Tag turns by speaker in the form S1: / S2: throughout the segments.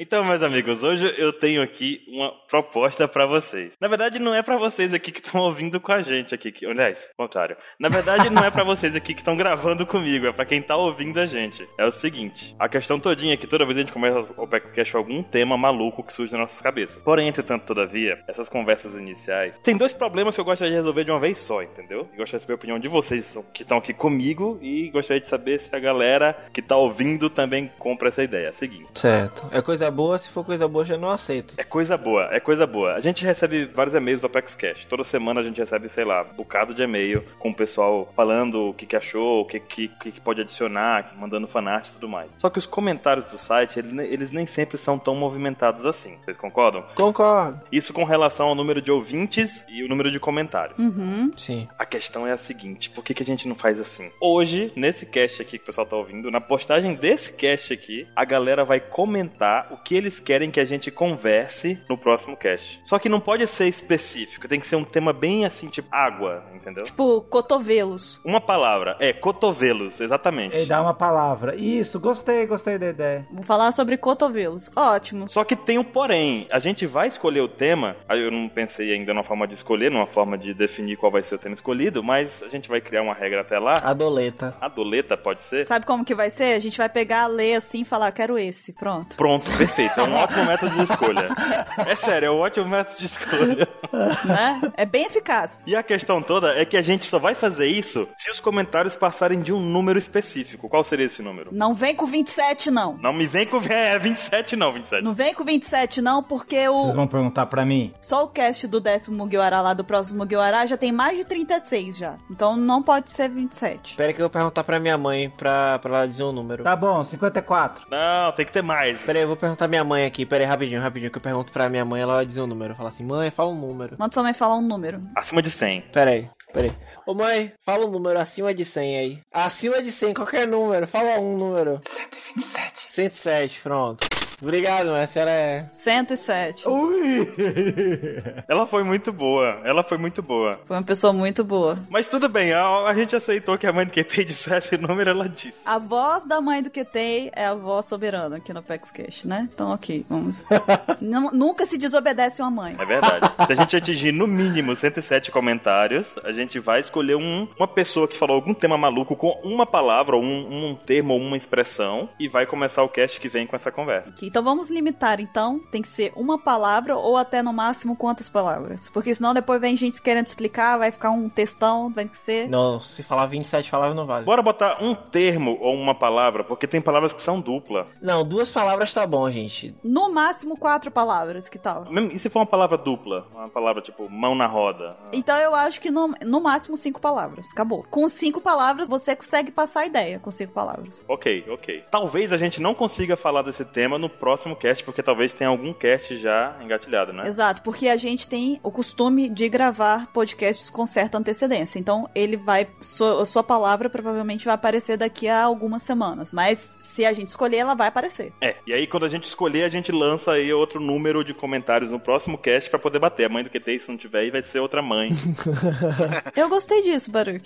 S1: Então, meus amigos, hoje eu tenho aqui uma proposta pra vocês. Na verdade, não é pra vocês aqui que estão ouvindo com a gente aqui, que, aliás, contrário. Na verdade, não é pra vocês aqui que estão gravando comigo, é pra quem tá ouvindo a gente. É o seguinte, a questão todinha é que toda vez a gente começa o podcast com algum tema maluco que surge nas nossas cabeças. Porém, entretanto, todavia, essas conversas iniciais, tem dois problemas que eu gostaria de resolver de uma vez só, entendeu? Eu gostaria de saber a opinião de vocês que estão aqui comigo e gostaria de saber se a galera que tá ouvindo também compra essa ideia. Seguinte.
S2: Certo. É coisa boa, se for coisa boa, já não aceito.
S1: É coisa boa, é coisa boa. A gente recebe vários e-mails do Apex Cash. Toda semana a gente recebe, sei lá, um bocado de e-mail com o pessoal falando o que, que achou, o que, que, que pode adicionar, mandando fanarts e tudo mais. Só que os comentários do site, ele- eles nem sempre são tão movimentados assim. Vocês concordam?
S2: Concordo.
S1: Isso com relação ao número de ouvintes e o número de comentários.
S3: Uhum.
S2: Sim.
S1: A questão é a seguinte, por que, que a gente não faz assim? Hoje, nesse cast aqui que o pessoal tá ouvindo, na postagem desse cast aqui, a galera vai comentar o que eles querem que a gente converse no próximo cast. Só que não pode ser específico, tem que ser um tema bem assim, tipo água, entendeu?
S3: Tipo, cotovelos.
S1: Uma palavra, é cotovelos, exatamente.
S4: Ele É, dá uma palavra. Isso, gostei, gostei da ideia.
S3: Vou falar sobre cotovelos. Ótimo.
S1: Só que tem um porém. A gente vai escolher o tema. Aí eu não pensei ainda numa forma de escolher, numa forma de definir qual vai ser o tema escolhido, mas a gente vai criar uma regra até lá.
S4: Ah.
S2: A doleta.
S1: A doleta pode ser?
S3: Sabe como que vai ser? A gente vai pegar, ler assim e falar, quero esse. Pronto.
S1: Pronto, perfeito. É um ótimo método de escolha. É sério, é um ótimo método de escolha.
S3: né? É bem eficaz.
S1: E a questão toda é que a gente só vai fazer isso se os comentários passarem de um número específico. Qual seria esse número?
S3: Não vem com 27, não.
S1: Não me vem com. É, 27 não, 27.
S3: Não vem com 27, não, porque
S4: Vocês
S3: o.
S4: vão perguntar pra mim?
S3: Só o cast do décimo Mugiwara lá, do próximo Mugiwara, já tem mais de 36 já. Então não pode ser 27.
S2: Espera que eu vou perguntar pra minha mãe, pra, pra ela dizer um número.
S4: Tá bom, 54.
S1: Não, tem que ter mais.
S2: Pera aí, eu vou perguntar minha mãe aqui. Pera aí, rapidinho, rapidinho, que eu pergunto pra minha mãe, ela vai dizer um número. Fala assim, mãe, fala um número.
S3: Manda sua mãe falar um número.
S1: Acima de 100.
S2: Pera aí, pera aí. Ô mãe, fala um número acima de 100 aí. Acima de 100, qualquer número, fala um número.
S4: 127.
S2: 107, pronto. Obrigado, mãe, a senhora é...
S3: 107.
S4: Ui!
S1: Ela foi muito boa. Ela foi muito boa.
S3: Foi uma pessoa muito boa.
S1: Mas tudo bem, a, a gente aceitou que a mãe do QT dissesse o número, ela disse.
S3: A voz da mãe do Ketei é a voz soberana aqui no Apex Cash, né? Então, ok, vamos. Não- nunca se desobedece uma mãe.
S1: É verdade. Se a gente atingir no mínimo 107 comentários, a gente vai escolher um- uma pessoa que falou algum tema maluco com uma palavra, ou um, um termo ou uma expressão, e vai começar o cast que vem com essa conversa.
S3: Ok, Então vamos limitar, então. Tem que ser uma palavra ou até no máximo quantas palavras. Porque senão depois vem gente querendo explicar, vai ficar um textão, vai que ser.
S2: Não, se falar 27 palavras não vale.
S1: Bora botar um termo ou uma palavra, porque tem palavras que são dupla.
S2: Não, duas palavras tá bom, gente.
S3: No máximo quatro palavras, que tal?
S1: Mesmo- E se for uma palavra dupla? Uma palavra tipo mão na roda.
S3: Então eu acho que no, no máximo cinco palavras. Acabou. Com cinco palavras, você consegue passar a ideia com cinco palavras.
S1: Ok, ok. Talvez a gente não consiga falar desse tema no próximo cast, porque talvez tenha algum cast já engatilhado, né?
S3: Exato, porque a gente tem o costume de gravar podcasts com certa antecedência. Então, ele vai. su- a sua palavra provavelmente vai aparecer daqui a algumas semanas. Mas se a gente escolher, ela vai aparecer.
S1: É, e aí quando a gente escolher, a gente lança aí outro número de comentários no próximo cast pra poder bater. A mãe do QT, se não tiver, aí vai ser outra mãe.
S3: Eu gostei disso, Baruch.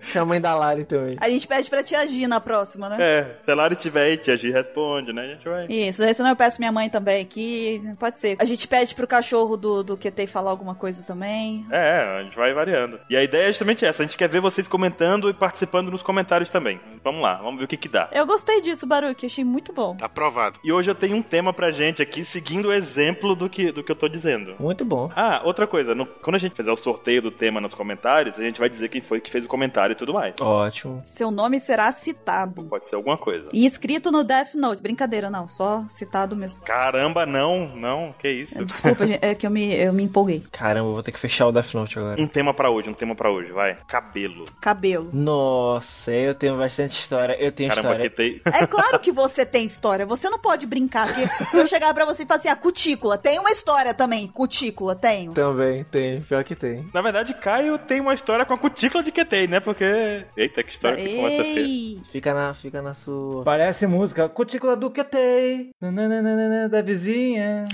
S2: Chama a mãe da Lari também.
S3: A gente pede pra tia Gi na próxima, né?
S1: é, se a Lari tiver aí, tia G responde, né? A gente vai.
S3: Isso, aí senão eu peço minha mãe também aqui. Pode ser. A gente pede pro cachorro do, do QT falar alguma coisa também.
S1: É, a gente vai variando. E a ideia é justamente essa, a gente quer ver vocês comentando e participando nos comentários também. Vamos lá, vamos ver o que que dá.
S3: Eu gostei disso, Baruch. Achei muito bom.
S5: Aprovado.
S1: E hoje eu tenho um tema pra gente aqui, seguindo o exemplo do que, do que eu tô dizendo.
S2: Muito bom.
S1: Ah, outra coisa, no- quando a gente fizer o sorteio do tema nos comentários, a gente vai dizer quem foi que fez o comentário e tudo mais.
S2: Ótimo.
S3: Seu nome será citado.
S1: Pode ser alguma coisa.
S3: E escrito no Death Note. Brincadeira, não. Só citado mesmo.
S1: Caramba, não, não, que isso.
S3: Desculpa, gente, é que eu me, eu me empolguei.
S2: Caramba, eu vou ter que fechar o Death Note agora.
S1: Um tema pra hoje, um tema pra hoje, vai. Cabelo.
S3: Cabelo.
S2: Nossa, eu tenho bastante história. Eu tenho
S1: Caramba,
S2: história.
S1: que tem.
S3: É claro que você tem história. Você não pode brincar. Porque se eu chegar pra você e falar assim, a cutícula, tem uma história também. Cutícula, tenho.
S2: Também tem, pior que tem.
S1: Na verdade, Caio tem uma história com a cutícula de QT, né? Porque. Eita, que história que conversa feia.
S3: Ei,
S2: Fica na, fica na sua.
S4: Parece música. Cutícula do Ketei. nananana, Da vizinha.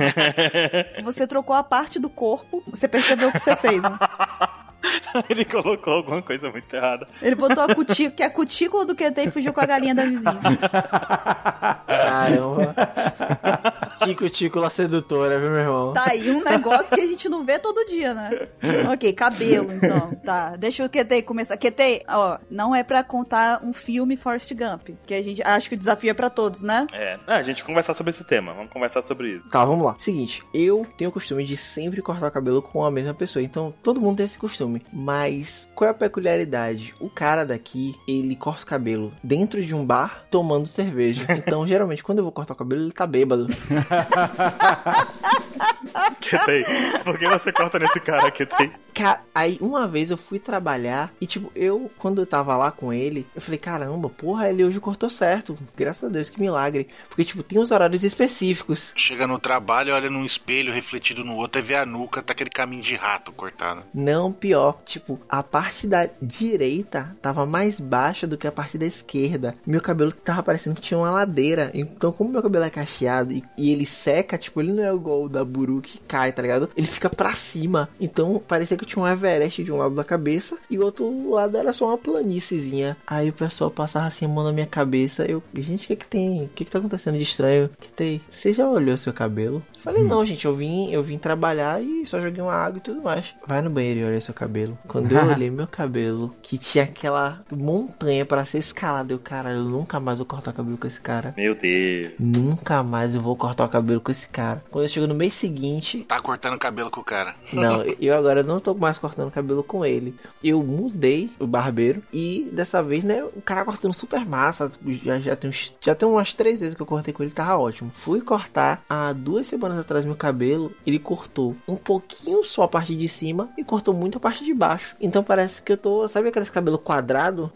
S3: você trocou a parte do corpo. Você percebeu o que você fez, né?
S1: Ele colocou alguma coisa muito errada.
S3: Ele botou a cutícula, que é a cutícula do QT e fugiu com a galinha da vizinha.
S2: Caramba. tico-tico sedutora, viu, meu irmão?
S3: Tá aí um negócio que a gente não vê todo dia, né? ok, cabelo, então. Tá. Deixa o QT começar. QT, ó, não é pra contar um filme Forrest Gump. Que a gente. Acho que o desafio é pra todos, né?
S1: É, ah, a gente conversar sobre esse tema. Vamos conversar sobre isso.
S2: Tá, vamos lá. Seguinte, eu tenho o costume de sempre cortar o cabelo com a mesma pessoa, então todo mundo tem esse costume. Mas qual é a peculiaridade? O cara daqui, ele corta o cabelo dentro de um bar tomando cerveja. Então, geralmente, quando eu vou cortar o cabelo, ele tá bêbado.
S1: Ketei, por que você corta nesse cara, Ketei?
S2: Cara, aí uma vez eu fui trabalhar e, tipo, eu, quando eu tava lá com ele, eu falei, caramba, porra, ele hoje cortou certo. Graças a Deus, que milagre. Porque, tipo, tem uns horários específicos.
S5: Chega no trabalho, olha num espelho refletido no outro, aí vê a nuca, tá aquele caminho de rato cortado.
S2: Não, pior, tipo, a parte da direita tava mais baixa do que a parte da esquerda. Meu cabelo tava parecendo que tinha uma ladeira. Então, como meu cabelo é cacheado e, e ele seca, tipo, ele não é igual o da Buru que cai, tá ligado? Ele fica pra cima. Então, parecia que eu tinha um Everest de um lado da cabeça e o outro lado era só uma planíciezinha. Aí o pessoal passava assim a mão na minha cabeça. Eu, gente, o que que tem? O que que tá acontecendo de estranho? Que tem? Você já olhou seu cabelo? Eu Falei, não, gente, eu vim, eu vim trabalhar e só joguei uma água e tudo mais. Vai no banheiro e olha seu cabelo. Quando eu olhei meu cabelo, que tinha aquela montanha pra ser escalada, eu, caralho, eu nunca mais vou cortar o cabelo com esse cara.
S1: Meu Deus.
S2: Nunca mais eu vou cortar o cabelo com esse cara. Quando eu chego no mês seguinte,
S5: Tá cortando cabelo com o cara.
S2: não, eu agora não tô mais cortando cabelo com ele. Eu mudei o barbeiro e dessa vez, né, o cara cortando super massa. Já, já, tem, uns- já tem umas três vezes que eu cortei com ele, tava ótimo. Fui cortar há duas semanas atrás meu cabelo, ele cortou um pouquinho só a parte de cima e cortou muito a parte de baixo. Então parece que eu tô, sabe aqueles cabelo quadrado?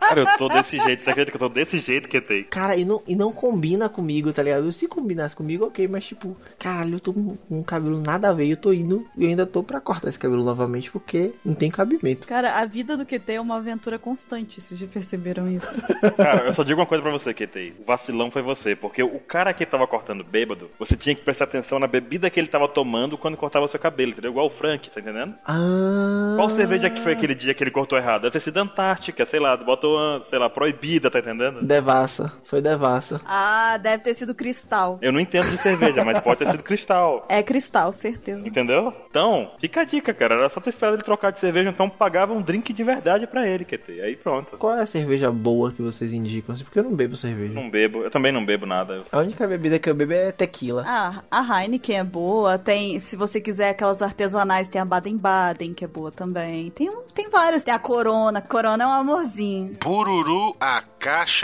S1: Cara, eu tô desse jeito. Você acredita que eu tô desse jeito, Ketei?
S2: Cara, e não, e não combina comigo, tá ligado? Se combinasse comigo, ok, mas tipo, caralho, eu tô com com um cabelo nada a ver, eu tô indo e ainda tô pra cortar esse cabelo novamente porque não tem cabimento.
S3: Cara, a vida do QT é uma aventura constante, vocês já perceberam isso?
S1: Cara, eu só digo uma coisa pra você, Ketei. O vacilão foi você, porque o cara que tava cortando bêbado, você tinha que prestar atenção na bebida que ele tava tomando quando cortava o seu cabelo, entendeu? Igual o Frank, tá entendendo?
S2: Ah.
S1: Qual cerveja que foi aquele dia que ele cortou errado? Deve ter sido Antártica, sei lá, botou, uma, sei lá, proibida, tá entendendo?
S2: Devassa. Foi devassa.
S3: ah, deve ter sido cristal.
S1: Eu não entendo de cerveja, mas pode ter sido cristal.
S3: É cristal, certeza.
S1: Entendeu? Então, fica a dica, cara. Era só ter esperado ele trocar de cerveja, então pagava um drink de verdade pra ele, QT. Aí pronto.
S2: Qual é a cerveja boa que vocês indicam? Assim, Porque eu não bebo cerveja.
S1: Não bebo, eu também não bebo nada.
S2: A única bebida que eu bebo é tequila.
S3: Ah, a Heineken é boa, tem, se você quiser aquelas artesanais, tem a Baden-Baden, que é boa também. Tem, um- tem várias, tem a Corona, Corona é um amorzinho.
S5: Bururu a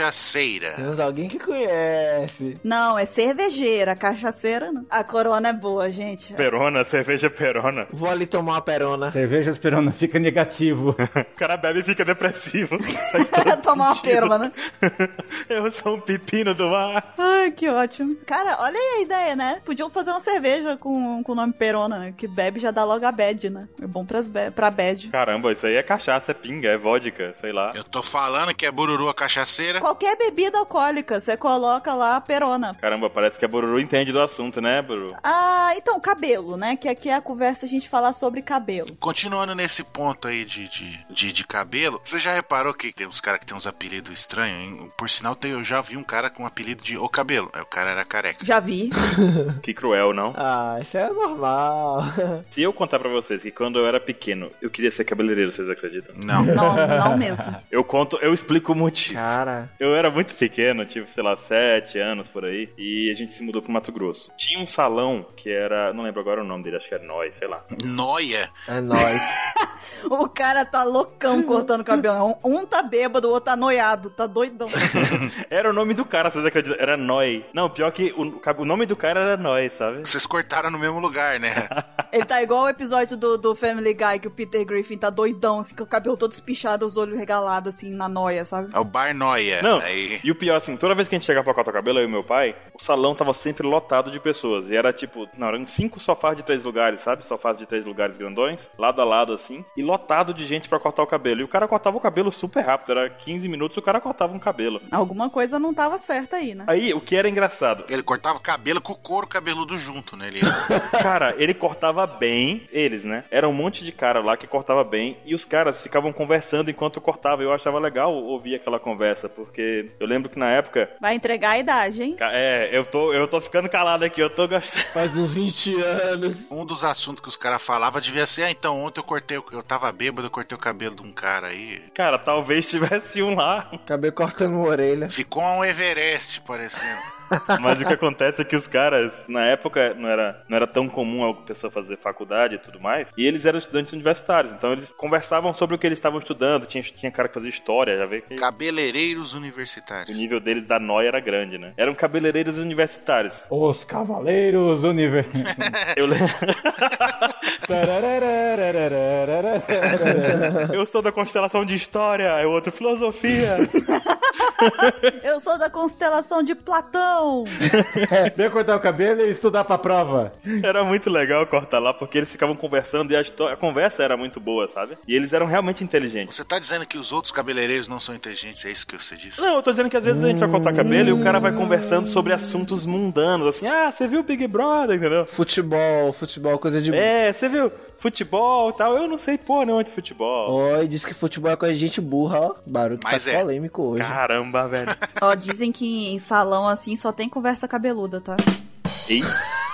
S5: cachaceira.
S2: Temos alguém que conhece.
S3: Não, é cervejeira, cachaceira não. A Corona é boa, gente.
S1: Perona, cerveja perona.
S2: Vou ali tomar uma perona.
S4: Cerveja esperando fica negativo.
S1: O cara bebe e fica depressivo.
S3: Tomar uma perma, né?
S1: Eu sou um pepino do mar.
S3: Ai, que ótimo. Cara, olha aí a ideia, né? Podiam fazer uma cerveja com com o nome Perona, né? Que bebe já dá logo a bad, né? É bom pras be pra bad.
S1: Caramba, isso aí é cachaça, é pinga, é vodka, sei lá.
S5: Eu tô falando que é bururu a cachaceira.
S3: Qualquer bebida alcoólica, você coloca lá a Perona.
S1: Caramba, parece que a Bururu entende do assunto, né, Bururu?
S3: Ah, então, cabelo, né? Que aqui é a conversa a gente falar sobre cabelo.
S5: Continuando nesse ponto aí de, de, de, de cabelo, você já reparou que tem uns caras que tem uns apelidos estranhos? hein? Por sinal, tem- eu já vi um cara com um apelido de O Cabelo. Aí o cara era careca.
S3: Já vi.
S1: Que cruel, não?
S2: Ah, isso é normal.
S1: Se eu contar pra vocês que quando eu era pequeno, eu queria ser cabeleireiro, vocês acreditam?
S5: Não.
S3: Não, não mesmo.
S1: Hum. Eu conto, eu explico o motivo.
S2: Cara.
S1: Eu era muito pequeno, tive, sei lá, sete anos por aí, e a gente se mudou pro Mato Grosso. Tinha um salão que era, não lembro agora o nome dele, acho que era Nós, sei lá.
S5: Noia.
S2: É nóis.
S3: O cara tá loucão cortando cabelo. Um, um tá bêbado, o outro tá noiado, tá doidão.
S1: Era o nome do cara, vocês acreditam? Era Noi. Não, pior que o, o nome do cara era Nós, sabe?
S5: Vocês cortaram no mesmo lugar, né?
S3: Ele tá igual o episódio do, do Family Guy, que o Peter Griffin tá doidão, assim, com o cabelo todo espichado, os olhos regalados, assim, na noia, sabe?
S5: É o Bar Noia.
S1: Não,
S5: Aí.
S1: e o pior, assim, toda vez que a gente chegava pra cortar o cabelo, eu e meu pai, o salão tava sempre lotado de pessoas. E era tipo, não, eram cinco sofás de três lugares, sabe? Sofás de três lugares grandões, lado a lado, assim, e lotado de gente pra cortar o cabelo. E o cara cortava o cabelo super rápido, era 15 minutos o cara cortava um cabelo.
S3: Alguma coisa não tava certa aí, né?
S1: Aí, o que era engraçado,
S5: Ele cortava cabelo com o couro cabeludo junto, né? Ele...
S1: cara, ele cortava cortava bem, eles, né? Era um monte de cara lá que cortava bem e os caras ficavam conversando enquanto eu cortava. Eu achava legal ouvir aquela conversa, porque eu lembro que na época.
S3: Vai entregar a idade, hein?
S1: ca- É, eu tô, eu tô ficando calado aqui, eu tô gostando.
S2: Faz uns 20 anos.
S5: Um dos assuntos que os caras falavam devia ser, ah, então ontem eu cortei, o- eu tava bêbado, eu cortei o cabelo de um cara aí.
S1: Cara, talvez tivesse um lá.
S2: Acabei cortando uma orelha.
S5: Ficou um Everest parecendo.
S1: Mas o que acontece é que os caras, na época, não era, não era tão comum a pessoa fazer faculdade e tudo mais. E eles eram estudantes universitários. Então eles conversavam sobre o que eles estavam estudando. Tinha, tinha cara que fazia história, já vê que.
S5: Cabeleireiros
S1: O
S5: universitários.
S1: nível deles da noia era grande, né? Eram cabeleireiros universitários.
S4: Os Cavaleiros Universo.
S1: Eu, le- eu sou da constelação de história, é outro filosofia.
S3: Eu sou da constelação de Platão.
S4: Vem cortar o cabelo e estudar pra prova.
S1: Era muito legal cortar lá, porque eles ficavam conversando e a, histó- a conversa era muito boa, sabe? E eles eram realmente inteligentes.
S5: Você tá dizendo que os outros cabeleireiros não são inteligentes, é isso que você disse?
S1: Não, eu tô dizendo que às vezes a gente vai cortar cabelo e o cara vai conversando sobre assuntos mundanos, assim, ah, você viu Big Brother, entendeu?
S2: Futebol, futebol, coisa de.
S1: É, você viu futebol e tal, eu não sei porra nenhuma de futebol.
S2: Oi, diz que futebol é coisa de gente burra, ó. Barulho que
S5: Mas
S2: tá
S5: é.
S2: polêmico hoje.
S1: Caramba, velho.
S3: Ó, dizem que em salão assim só tem conversa cabeluda, tá?
S1: Ei,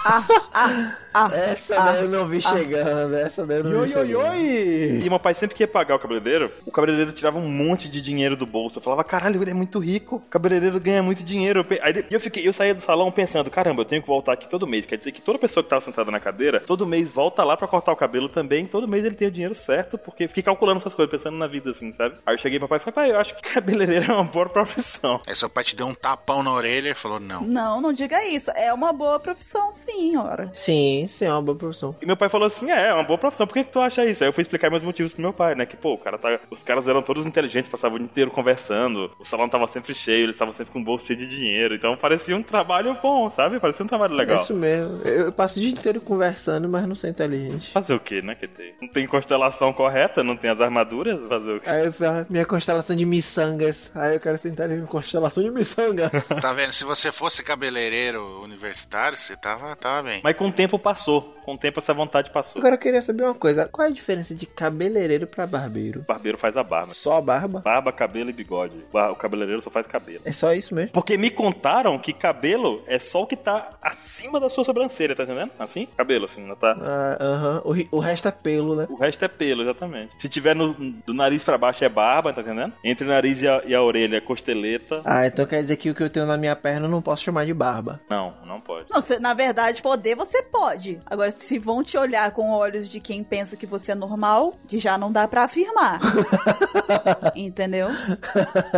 S3: Ah, ah, ah.
S2: Essa
S3: ah.
S2: daí eu não vi chegando, essa daí eu não vi
S4: Oi, oi,
S2: chegando.
S4: oi!
S1: E meu pai sempre que ia pagar o cabeleireiro, o cabeleireiro tirava um monte de dinheiro do bolso. Eu falava, caralho, ele é muito rico, o cabeleireiro ganha muito dinheiro. Eu pe- Aí de- e eu, fiquei, eu saía do salão pensando, caramba, eu tenho que voltar aqui todo mês. Quer dizer que toda pessoa que tava sentada na cadeira, todo mês volta lá pra cortar o cabelo também. Todo mês ele tem o dinheiro certo, porque eu fiquei calculando essas coisas, pensando na vida assim, sabe? Aí eu cheguei pro pai e falei, pai, eu acho que cabeleireiro é uma boa profissão.
S5: Aí seu pai te deu um tapão na orelha e falou, não.
S3: Não, não diga isso. É uma boa profissão, sim, ora.
S2: Sim, sim, é uma boa profissão.
S1: E meu pai falou assim: é, é uma boa profissão, por que, que tu acha isso? Aí eu fui explicar meus motivos pro meu pai, né? Que, pô, o cara tá. Os caras eram todos inteligentes, passavam o dia inteiro conversando, o salão tava sempre cheio, eles estavam sempre com um bolso cheio de dinheiro. Então parecia um trabalho bom, sabe? Parecia um trabalho legal.
S2: É isso mesmo. Eu eu passo o dia inteiro conversando, mas não sou inteligente.
S1: Fazer o quê, né, QT? Não tem constelação correta, não tem as armaduras, fazer o quê?
S2: Aí eu falo, minha constelação de miçangas. Aí eu quero ser inteligente, constelação de miçangas.
S5: Tá vendo? Se você fosse cabeleireiro universitário, você tava, tava bem.
S1: Mas com o tempo passou, com o tempo essa vontade passou.
S2: Agora eu queria saber uma coisa: qual é a diferença de cabeleireiro pra barbeiro?
S1: O barbeiro faz a barba.
S2: Só a barba?
S1: Barba, cabelo e bigode. Ba- O cabeleireiro só faz cabelo.
S2: É só isso mesmo?
S1: Porque me contaram que cabelo é só o que tá acima da sua sobrancelha, tá entendendo? Assim? Cabelo, assim, não tá.
S2: Ah, Aham, o, ri- o resto é pelo, né?
S1: O resto é pelo, exatamente. Se tiver no- do nariz pra baixo é barba, tá entendendo? Entre o nariz e a, e a orelha é costeleta.
S2: Ah, então quer dizer que o que eu tenho na minha perna eu não posso chamar de barba.
S1: Não, não pode.
S3: Não, cê- na verdade, poder você pode. Agora, se vão te olhar com olhos de quem pensa que você é normal, que já não dá pra afirmar. Entendeu?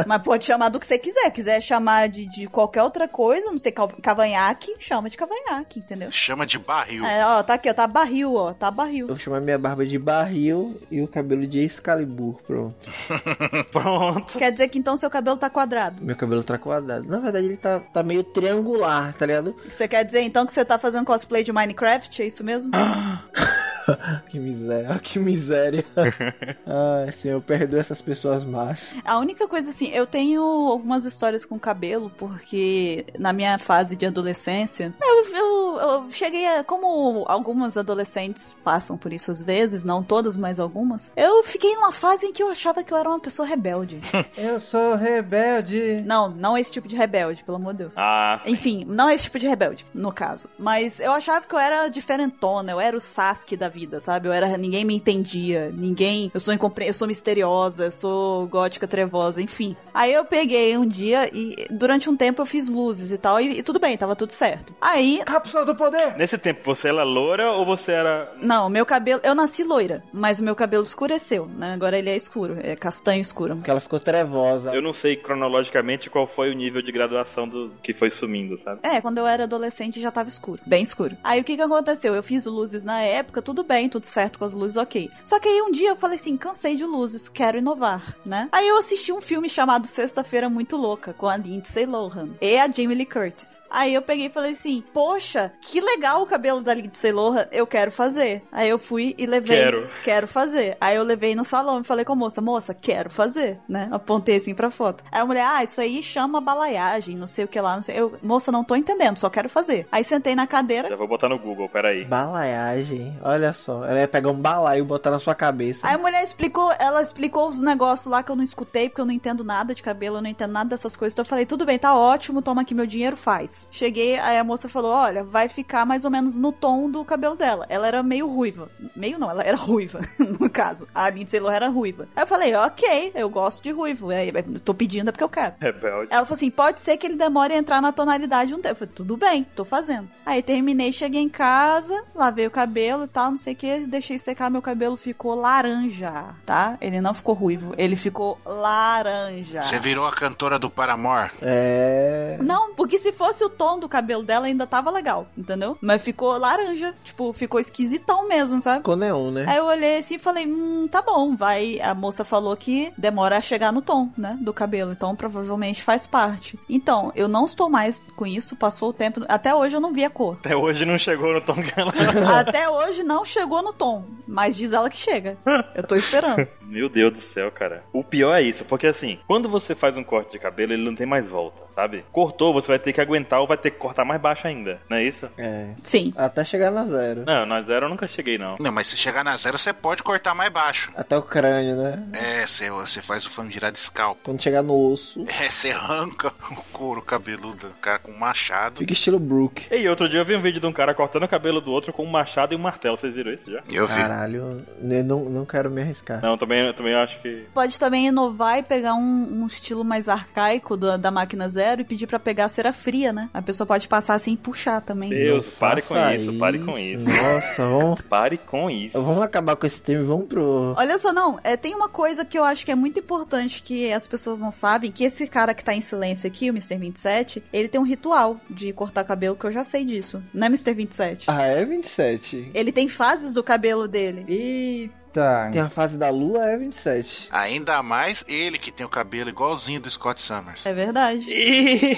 S3: Mas pode chamar do que você quiser. Quiser chamar de, de qualquer outra coisa, não sei, cal- cavanhaque, chama de cavanhaque, entendeu?
S5: Chama de barril.
S3: É, ó, tá aqui, ó, tá barril, ó, tá barril.
S2: Eu vou chamar minha barba de barril e o cabelo de Excalibur, pronto.
S1: Pronto.
S3: Quer dizer que então seu cabelo tá quadrado.
S2: Meu cabelo tá quadrado. Na verdade, ele tá, tá meio triangular, tá ligado?
S3: Você quer dizer então que você tá fazendo cosplay de Minecraft? É isso mesmo?
S2: Ah, Que miséria, que miséria. Ai, Senhor, perdoa essas pessoas más.
S3: A única coisa assim, eu tenho algumas histórias com cabelo, porque na minha fase de adolescência, eu, eu- eu cheguei a. Como algumas adolescentes passam por isso às vezes, não todas, mas algumas, eu fiquei numa fase em que eu achava que eu era uma pessoa rebelde.
S4: Eu sou rebelde.
S3: não, não esse tipo de rebelde, pelo amor de Deus.
S1: Ah,
S3: Enfim, não esse tipo de rebelde, no caso. Mas eu achava que eu era diferentona, eu era o Sasuke da vida, sabe? Eu era. Ninguém me entendia, ninguém. Eu sou incompre... eu sou misteriosa, eu sou gótica trevosa, enfim. Aí eu peguei um dia e durante um tempo eu fiz luzes e tal, e, e tudo bem, tava tudo certo. Aí.
S4: Cápsula do poder!
S1: nesse tempo você era loura ou você era.
S3: Não, meu cabelo. Eu nasci loira, mas o meu cabelo escureceu, né? Agora ele é escuro, é castanho escuro.
S2: Porque ela ficou trevosa.
S1: Eu não sei cronologicamente qual foi o nível de graduação do que foi sumindo, sabe?
S3: É, quando eu era adolescente já tava escuro, bem escuro. Aí o que que aconteceu? Eu fiz luzes na época, tudo bem, tudo certo com as luzes, ok. Só que aí um dia eu falei assim, cansei de luzes, quero inovar, né? Aí eu assisti um filme chamado Sexta-feira Muito Louca, com a Lindsay Lohan e a Jamie Lee Curtis. Aí eu peguei e falei assim, poxa, que legal o cabelo da Lindsay Lohan, eu quero fazer. Aí eu fui e levei.
S1: Quero.
S3: Quero fazer. Aí eu levei no salão e falei com a moça, moça, quero fazer, né? Apontei assim pra foto. Aí a mulher, ah, isso aí chama balaiagem, não sei o que lá, não sei. Eu, moça, não tô entendendo, só quero fazer. Aí sentei na cadeira,
S1: Já vou botar no Google, peraí.
S2: Balaiagem, olha só. Ela ia pegar um balaio e botar na sua cabeça.
S3: Aí a mulher explicou, ela explicou os negócios lá que eu não escutei, porque eu não entendo nada de cabelo, eu não entendo nada dessas coisas. Então eu falei, tudo bem, tá ótimo, toma aqui meu dinheiro, faz. Cheguei, aí a moça falou, olha, vai ficar mais ou menos no tom do cabelo dela. Ela era meio ruiva. Meio não, ela era ruiva, no caso. A Lindsay Lohan era ruiva. Aí eu falei, ok, eu gosto de ruivo. Aí, eu tô pedindo é porque eu quero.
S1: Rebelde.
S3: Ela falou assim: pode ser que ele demore a entrar na tonalidade um tempo. Eu falei, tudo bem, tô fazendo. Aí terminei, cheguei em casa, lavei o cabelo e tal, não sei o que, deixei secar, meu cabelo ficou laranja, tá? Ele não ficou ruivo, ele ficou laranja.
S5: Você virou a cantora do Paramore.
S2: É.
S3: Não, porque se fosse o tom do cabelo dela ainda tava legal, entendeu? Mas ficou laranja, tipo, ficou esquisitão mesmo, sabe?
S2: Com neon, né?
S3: Aí eu olhei assim e falei, hum, tá bom, vai. A moça falou que demora a chegar no tom, né? Do cabelo. Então provavelmente faz parte. Então, eu não estou mais com isso, passou o tempo. Até hoje eu não vi a cor.
S1: Até hoje não chegou no tom que ela.
S3: Até hoje não chegou no tom. Mas diz ela que chega. Eu tô esperando.
S1: Meu Deus do céu, cara. O pior é isso, porque assim, quando você faz um corte de cabelo, ele não tem mais volta, sabe? Cortou, você vai ter que aguentar ou vai ter que cortar mais baixo ainda, não é isso?
S2: É.
S3: Sim.
S2: Até chegar na zero.
S1: Não, na zero eu nunca cheguei, não.
S5: Não, mas se chegar na zero, você pode cortar mais baixo.
S2: Até o crânio, né?
S5: É, você, você faz o famigerado scalp.
S2: Quando chegar no osso,
S5: É, você arranca o couro cabeludo do cara com um machado.
S2: fica estilo Brook.
S1: Ei, outro dia eu vi um vídeo de um cara cortando o cabelo do outro com um machado e um martelo. Vocês viram isso já?
S5: Eu vi.
S2: Caralho, eu não, não quero me arriscar.
S1: Não, também, também acho que.
S3: Pode também inovar e pegar um, um estilo mais arcaico da- da máquina zero e pedir pra pegar cera fria, né? A pessoa pode passar assim e puxar também.
S1: Sim. Deus,
S2: Não
S1: pare com
S2: faça
S1: isso, pare com isso.
S2: Nossa, vamos,
S1: Pare com isso.
S2: vamos acabar com esse tema e vamos pro.
S3: Olha só, não, é, tem uma coisa que eu acho que é muito importante que as pessoas não sabem, que esse cara que tá em silêncio aqui, o Mr. 27, ele tem um ritual de cortar cabelo, que eu já sei disso, né, Mr. 27?
S2: Ah, é 27.
S3: Ele tem fases do cabelo dele.
S4: Eita.
S2: Tem a fase da lua, é 27.
S5: Ainda mais ele que tem o cabelo igualzinho do Scott Summers.
S3: É verdade.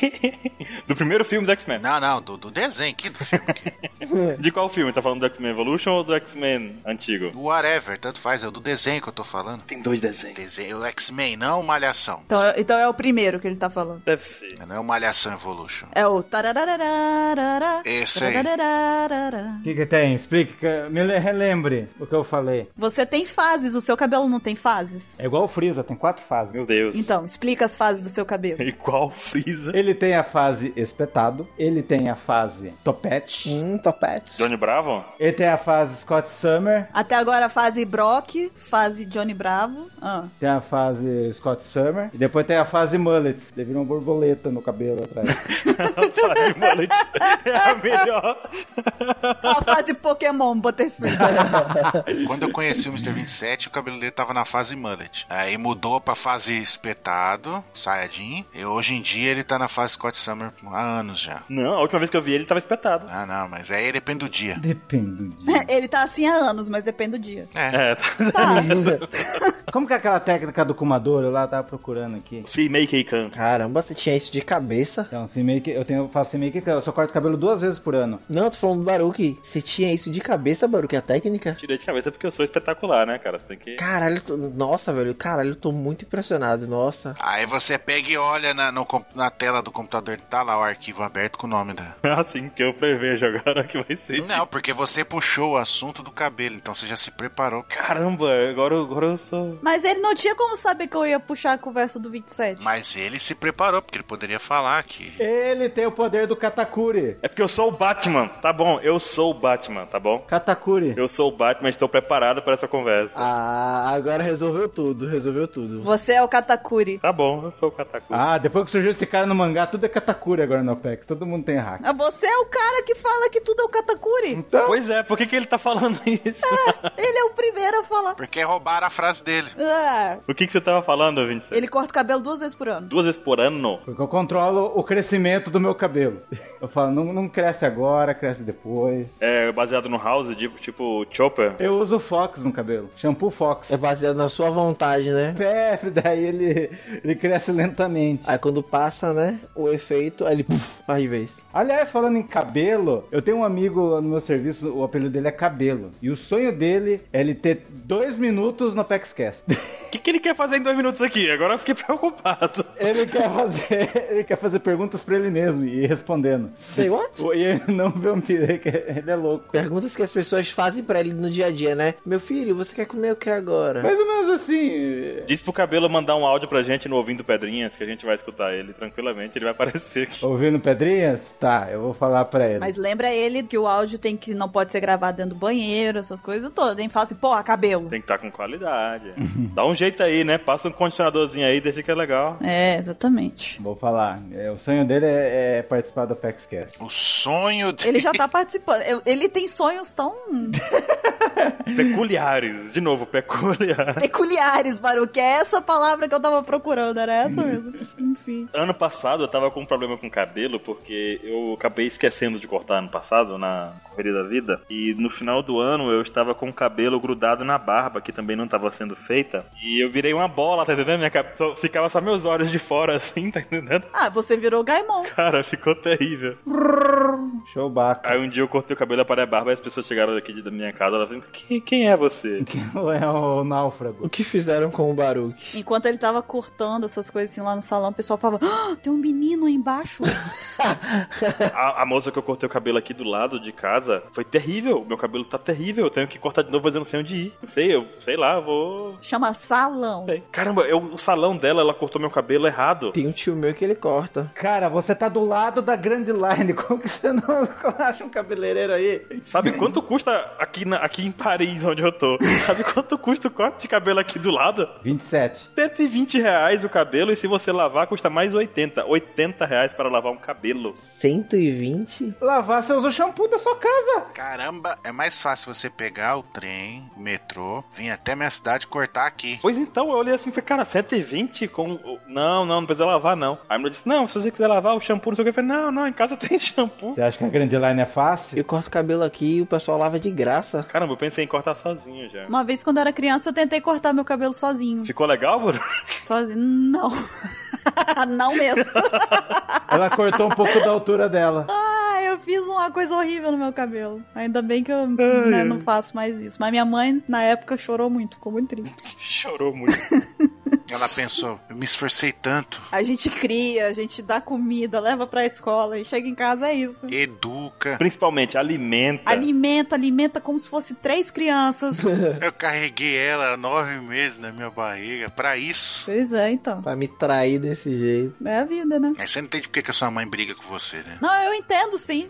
S1: do primeiro filme do X-Men.
S5: Não, não, do, do desenho aqui do filme. aqui.
S2: Hum,
S1: De qual filme? Tá falando do X-Men Evolution ou do X-Men antigo?
S5: Do Whatever, tanto faz, é o do desenho que eu tô falando.
S1: Tem dois desenhos.
S5: Desenho, o X-Men, não Malhação.
S3: Então, é- então é o primeiro que ele tá falando.
S1: Deve ser.
S5: Não é o Malhação Evolution.
S3: É o tarararararara,
S5: Esse aí.
S3: tarararararara.
S4: O que, que tem? Explica, que- me le- relembre o que eu falei.
S3: Você tem fases, o seu cabelo não tem fases?
S4: É igual o Freeza, tem quatro fases.
S1: Meu Deus.
S3: Então, explica as fases do seu cabelo.
S1: Igual Freeza.
S4: Ele tem a fase espetado, ele tem a fase topete,
S2: Hum, topete.
S1: Johnny Bravo?
S4: ele tem a fase Scott Summer,
S3: Até agora a fase Brock, fase Johnny Bravo. Ah.
S4: tem a fase Scott Summer, e depois tem a fase mullet, ele vira uma borboleta no cabelo atrás.
S1: Rapaz, Mullet é a melhor.
S3: A fase Pokémon Butterfree.
S5: Quando eu conheci o Mr. 27, o cabelo dele tava na fase mullet. Aí mudou pra fase espetado, saiadinho. E hoje em dia ele tá na fase Scott Summer há anos já.
S1: Não, a última vez que eu vi ele tava espetado.
S5: Ah, não, mas aí depende do dia.
S4: Depende do dia.
S3: Ele tá assim há anos, mas depende do dia.
S5: É.
S1: É, tá.
S3: Tá.
S4: Como que é aquela técnica do Kumador? Eu lá tava procurando aqui.
S1: Se make a can.
S2: Caramba, você tinha isso de cabeça?
S4: Então, se meio que eu tenho, eu faço se meio que eu só corto cabelo duas vezes por ano.
S2: Não, tô falando do Baruque. Você tinha isso de cabeça, Baruque, a técnica?
S1: Tirei de cabeça porque eu sou espetacular, né, cara? Você tem que.
S2: Caralho, tô... nossa, velho. Caralho, eu tô muito impressionado. Nossa.
S5: Aí você pega e olha na, no com- na tela do computador, tá lá o arquivo aberto com o nome da.
S1: Assim que eu prevejo agora que vai ser.
S5: Não, porque você puxou o assunto do cabelo, então você já se preparou.
S1: Caramba, agora, eu- agora eu sou.
S3: Mas ele não tinha como saber que eu ia puxar a conversa do 27.
S5: Mas ele se preparou, porque ele poderia falar que.
S4: Ele tem o poder do Katakuri.
S1: É porque eu sou o Batman, tá bom? Eu sou o Batman, tá bom?
S4: Katakuri.
S1: Eu sou o Batman, estou preparado para essa conversa.
S2: Ah, agora resolveu tudo, resolveu tudo.
S3: Você é o Katakuri.
S1: Tá bom, eu sou o Kataku.
S4: Ah, depois que surgiu esse cara no mangá, tudo é Katakuri agora no Apex. Todo mundo tem hack.
S3: Ah, Você é o cara que fala que tudo é o Katakuri.
S4: Então,
S1: Pois é, por que, que ele tá falando isso?
S3: Ele é o primeiro a falar.
S5: Porque roubaram a frase dele.
S3: Ah,
S1: o que, que você tava falando, 27?
S3: ele corta o cabelo duas vezes por ano.
S1: Duas vezes por ano?
S4: porque eu controlo o crescimento do meu cabelo. Eu falo, não, não cresce agora, cresce depois.
S1: É baseado no House, tipo, tipo Chopper.
S4: Eu uso Fox no cabelo. Shampoo Fox.
S2: É baseado na sua vontade, né?
S4: PF, daí ele, ele cresce lentamente.
S2: Aí quando passa, né, o efeito, aí ele puf, faz de vez.
S4: Aliás, falando em cabelo, eu tenho um amigo lá no meu serviço, o apelido dele é Cabelo. E o sonho dele é ele ter dois minutos no Pexcast.
S1: O que, que ele quer fazer em dois minutos aqui? Agora eu fiquei preocupado.
S4: Ele quer fazer, ele quer fazer perguntas pra ele mesmo e ir respondendo.
S2: Sei lá.
S4: O- E ele não vê um pire, que ele é louco.
S2: Perguntas que as pessoas fazem pra ele no dia a dia, né? Meu filho, você quer comer o que agora?
S4: Mais ou menos assim.
S1: Diz pro cabelo mandar um áudio pra gente no Ouvindo Pedrinhas, que a gente vai escutar ele tranquilamente, ele vai aparecer aqui.
S4: Ouvindo Pedrinhas? Tá, eu vou falar pra ele.
S3: Mas lembra ele que o áudio tem que não pode ser gravado dentro do banheiro, essas coisas todas, hein? Fala assim, porra, cabelo.
S1: Tem que estar com qualidade. Dá um jeito aí, né? Passa um condicionadorzinho aí, daí fica legal.
S3: É, exatamente.
S4: Vou falar. É, o sonho dele é, é participar do PaxCast.
S5: O sonho dele.
S3: Ele já tá participando. Eu- Ele tem sonhos tão
S1: Peculiares. De novo, peculiares.
S3: peculiares, Baru, que é essa palavra que eu tava procurando, era essa mesmo. Enfim.
S1: Ano passado eu tava com um problema com o cabelo, porque eu acabei esquecendo de cortar ano passado, na correria da vida. E no final do ano eu estava com o cabelo grudado na barba, que também não tava sendo feita. E eu virei uma bola, tá entendendo? Minha cabeça só- ficava só meus olhos de fora, assim, tá entendendo?
S3: Ah, você virou Gaimon.
S1: Cara, ficou terrível.
S4: Show baco.
S1: Aí um dia eu cortei o cabelo da parei a barba e as pessoas chegaram aqui de- da minha casa, elas falaram, quem, quem é você?
S4: É o
S2: O
S4: náufrago.
S2: que fizeram com o Baruque?
S3: Enquanto ele tava cortando essas coisas assim lá no salão, o pessoal falava: ah, tem um menino aí embaixo.
S1: A, a moça que eu cortei o cabelo aqui do lado de casa foi terrível. Meu cabelo tá terrível. Eu tenho que cortar de novo, mas eu não sei onde ir. Não sei, eu sei lá, eu vou. não
S3: Chama salão.
S1: sei. Caramba, eu, o salão dela, ela cortou meu cabelo errado.
S2: Tem um tio meu que ele corta.
S4: Cara, você tá do lado da Grand Line. Como que você não acha um cabeleireiro aí?
S1: Sabe quanto custa aqui, na- aqui em Paris, onde eu tô? Sabe quanto custa o corte de cabelo aqui do lado?
S4: 27.
S1: 120 reais o cabelo e se você lavar custa mais 80. 80 reais para lavar um cabelo.
S2: 120?
S4: Lavar, você usa o shampoo da sua casa.
S5: Caramba, é mais fácil você pegar o trem, o metrô, vir até minha cidade e cortar aqui.
S1: Pois então, eu olhei assim e falei, cara, 120 com. Não, não, não precisa lavar, não. Aí a mulher disse, não, se você quiser lavar o shampoo, não sei o que. Eu falei, não, não, em casa tem shampoo.
S4: Você acha que a Grand Line é fácil?
S2: Eu corto o cabelo aqui e o pessoal lava de graça.
S1: Caramba, eu pensei em cortar sozinho já.
S3: Uma vez quando eu era criança, eu tentei cortar meu cabelo sozinho.
S1: Ficou legal, Bruno?
S3: Sozinho. Não. Não mesmo.
S4: Ela cortou um pouco da altura dela.
S3: Ah, eu fiz uma coisa horrível no meu cabelo. Ainda bem que eu né, não faço mais isso. Mas minha mãe, na época, chorou muito, ficou muito triste.
S1: Chorou muito.
S5: Ela pensou, eu me esforcei tanto.
S3: A gente cria, a gente dá comida, leva pra escola e chega em casa, é isso.
S5: Educa.
S1: Principalmente, alimenta.
S3: Alimenta, alimenta como se fosse três crianças.
S5: Eu carreguei ela nove meses na minha barriga pra isso.
S3: pois é, então.
S2: Pra me trair desse jeito.
S3: É a vida, né?
S5: Aí você não entende por que que a sua mãe briga com você, né?
S3: Não, eu entendo sim.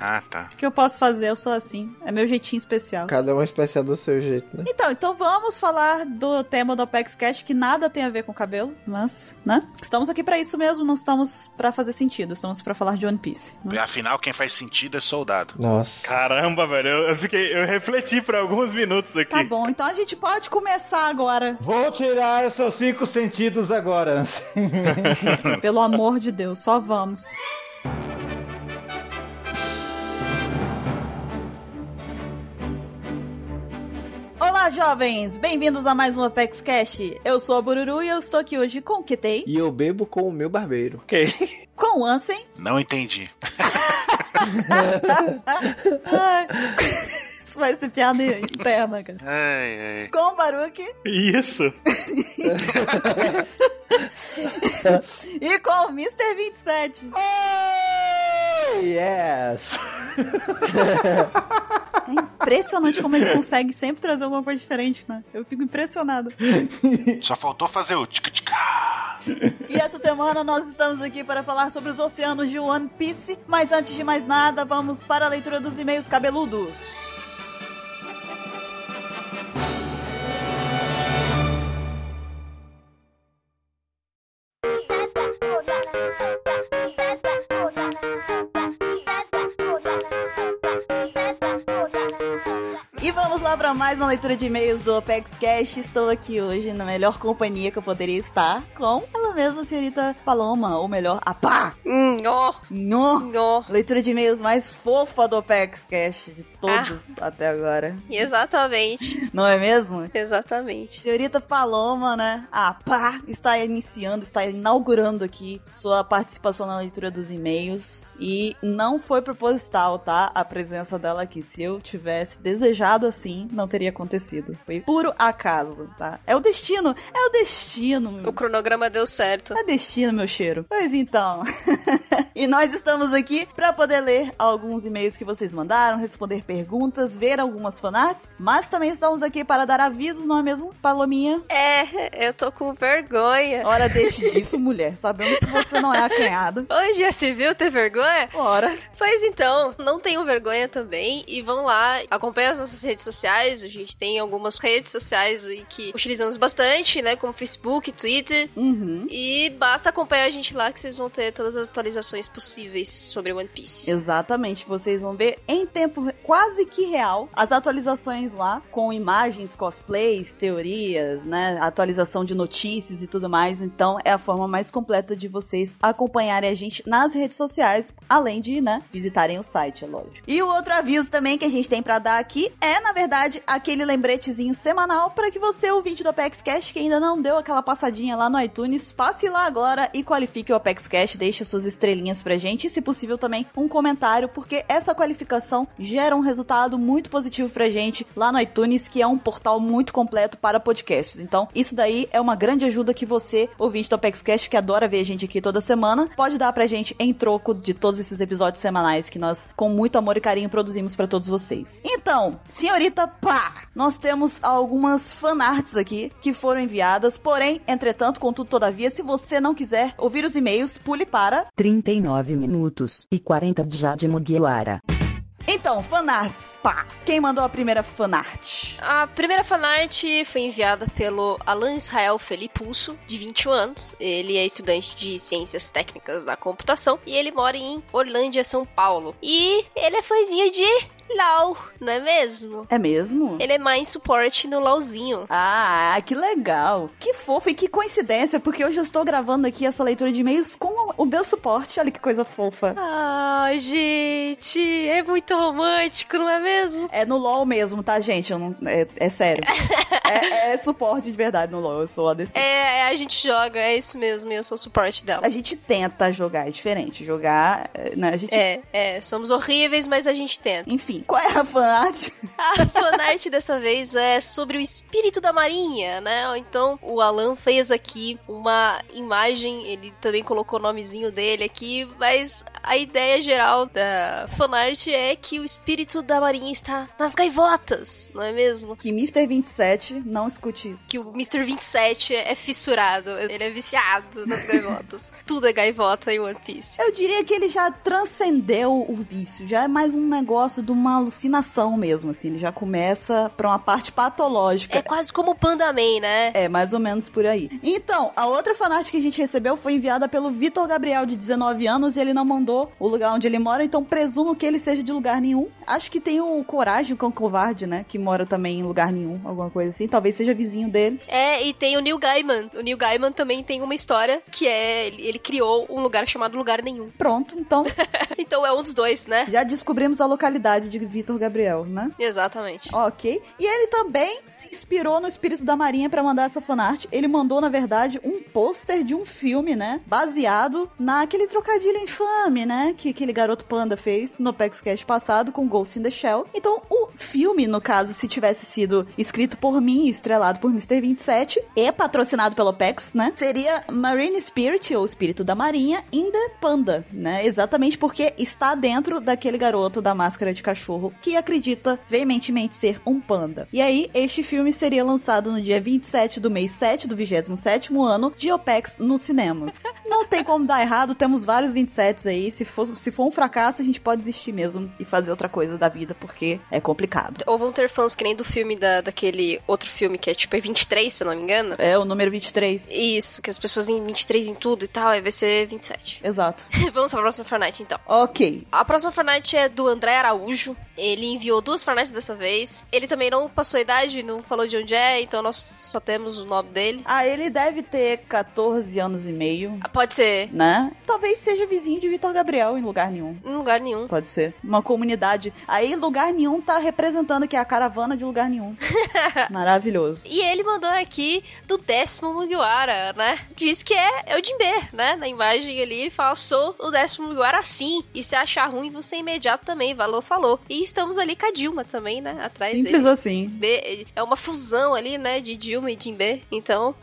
S5: Ah, tá.
S3: O que eu posso fazer? Eu sou assim. É meu jeitinho especial.
S2: Cada um é especial do seu jeito, né?
S3: Então, então vamos falar do tema do Apex Cash, que nada tem a ver com cabelo, mas, né? Estamos aqui pra isso mesmo, não estamos pra fazer sentido, estamos pra falar de One Piece. né?
S5: Afinal, quem faz sentido é soldado.
S2: Nossa.
S1: Caramba, velho, eu, eu fiquei. Eu refleti por alguns minutos aqui.
S3: Tá bom, então a gente pode começar agora,
S4: Vou tirar os seus cinco sentidos agora.
S3: pelo amor de Deus, só vamos. Olá, jovens! Bem-vindos a mais um Apex Cash. Eu sou a Bururu e eu estou aqui hoje com o Kitei,
S2: E eu bebo com o meu barbeiro.
S1: Ok.
S3: com o Ansem
S5: Não entendi.
S3: Ai, Isso vai ser piada interna, cara.
S5: Ai, ai.
S3: Com o Baruque
S1: Isso.
S3: e com o Mr. 27.
S4: yes!
S3: É impressionante como ele consegue sempre trazer alguma coisa diferente, né? Eu fico impressionada.
S5: Só faltou fazer o tic-tica.
S3: E essa semana nós estamos aqui para falar sobre os oceanos de One Piece. Mas antes de mais nada, vamos para a leitura dos e-mails cabeludos. E vamos lá para mais uma leitura de e-mails do Opex Cash. Estou aqui hoje na melhor companhia que eu poderia estar com ela mesma, a senhorita Paloma, ou melhor, a Pá.
S6: Hum, Nho,
S3: Nó!
S6: nho.
S3: Leitura de e-mails mais fofa do Opex Cash de todos até agora.
S6: Exatamente,
S3: Não é mesmo?
S6: exatamente.
S3: Senhorita Paloma, né? Ah, pá! Está iniciando, está inaugurando aqui sua participação na leitura dos e-mails. E não foi proposital, tá? A presença dela aqui. Se eu tivesse desejado assim, não teria acontecido. Foi puro acaso, tá? É o destino! É o destino! meu.
S6: O cronograma deu certo.
S3: É destino, meu cheiro. Pois então. e nós estamos aqui para poder ler alguns e-mails que vocês mandaram, responder perguntas, ver algumas fanarts, mas também estamos aqui para dar avisos, não é mesmo, Palominha?
S6: É, eu tô com vergonha.
S3: Ora, deixe disso, mulher. Sabemos que você não é acanhada.
S6: Hoje já se viu ter vergonha?
S3: Ora,
S6: Pois então, não tenham vergonha também e vão lá, acompanhem as nossas redes sociais. A gente tem algumas redes sociais aí que utilizamos bastante, né? Como Facebook, Twitter.
S3: uhum.
S6: E basta acompanhar a gente lá que vocês vão ter todas as atualizações possíveis sobre One Piece.
S3: Exatamente, vocês vão ver em tempo re- quase que real as atualizações lá, com imagens, cosplays, teorias, né? Atualização de notícias e tudo mais. Então é a forma mais completa de vocês acompanharem a gente nas redes sociais, além de, né, visitarem o site, é lógico. E o outro aviso também que a gente tem pra dar aqui é, na verdade, aquele lembretezinho semanal para que você, ouvinte do Apex Cash, que ainda não deu aquela passadinha lá no iTunes, passe lá agora e qualifique o Apex Cash, deixe suas estrelinhas pra gente e, se possível, também um comentário, porque essa qualificação gera um resultado muito positivo pra gente lá no iTunes, que é um portal muito completo para podcasts. Então, isso daí é uma grande ajuda que você, ouvinte do Apex Cash, que adora ver a gente aqui toda semana, pode dar pra gente em troco de todos esses episódios semanais que nós, com muito amor e carinho, produzimos pra todos vocês. Então, senhorita Pá, nós temos algumas fanarts aqui que foram enviadas, porém, entretanto, contudo, todavia, se você não quiser ouvir os e-mails, pule para
S7: 39 minutos e 40 de Jade Mugiwara.
S3: Então, fanarts, pá! Quem mandou a primeira fanart?
S6: A primeira fanart foi enviada pelo Alan Israel Felipulso, de 21 anos. Ele é estudante de Ciências Técnicas da Computação e ele mora em Orlândia, São Paulo. E ele é fãzinho de Lau, não é mesmo?
S3: É mesmo?
S6: Ele é mais suporte no Lauzinho.
S3: Ah, que legal! Que fofo e que coincidência, porque hoje eu estou gravando aqui essa leitura de e-mails com o meu suporte. Olha que coisa fofa.
S6: Ai, gente, é muito romântico, não é mesmo?
S3: É no LOL mesmo, tá, gente? Eu não, é, é sério. é, é suporte de verdade no LOL, eu sou ADC.
S6: É, é, a gente joga, é isso mesmo, e eu sou suporte dela.
S3: A gente tenta jogar, é diferente. Jogar, é, né? A gente.
S6: É, é, somos horríveis, mas a gente tenta.
S3: Enfim, qual é a fanart?
S6: A fanart dessa vez é sobre o espírito da marinha, né? Então, o Alan fez aqui uma imagem, ele também colocou o nomezinho dele aqui, mas a ideia geral da fanart é que o espírito da marinha está nas gaivotas, não é mesmo?
S3: Que Mr. 27 não escute isso.
S6: que o Mr. 27 é fissurado, ele é viciado nas gaivotas. Tudo é gaivota em One Piece.
S3: Eu diria que ele já transcendeu o vício, já é mais um negócio de uma alucinação mesmo, assim. Ele já começa pra uma parte patológica.
S6: É quase como o Panda Man, né?
S3: É, mais ou menos por aí. Então, a outra fanart que a gente recebeu foi enviada pelo Vitor Gabriel, de 19 anos, e ele não mandou o lugar onde ele mora, então presumo que ele seja de lugar nenhum. Acho que tem o Coragem, o Cão Covarde, né? Que mora também em lugar nenhum, alguma coisa assim. Talvez seja vizinho dele.
S6: É, e tem o Neil Gaiman. O Neil Gaiman também tem uma história que é. Ele, ele criou um lugar chamado Lugar Nenhum.
S3: Pronto, então
S6: Então é um dos dois, né?
S3: já descobrimos a localidade de Vitor Gabriel, né?
S6: Exatamente.
S3: Ok. E ele também se inspirou no espírito da Marinha pra mandar essa fanart. Ele mandou, na verdade, um pôster de um filme, né? Baseado naquele trocadilho infame, né? Que aquele garoto panda fez no PaxCast passado com Ghost in the Shell. Então, o filme, no caso, se tivesse sido escrito por mim e estrelado por Mr. 27 e patrocinado pelo PEX, né? Seria Marine Spirit, ou Espírito da Marinha, in the Panda, né? Exatamente porque está dentro daquele garoto da máscara de cachorro que acredita veementemente ser um panda. E aí, este filme seria lançado no dia 27 do mês 7 do 27º ano de OPEX nos cinemas. Não tem como dar errado, temos vários 27s aí. Se for, se for um fracasso, a gente pode desistir mesmo e fazer outra coisa da vida, porque é complicado. complicado.
S6: Ou vão ter fãs que nem do filme da, daquele outro filme que é tipo é 23, se eu não me engano.
S3: É o número 23.
S6: Isso, que as pessoas em 23 em tudo e tal, aí vai ser 27.
S3: Exato.
S6: Vamos pra próxima Fortnite então.
S3: Ok.
S6: A próxima Fortnite é do André Araújo. Ele enviou duas Fortnites dessa vez. Ele também não passou a idade, não falou de onde é, então nós só temos o nome dele.
S3: Ah, ele deve ter 14 anos e meio,
S6: Ah, Pode ser
S3: né? Talvez seja vizinho de Vitor Gabriel em lugar nenhum.
S6: em lugar nenhum.
S3: Pode ser. Uma comunidade. Aí lugar nenhum tá representando que é a caravana de lugar nenhum. Maravilhoso.
S6: E ele mandou aqui do décimo Mugiwara, né? Diz que é, é o Jinbe, né? Na imagem ali ele fala, sou o décimo Mugiwara sim. E se achar ruim, você é imediato também, valor falou. E estamos ali com a Dilma também, né? Atrás
S3: Simples
S6: dele.
S3: assim.
S6: B, é uma fusão ali, né? De Dilma e Jinbe. Então,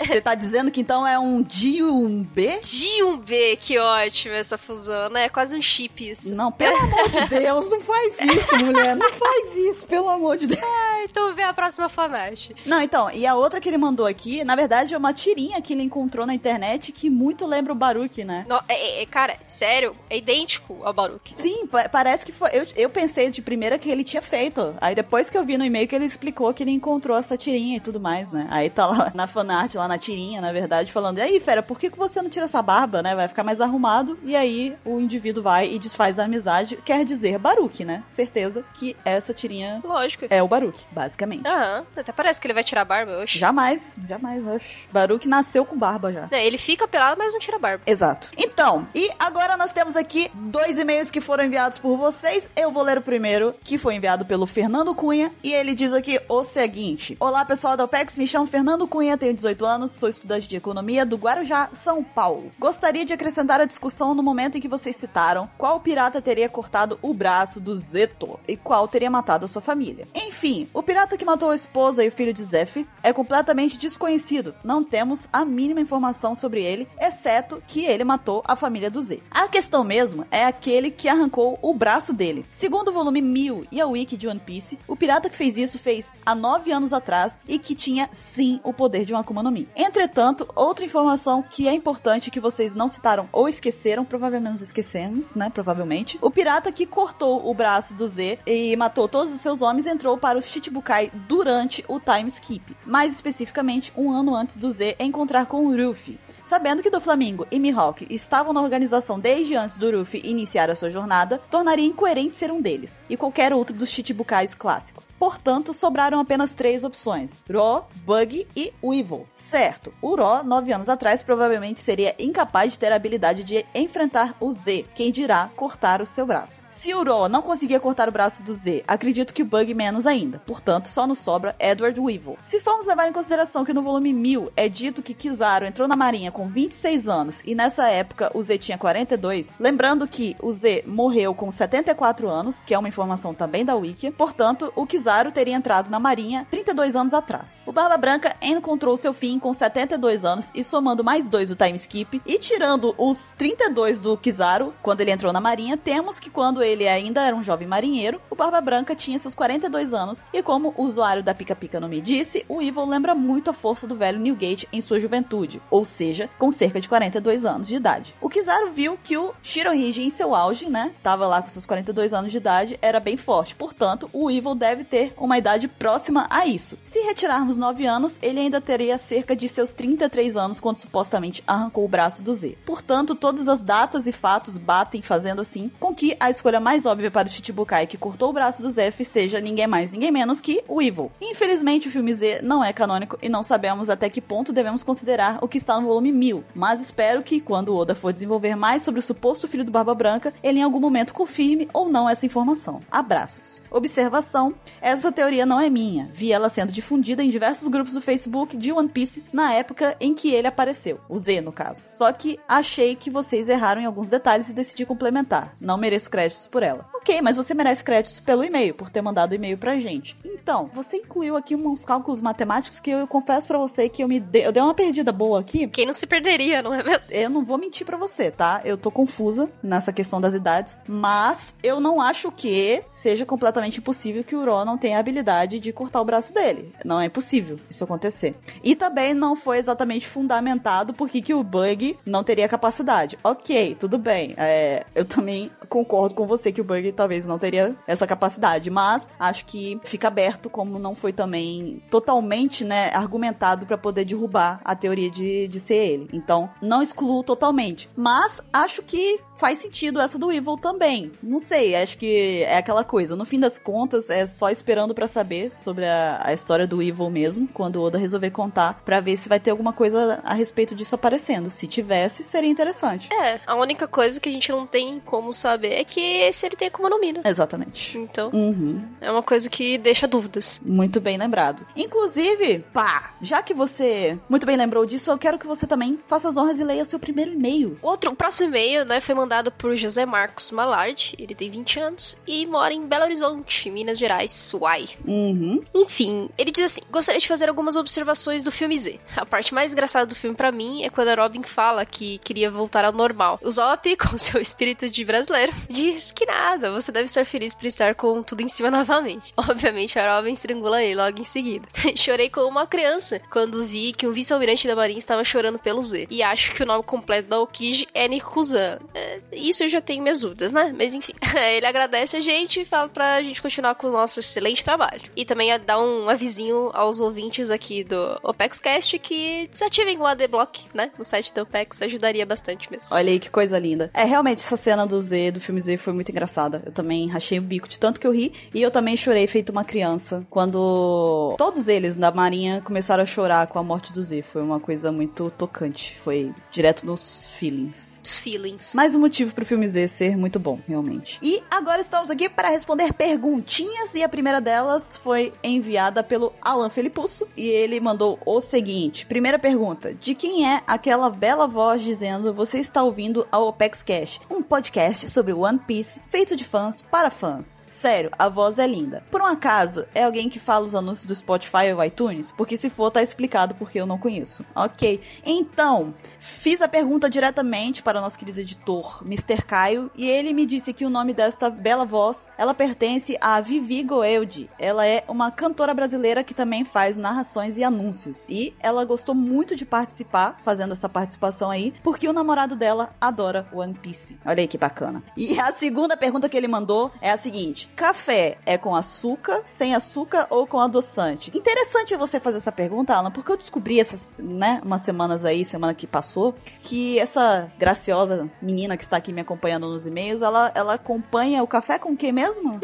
S3: Você tá dizendo que então é um dia um B?
S6: Jinbe, que ótimo essa fusão, né? É quase um chip isso.
S3: Não, pelo amor de Deus, não faz isso, mulher. Não faz isso, pelo amor de Deus.
S6: Ah, Então vê a próxima fanart.
S3: Não, então, e a outra que ele mandou aqui, na verdade, é uma tirinha que ele encontrou na internet que muito lembra o Baruque, né?
S6: No- é- é- é, cara, sério, é idêntico ao Baruch.
S3: Sim, pa- parece que foi. Eu, eu pensei de primeira que ele tinha feito. Aí depois que eu vi no e-mail que ele explicou que ele encontrou essa tirinha e tudo mais, né? Aí tá lá na fanart, lá na tirinha, na verdade, falando: E aí, fera, por que, que você não tira essa barba, né? Vai ficar mais arrumado. E aí o indivíduo vai e desfaz a amizade. Quer dizer, Baruque, né? Certeza que essa tirinha
S6: Lógico.
S3: é o Baruque, basicamente.
S8: Ah,
S6: Aham, até parece que ele vai tirar a barba hoje.
S3: Jamais, jamais, oxe. Baruque nasceu com barba já.
S6: Ele fica pelado, mas não tira a barba.
S3: Exato. Então, e agora nós temos aqui dois e-mails que foram enviados por vocês. Eu vou ler o primeiro, que foi enviado pelo Fernando Cunha, e ele diz aqui o seguinte: Olá, pessoal da OPEX, me chamo Fernando Cunha, tenho 18 anos, sou estudante de economia do Guarujá, São Paulo. Gostaria de acrescentar a discussão no momento em que vocês citaram qual pirata teria cortado o braço do Zeto e qual teria matado a sua família. Enfim, o pirata que matou a esposa e o filho de Zef é completamente desconhecido. Não temos a mínima informação sobre ele, exceto que ele matou a família do Z. A questão mesmo é aquele que arrancou o braço dele. Segundo o volume 1000 e a wiki de One Piece, o pirata que fez isso fez há nove anos atrás e que tinha sim o poder de um Akuma no Mi. Entretanto, outra informação que é importante que vocês não citaram ou esqueceram, provavelmente nós esquecemos, né? Provavelmente. O pirata que cortou o braço do Z e matou todos os seus homens entrou para o Shichibukai durante o time skip, mais especificamente um ano antes do Z encontrar com o Ruffy. Sabendo que do Flamengo e Mihawk estavam na organização desde antes do Ruffy iniciar a sua jornada, tornaria incoerente ser um deles, e qualquer outro dos Chichibukais clássicos. Portanto, sobraram apenas três opções: Ro, Bug e Weevil. Certo, o Ro, nove anos atrás, provavelmente seria incapaz de ter a habilidade de enfrentar o Z, quem dirá cortar o seu braço. Se o Ro não conseguia cortar o braço do Z, acredito que o Bug menos ainda. Portanto, só nos sobra Edward Weevil. Se formos levar em consideração que no volume 1000 é dito que Kizaru entrou na marinha com 26 anos e nessa época o Z tinha 42, lembrando que o Z morreu com 74 anos, que é uma informação também da Wiki, portanto, o Kizaru teria entrado na marinha 32 anos atrás. O Barba Branca encontrou seu fim com 72 anos e somando mais dois o time skip e tirando os 32 do Kizaru quando ele entrou na marinha, temos que quando ele ainda era um jovem marinheiro, o Barba Branca tinha seus 42 anos e como o usuário da Pica Pica não me disse, o Evil lembra muito a força do velho Newgate em sua juventude, ou seja, com cerca de 42 anos de idade. O Kizaru viu que o Shirohige em seu auge, né, tava lá com seus 42 anos de idade, era bem forte, portanto, o Evil deve ter uma idade próxima a isso. Se retirarmos 9 anos, ele ainda teria cerca de seus 33 anos quando supostamente arrancou o braço do Z. Portanto, todas as datas e fatos batem fazendo assim com que a escolha mais óbvia para o Chichibukai que cortou o braço do Zef seja ninguém mais, ninguém menos que o Evil. Infelizmente, o filme Z não é canônico e não sabemos até que ponto devemos considerar o que está no volume 1000, mas espero que quando Oda for desenvolver mais sobre o suposto filho do Barba Branca, ele em algum momento confirme ou não essa informação. Abraços. Observação: essa teoria não é minha. Vi ela sendo difundida em diversos grupos do Facebook de One Piece na época em que ele apareceu. O Z, no caso. Só que achei que vocês erraram em alguns detalhes e decidi complementar. Não mereço créditos por ela. Ok, mas você merece créditos pelo e-mail, por ter mandado o e-mail pra gente. Então, você incluiu aqui uns cálculos matemáticos que eu confesso pra você que eu me dei, eu dei uma perdida boa aqui.
S6: Quem não se perderia, não é mesmo?
S3: Eu não vou mentir pra você, tá? Eu tô confusa nessa questão das idades, mas eu não acho que seja completamente impossível que o Ron não tenha a habilidade de cortar o braço dele. Não é possível isso acontecer. E também não foi exatamente fundamentado por que que o Bug não teria capacidade. Ok, tudo bem. É, eu também concordo com você que o Bug talvez não teria essa capacidade, mas acho que fica aberto como não foi também totalmente, né, argumentado pra poder derrubar a teoria de, de ser ele. Então, não excluo totalmente, mas acho que faz sentido essa do Evil também. Não sei, acho que é aquela coisa. No fim das contas, é só esperando pra saber sobre a, a história do Evil mesmo, quando o Oda resolver contar, pra ver se vai ter alguma coisa a respeito disso aparecendo. Se tivesse, seria interessante.
S6: É, a única coisa que a gente não tem como saber é que se ele tem Akuma no Mi, né?
S3: Exatamente.
S6: Então,
S3: Uhum.
S6: é uma coisa que deixa dúvidas.
S3: Muito bem lembrado. Inclusive, pá, já que você muito bem lembrou disso, eu quero que você também faça as honras e leia o seu primeiro e-mail.
S6: Outro, o próximo e-mail, né, foi mandado por José Marcos Malard, ele tem 20 anos e mora em Belo Horizonte, Minas Gerais, Uai.
S3: Uhum.
S6: Enfim, ele diz assim: gostaria de fazer algumas observações do filme Z. A parte mais engraçada do filme pra mim é quando a Robin fala que queria voltar ao normal. O Zop, com seu espírito de brasileiro, diz que nada, você deve estar feliz por estar com tudo em cima novamente. Obviamente, a Robin estrangula ele logo em seguida. Chorei como uma criança quando vi que um vice-almirante da Marinha estava chorando pelo Z. E acho que o nome completo da Okiji é Nikuzan. É, isso eu já tenho minhas dúvidas, né? Mas enfim. Ele agradece a gente e fala pra gente continuar com o nosso excelente trabalho. E também dá um avisinho aos ouvintes aqui do OpexCast que desativem o ADBlock, né? No site do OPEX ajudaria bastante mesmo.
S3: Olha aí que coisa linda. É, realmente, essa cena do Z, do filme Z, foi muito engraçada. Eu também rachei o bico de tanto que eu ri. E eu também chorei feito uma criança. Quando todos eles da Marinha começaram a chorar com a morte do Z. Foi uma coisa muito tocante. Foi direto nos feelings.
S6: Os feelings.
S3: Mais um motivo pro filme Z ser muito bom, realmente. E agora estamos aqui para responder perguntinhas e a primeira delas foi enviada pelo Alan Felipusso e ele mandou o seguinte: primeira pergunta, de quem é aquela bela voz dizendo você está ouvindo a Opex Cash, um podcast sobre One Piece feito de fãs para fãs. Sério, a voz é linda. Por um acaso é alguém que fala os anúncios do Spotify ou iTunes? Porque se for tá explicado porque eu não conheço. Ok, então fiz a pergunta diretamente para o nosso querido editor, Mr. Caio, e ele me disse que o nome desta bela voz, ela pertence a Vivi Goeldi. Ela é uma cantora brasileira que também faz narrações e anúncios. E ela gostou muito de participar, fazendo essa participação aí, porque o namorado dela adora One Piece. Olha aí que bacana. E a segunda pergunta que ele mandou é a seguinte: café é com açúcar, sem açúcar ou com adoçante? Interessante você fazer essa pergunta, Alan, porque eu descobri essas, né, umas semanas aí, semana que passou, que essa graciosa menina que está aqui me acompanhando nos e-mails, ela, ela acompanha o café com o que mesmo?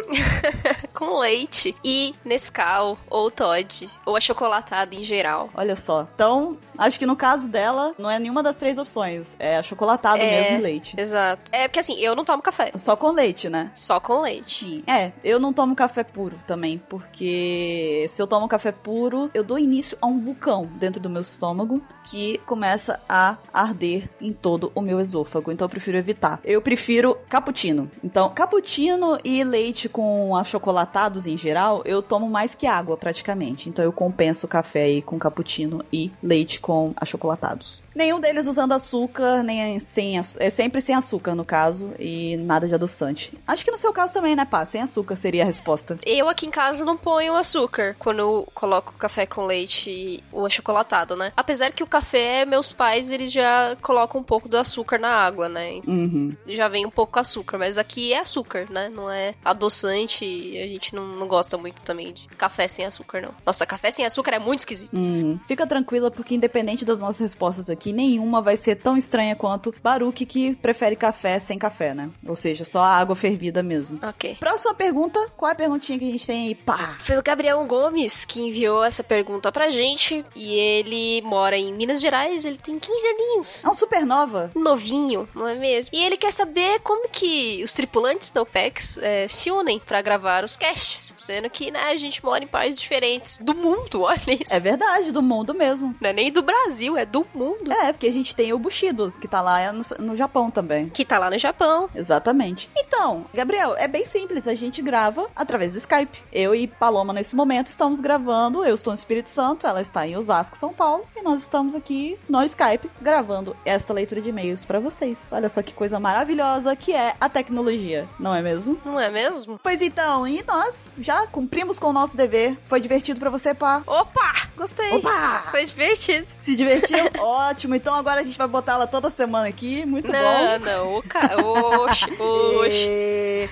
S6: Com leite e Nescau ou Todd ou achocolatado em geral.
S3: Olha só. Então, acho que no caso dela, não é nenhuma das três opções. É achocolatado
S6: É.
S3: mesmo e leite.
S6: Exato. É porque assim, eu não tomo café,
S3: Só com leite, né?
S6: só com leite.
S3: Sim. É, eu não tomo café puro também, porque se eu tomo café puro, eu dou início a um vulcão dentro do meu estômago que começa a arder em todo o meu esôfago. Então eu prefiro evitar. Eu prefiro cappuccino. Então, cappuccino e leite com achocolatados em geral, eu tomo mais que água praticamente. Então eu compenso o café aí com cappuccino e leite com achocolatados. Nenhum deles usando açúcar, nem sem açúcar. É sempre sem açúcar, no caso, e nada de adoçante. Acho que no seu caso também, né, pá? Sem açúcar seria a resposta.
S6: Eu aqui em casa não ponho açúcar quando eu coloco café com leite e o achocolatado, né? Apesar que o café, meus pais, eles já colocam um pouco do açúcar na água, né?
S3: Uhum.
S6: Já vem um pouco com açúcar, mas aqui é açúcar, né? Não é adoçante e a gente não, não gosta muito também de café sem açúcar, não. Nossa, café sem açúcar é muito esquisito.
S3: Uhum. Fica tranquila, porque independente das nossas respostas aqui, nenhuma vai ser tão estranha quanto Baruque, que prefere café sem café, né? Ou seja, só a água fervida mesmo.
S6: Ok.
S3: Próxima pergunta, qual é a perguntinha que a gente tem aí? Pá!
S6: Foi o Gabriel Gomes que enviou essa pergunta pra gente. E ele mora em Minas Gerais, ele tem 15 aninhos.
S3: É um supernova?
S6: novinho, não é mesmo? E ele quer saber como que os tripulantes da OPEX eh, se unem pra gravar os casts, sendo que, né, a gente mora em países diferentes do mundo, olha isso.
S3: É verdade, do mundo mesmo.
S6: Não é nem do Brasil, é do mundo.
S3: É, porque a gente tem o Bushido, que tá lá no, no Japão também.
S6: Que tá lá no Japão.
S3: Exatamente. Então, Gabriel, é bem simples. A gente grava através do Skype. Eu e Paloma nesse momento. Estamos gravando, eu estou no Espírito Santo, ela está em Osasco, São Paulo, e nós estamos aqui no Skype gravando esta leitura de e-mails para vocês. Olha só que coisa maravilhosa que é a tecnologia, não é mesmo?
S6: Não é mesmo?
S3: Pois então, e nós já cumprimos com o nosso dever. Foi divertido para você, pá?
S6: Opa! Gostei!
S3: Opa!
S6: Foi divertido.
S3: Se divertiu? Ótimo. Então agora a gente vai botar ela toda semana aqui. Muito bom.
S6: Não, não, o ca... Oxi, oxi.
S3: E...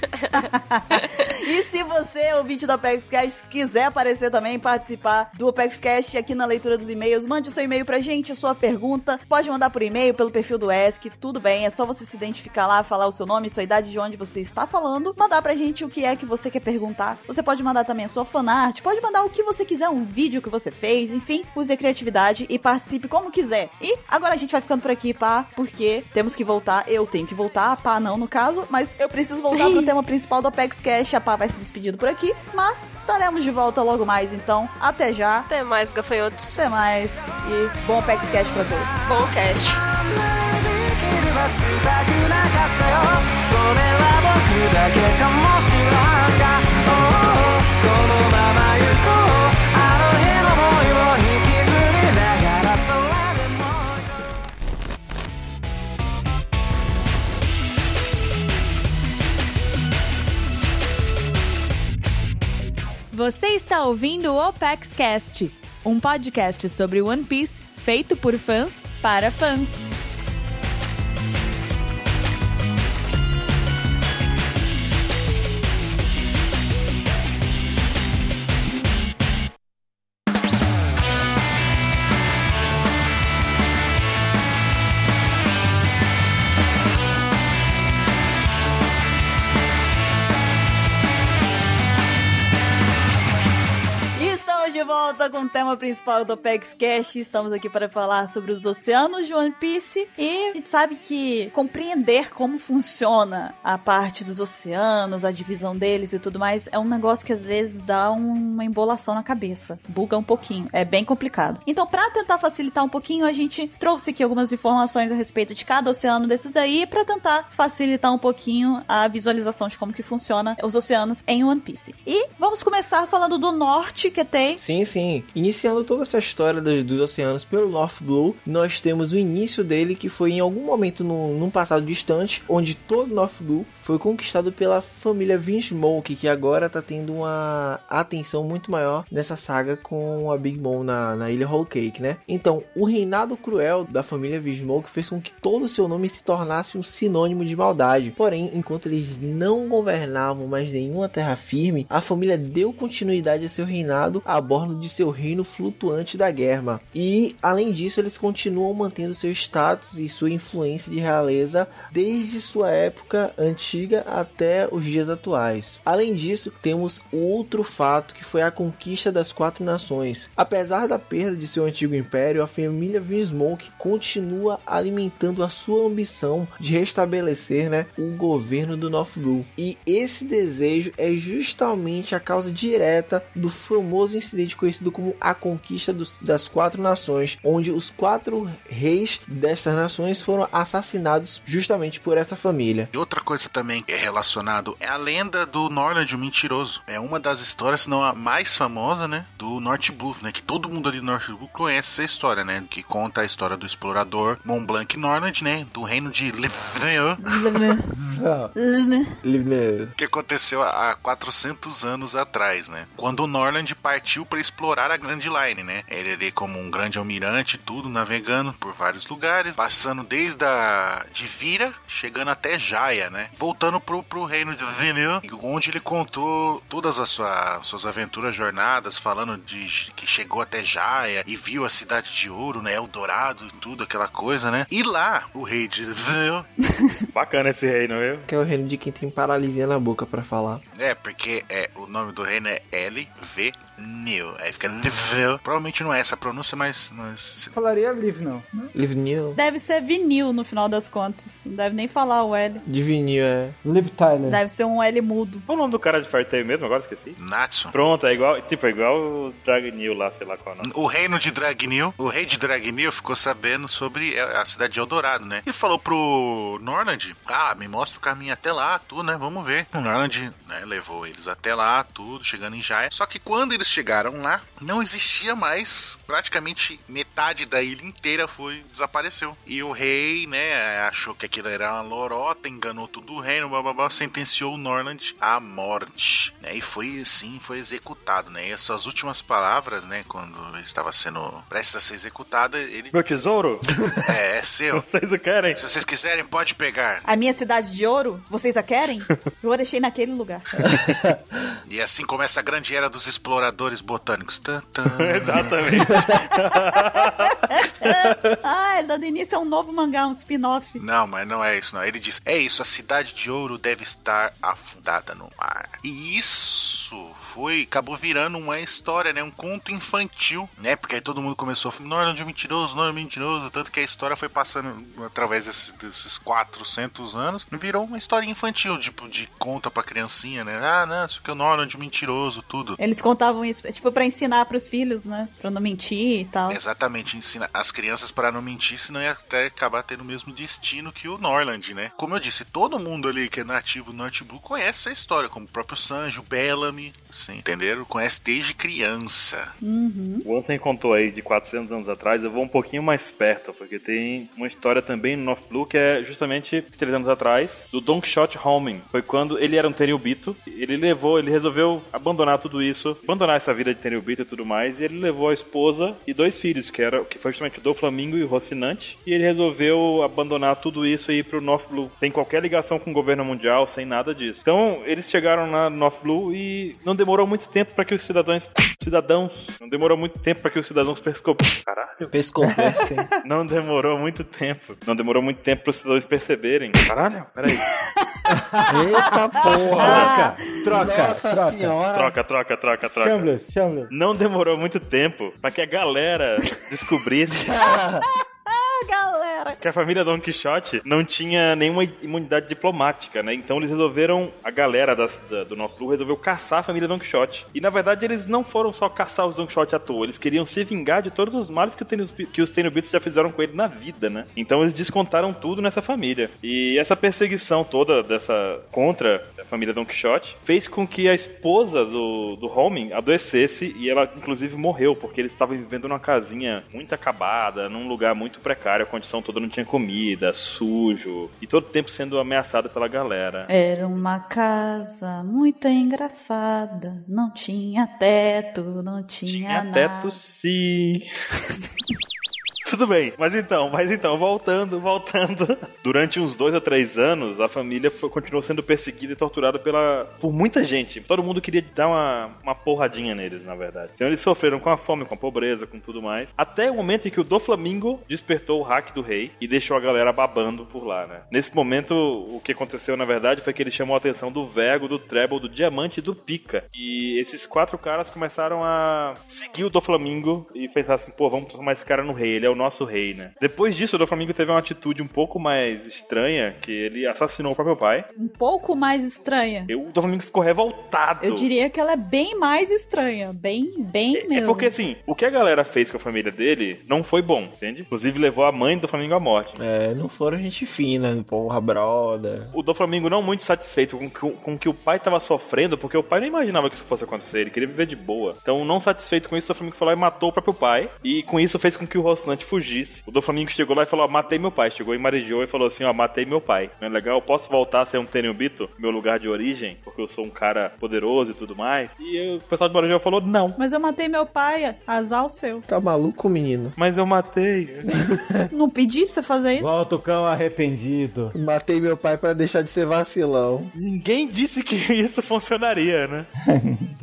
S3: e se você, ouvinte do Apex Cash, quiser aparecer também, participar do Apex Cash aqui na leitura dos e-mails, mande o seu e-mail pra gente, a sua pergunta. Pode mandar por e-mail, pelo perfil do ESC, tudo bem. É só você se identificar lá, falar o seu nome, sua idade, de onde você está falando. Mandar pra gente o que é que você quer perguntar. Você pode mandar também a sua fanart, pode mandar o que você quiser, um vídeo que você fez, enfim. Use a criatividade e participe como quiser. E agora a gente vai ficando por aqui, pá, porque temos que voltar. Eu tenho que voltar, pá, não no caso, mas eu preciso voltar pro tema principal do Apex Cash. A pá vai se despedindo por aqui, mas estaremos de volta logo mais, então. Até já,
S6: Até mais, gafanhotos.
S3: até mais e bom Apex Cash pra todos.
S6: Bom cast.
S8: Você está ouvindo o Opex Cast, um podcast sobre One Piece feito por fãs para fãs.
S3: E Estamos de volta com o tema principal do Pex Cash. Estamos aqui para falar sobre os oceanos de One Piece. E a gente sabe que compreender como funciona a parte dos oceanos, a divisão deles e tudo mais, é um negócio que às vezes dá uma embolação na cabeça. Buga um pouquinho. É bem complicado. Então, para tentar facilitar um pouquinho, a gente trouxe aqui algumas informações a respeito de cada oceano desses daí, para tentar facilitar um pouquinho a visualização de como que funciona os oceanos em One Piece. E vamos começar falando do norte, que tem
S2: Sim, sim. Iniciando toda essa história dos, dos oceanos pelo North Blue, nós temos o início dele que foi em algum momento no, num passado distante, onde todo o North Blue foi conquistado pela família Vinsmoke, que agora tá tendo uma atenção muito maior nessa saga com a Big Mom na, na ilha Whole Cake, né? Então, o reinado cruel da família Vinsmoke fez com que todo o seu nome se tornasse um sinônimo de maldade. Porém, enquanto eles não governavam mais nenhuma terra firme, a família deu continuidade a seu reinado a bordo de seu reino flutuante da guerra. E, além disso, eles continuam mantendo seu status e sua influência de realeza desde sua época antiga até os dias atuais. Além disso, temos outro fato que foi a conquista das quatro nações. Apesar da perda de seu antigo império, a família Vinsmoke continua alimentando a sua ambição de restabelecer né, o governo do North Blue. E esse desejo é justamente a causa direta do famoso incidente conhecido como a Conquista dos- das Quatro Nações, onde os quatro reis dessas nações foram assassinados justamente por essa família.
S5: E outra coisa também que é relacionado é a lenda do Norland, o mentiroso. É uma das histórias, se não a mais famosa, né? Do North Bluff, né? Que todo mundo ali do North Bluff conhece essa história, né? Que conta a história do explorador Mont Blanc Norland, né? Do reino de Lebrun. que aconteceu há 400 anos atrás, né? Quando o Norland partiu para explorar a Grand Line, né? Ele ali como um grande almirante, tudo navegando por vários lugares, passando desde a de Vira, chegando até Jaya, né? Voltando pro, pro reino de Vinil, onde ele contou todas as sua- suas aventuras, jornadas, falando de que chegou até Jaya e viu a cidade de ouro, né? Eldorado e tudo, aquela coisa, né? E lá, o rei de Vinil
S1: Bacana esse rei, não é?
S2: Que é o reino de quem tem paralisia na boca pra falar.
S5: É, porque é, o nome do reino é LV New. Aí fica LV. Provavelmente não é essa a pronúncia, mas. mas
S4: Falaria livre, não.
S2: Live New.
S3: Deve ser vinil no final das contas. Não deve nem falar o L.
S2: De vinil, é.
S4: Liv Tyler.
S3: Deve ser um L mudo.
S1: Qual o nome do cara de Fire Tail mesmo? Agora esqueci.
S5: Natsu.
S1: Pronto, é igual. Tipo, é igual o Dragnil lá, sei lá qual é o nome.
S5: O reino de Dragnil, o rei de Dragnil ficou sabendo sobre a a cidade de Eldorado, né? E falou pro Norland: Ah, me mostra o caminho até lá, tu, né? Vamos ver. O Norland né, levou eles até lá, tudo, chegando em Jaya. Só que quando eles chegaram lá, não existia mais. Praticamente metade da ilha inteira foi desapareceu. E o rei, né, achou que aquilo era uma lorota, enganou todo o reino, blá, blá, blá, sentenciou o Norland à morte. Né, e foi assim, foi executado, né? E as suas últimas palavras, né, quando ele estava sendo prestes a ser executado, ele...
S1: Meu tesouro?
S5: É, é seu.
S1: Vocês o querem?
S5: Se vocês quiserem, pode pegar.
S3: A minha cidade de ouro, vocês a querem? Eu a deixei naquele lugar.
S5: E assim começa a grande era dos exploradores botânicos. Tã, tã.
S1: Exatamente.
S3: ah, ele dando início a um novo mangá, um spin-off.
S5: Não, mas não é isso, não. Ele diz: É isso, a cidade de ouro deve estar afundada no mar. E isso foi, acabou virando uma história, né? Um conto infantil, né? Porque aí todo mundo começou a falar: Norland é um mentiroso, Norland é um mentiroso. Tanto que a história foi passando através desses, desses 400 anos, virou uma história infantil, tipo, de conta pra criancinha, né? Ah, não, isso que é o Norland é um mentiroso, tudo.
S3: Eles contavam isso, tipo, pra ensinar pros filhos, né? Pra não mentir e tal.
S5: Exatamente, ensina as crianças para não mentir, senão ia até acabar tendo o mesmo destino que o Norland, né? Como eu disse, todo mundo ali que é nativo do North Blue conhece essa história, como o próprio Sanjo, Bellamy, sim, entenderam? Conhece desde criança.
S3: Uhum.
S1: O Anthony contou aí de 400 anos atrás, eu vou um pouquinho mais perto, porque tem uma história também no North Blue que é justamente 3 anos atrás, do Don Quixote Homing. Foi quando ele era um Tenryubito, ele levou, ele resolveu abandonar tudo isso, abandonar essa vida de Tenryubito e tudo mais, e ele levou a esposa e dois filhos, que era que foi justamente o do Flamingo e o Rocinante, e ele resolveu abandonar tudo isso e ir pro North Blue, sem qualquer ligação com o governo mundial, sem nada disso. Então, eles chegaram na North Blue e não demorou muito tempo para que os cidadãos cidadãos, não demorou muito tempo para que os cidadãos pescou, caralho,
S2: Pescoversem.
S1: não demorou muito tempo, não demorou muito tempo para os cidadãos perceberem. Caralho, peraí.
S2: Eita porra.
S4: Troca, troca,
S2: Nossa
S4: troca.
S2: senhora.
S1: Troca, troca, troca, troca.
S4: Chambliss, Chambliss.
S1: Não demorou muito tempo para que a galera descobrisse
S3: Ah, galera!
S1: que a família Don Quixote não tinha nenhuma imunidade diplomática, né? Então eles resolveram, a galera das- da- do North Blue resolveu caçar a família Don Quixote. E na verdade eles não foram só caçar os Don Quixote à toa, eles queriam se vingar de todos os males que, o Tenus- que os Tenubitos já fizeram com ele na vida, né? Então eles descontaram tudo nessa família. E essa perseguição toda dessa contra a família Don Quixote fez com que a esposa do, do Homem adoecesse e ela inclusive morreu, porque eles estavam vivendo numa casinha muito acabada, num lugar muito precário, a condição toda não tinha comida, sujo, e todo tempo sendo ameaçada pela galera.
S3: Era uma casa muito engraçada. Não tinha teto, não tinha,
S1: Tinha
S3: nada.
S1: teto sim. Tudo bem, mas então, mas então, voltando, voltando. Durante uns dois a três anos, a família foi- continuou sendo perseguida e torturada pela, por muita gente. Todo mundo queria dar uma, uma porradinha neles, na verdade. Então eles sofreram com a fome, com a pobreza, com tudo mais. Até o momento em que o Do Flamingo despertou o hack do rei e deixou a galera babando por lá, né? Nesse momento, o que aconteceu, na verdade, foi que ele chamou a atenção do Vego, do Treble, do Diamante e do Pica. E esses quatro caras começaram a seguir o do Flamengo e pensar assim, pô, vamos transformar esse cara no rei, ele é o nosso rei, né? Depois disso, o do Flamengo teve uma atitude um pouco mais estranha, que ele assassinou o próprio pai.
S3: Um pouco mais estranha.
S1: E o do Flamengo ficou revoltado.
S3: Eu diria que ela é bem mais estranha. Bem, bem
S1: É
S3: mesmo.
S1: porque assim, o que a galera fez com a família dele não foi bom, entende? Inclusive levou a mãe do Flamengo à morte.
S2: É, não foram gente fina, porra, broda.
S1: o do Flamengo não muito satisfeito com, com, com o que o pai tava sofrendo, porque o pai não imaginava que isso fosse acontecer, ele queria viver de boa. Então, não satisfeito com isso, o Flamengo foi lá e matou o próprio pai, e com isso fez com que o Rocinante fugisse. O do Flamengo chegou lá e falou: ó, matei meu pai. Chegou e marejou e falou assim: ó, matei meu pai. Não é legal? Posso voltar a ser um Tenryubito? Meu lugar de origem? Porque eu sou um cara poderoso e tudo mais. E o pessoal de Marajó falou: não.
S3: Mas eu matei meu pai, azar o seu.
S2: Tá maluco, menino?
S1: Mas eu matei.
S3: Não pedi pra você fazer isso?
S4: Volta o cão arrependido.
S2: Matei meu pai pra deixar de ser vacilão.
S1: Ninguém disse que isso funcionaria, né?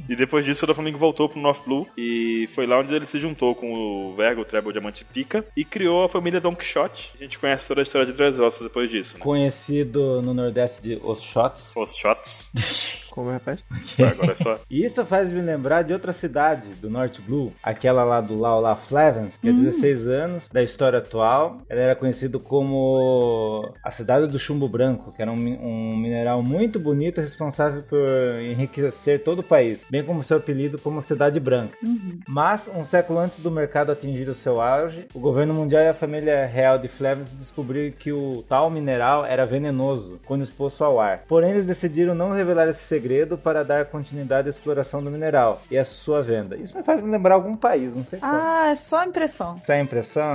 S1: e depois disso, o do Flamengo voltou pro North Blue e foi lá onde ele se juntou com o Vergo, o Treble, o Diamante e Pica e criou a família Don Quixote. A gente conhece toda a história de Três Ossos depois disso, né?
S4: Conhecido no Nordeste de Os Shots.
S1: Os Shots,
S2: Como é, rapaz?
S1: agora é só.
S4: E isso faz me lembrar de outra cidade do Norte Blue, aquela lá do Laula Flevens, que é 16 anos, da história atual. Ela era conhecida como a cidade do chumbo branco, que era um, mi- um mineral muito bonito responsável por enriquecer todo o país, bem como seu apelido como cidade branca.
S3: Uhum.
S4: Mas, um século antes do mercado atingir o seu auge, o governo mundial e a família real de Flevens descobriram que o tal mineral era venenoso quando exposto ao ar. Porém, eles decidiram não revelar esse segredo para dar continuidade à exploração do mineral e à sua venda. Isso me faz lembrar algum país, não sei qual.
S3: Ah, é só impressão.
S4: Isso é a impressão?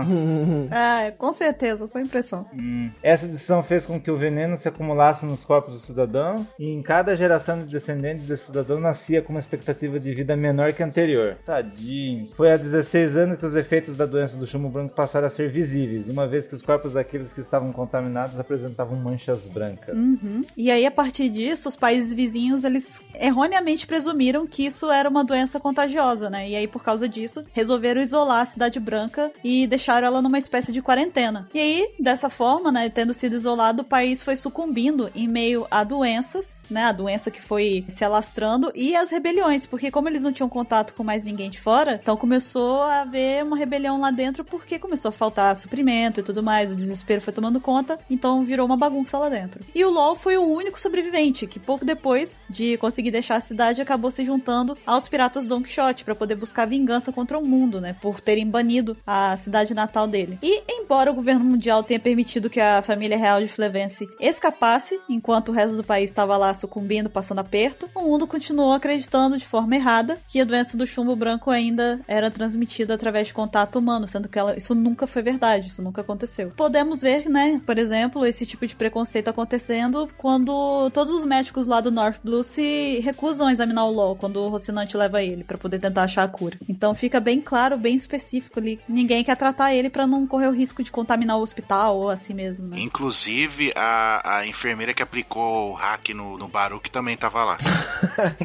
S3: Ah, é, com certeza, só impressão.
S4: Hum. Essa decisão fez com que o veneno se acumulasse nos corpos dos cidadãos e em cada geração de descendentes desse cidadão nascia com uma expectativa de vida menor que a anterior. Tadinho. Foi há 16 anos que os efeitos da doença do chumbo branco passaram a ser visíveis, uma vez que os corpos daqueles que estavam contaminados apresentavam manchas brancas.
S3: Uhum. E aí, a partir disso, os países vizinhos, eles erroneamente presumiram que isso era uma doença contagiosa, né? E aí, por causa disso, resolveram isolar a Cidade Branca e deixaram ela numa espécie de quarentena. E aí, dessa forma, né, tendo sido isolado, o país foi sucumbindo em meio a doenças, né? A doença que foi se alastrando e as rebeliões, porque como eles não tinham contato com mais ninguém de fora, então começou a haver uma rebelião lá dentro porque começou a faltar suprimento e tudo mais, o desespero foi tomando conta, então virou uma bagunça lá dentro. E o LoL foi o único sobrevivente que pouco depois de conseguir deixar a cidade acabou se juntando aos piratas Don Quixote para poder buscar vingança contra o mundo, né, por terem banido a cidade natal dele. E embora o governo mundial tenha permitido que a família real de Flevense escapasse, enquanto o resto do país estava lá sucumbindo, passando aperto, o mundo continuou acreditando de forma errada que a doença do chumbo branco ainda era transmitida através de contato humano, sendo que ela, isso nunca foi verdade, isso nunca aconteceu. Podemos ver, né, por exemplo, esse tipo de preconceito acontecendo quando todos os médicos lá do North Blue se recusam a examinar o LOL quando o Rocinante leva ele para poder tentar achar a cura. Então fica bem claro, bem específico ali. Ninguém quer tratar ele para não correr o risco de contaminar o hospital ou assim mesmo, né?
S5: Inclusive, a, a enfermeira que aplicou o hack no, no Baruque também tava lá.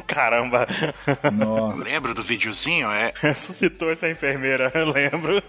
S1: Caramba,
S4: Nossa.
S5: Lembra do videozinho? É,
S1: ressuscitou essa enfermeira, eu lembro.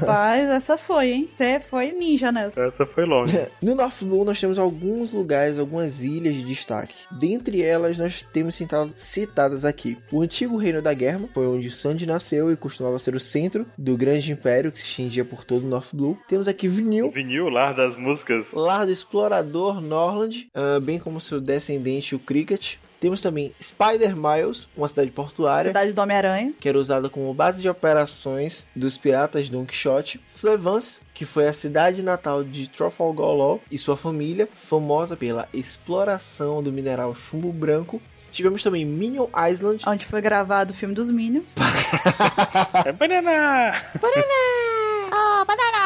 S3: Rapaz, essa foi, hein? Você foi ninja nessa.
S1: Essa foi longe.
S2: No North Blue nós temos alguns lugares, algumas ilhas de destaque. Dentre elas nós temos cita- citadas aqui o antigo Reino da Guerra, foi onde Sandy nasceu e costumava ser o centro do grande império que se estendia por todo o North Blue. Temos aqui
S1: O
S2: Vinil,
S1: vinil lá das músicas.
S2: lar do explorador Norland, ah, bem como seu descendente o Cricket. Temos também Spider Miles, uma cidade portuária
S3: Cidade do Homem-Aranha.
S2: que era usada como base de operações dos piratas Don Quixote, Flevance, que foi a cidade natal de Trafalgar Law e sua família, famosa pela exploração do mineral chumbo branco. Tivemos também Minion Island,
S3: Onde foi gravado o filme dos Minions.
S1: É banana!
S3: Ah, banana!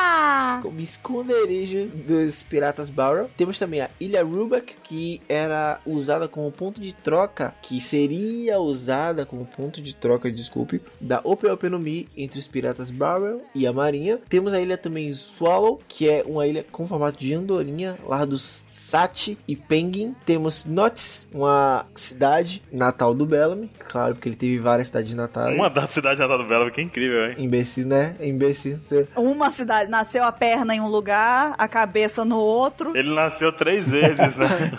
S2: como esconderijo dos piratas Barrow. Temos também a Ilha Rubac, que era usada como ponto de troca, que seria usada como ponto de troca, desculpe, da Opeopenomi entre os piratas Barrow e a Marinha. Temos a ilha também Swallow, que é uma ilha com formato de andorinha, lá dos Sati e Penguin. Temos Notts, uma cidade natal do Bellamy, claro, porque ele teve várias cidades natais.
S1: Uma da cidade natal do Belo, que incrível, hein?
S2: Imbecil, né? Imbecil. Você...
S3: Uma cidade nasceu a perna em um lugar, a cabeça no outro,
S1: Ele nasceu três vezes, né?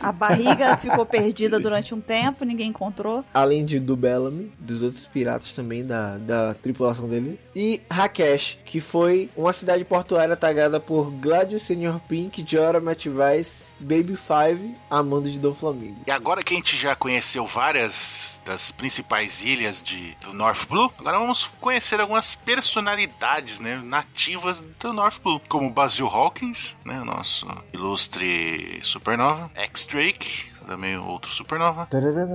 S3: a barriga ficou perdida durante um tempo, ninguém encontrou.
S2: Além de do Bellamy, dos outros piratas também, da, da tripulação dele. E Rakesh, que foi uma cidade portuária atacada por Gladius, Sr. Pink, Jora, Matt Weiss, Baby Five, Amando de Dom Flamingo.
S5: E agora que a gente já conheceu várias das principais ilhas de, do North Blue, agora vamos conhecer algumas personalidades né, nativas do North Blue, como Basil Hawkins, né, o nosso ilustre supernova, X-Drake, também outro supernova,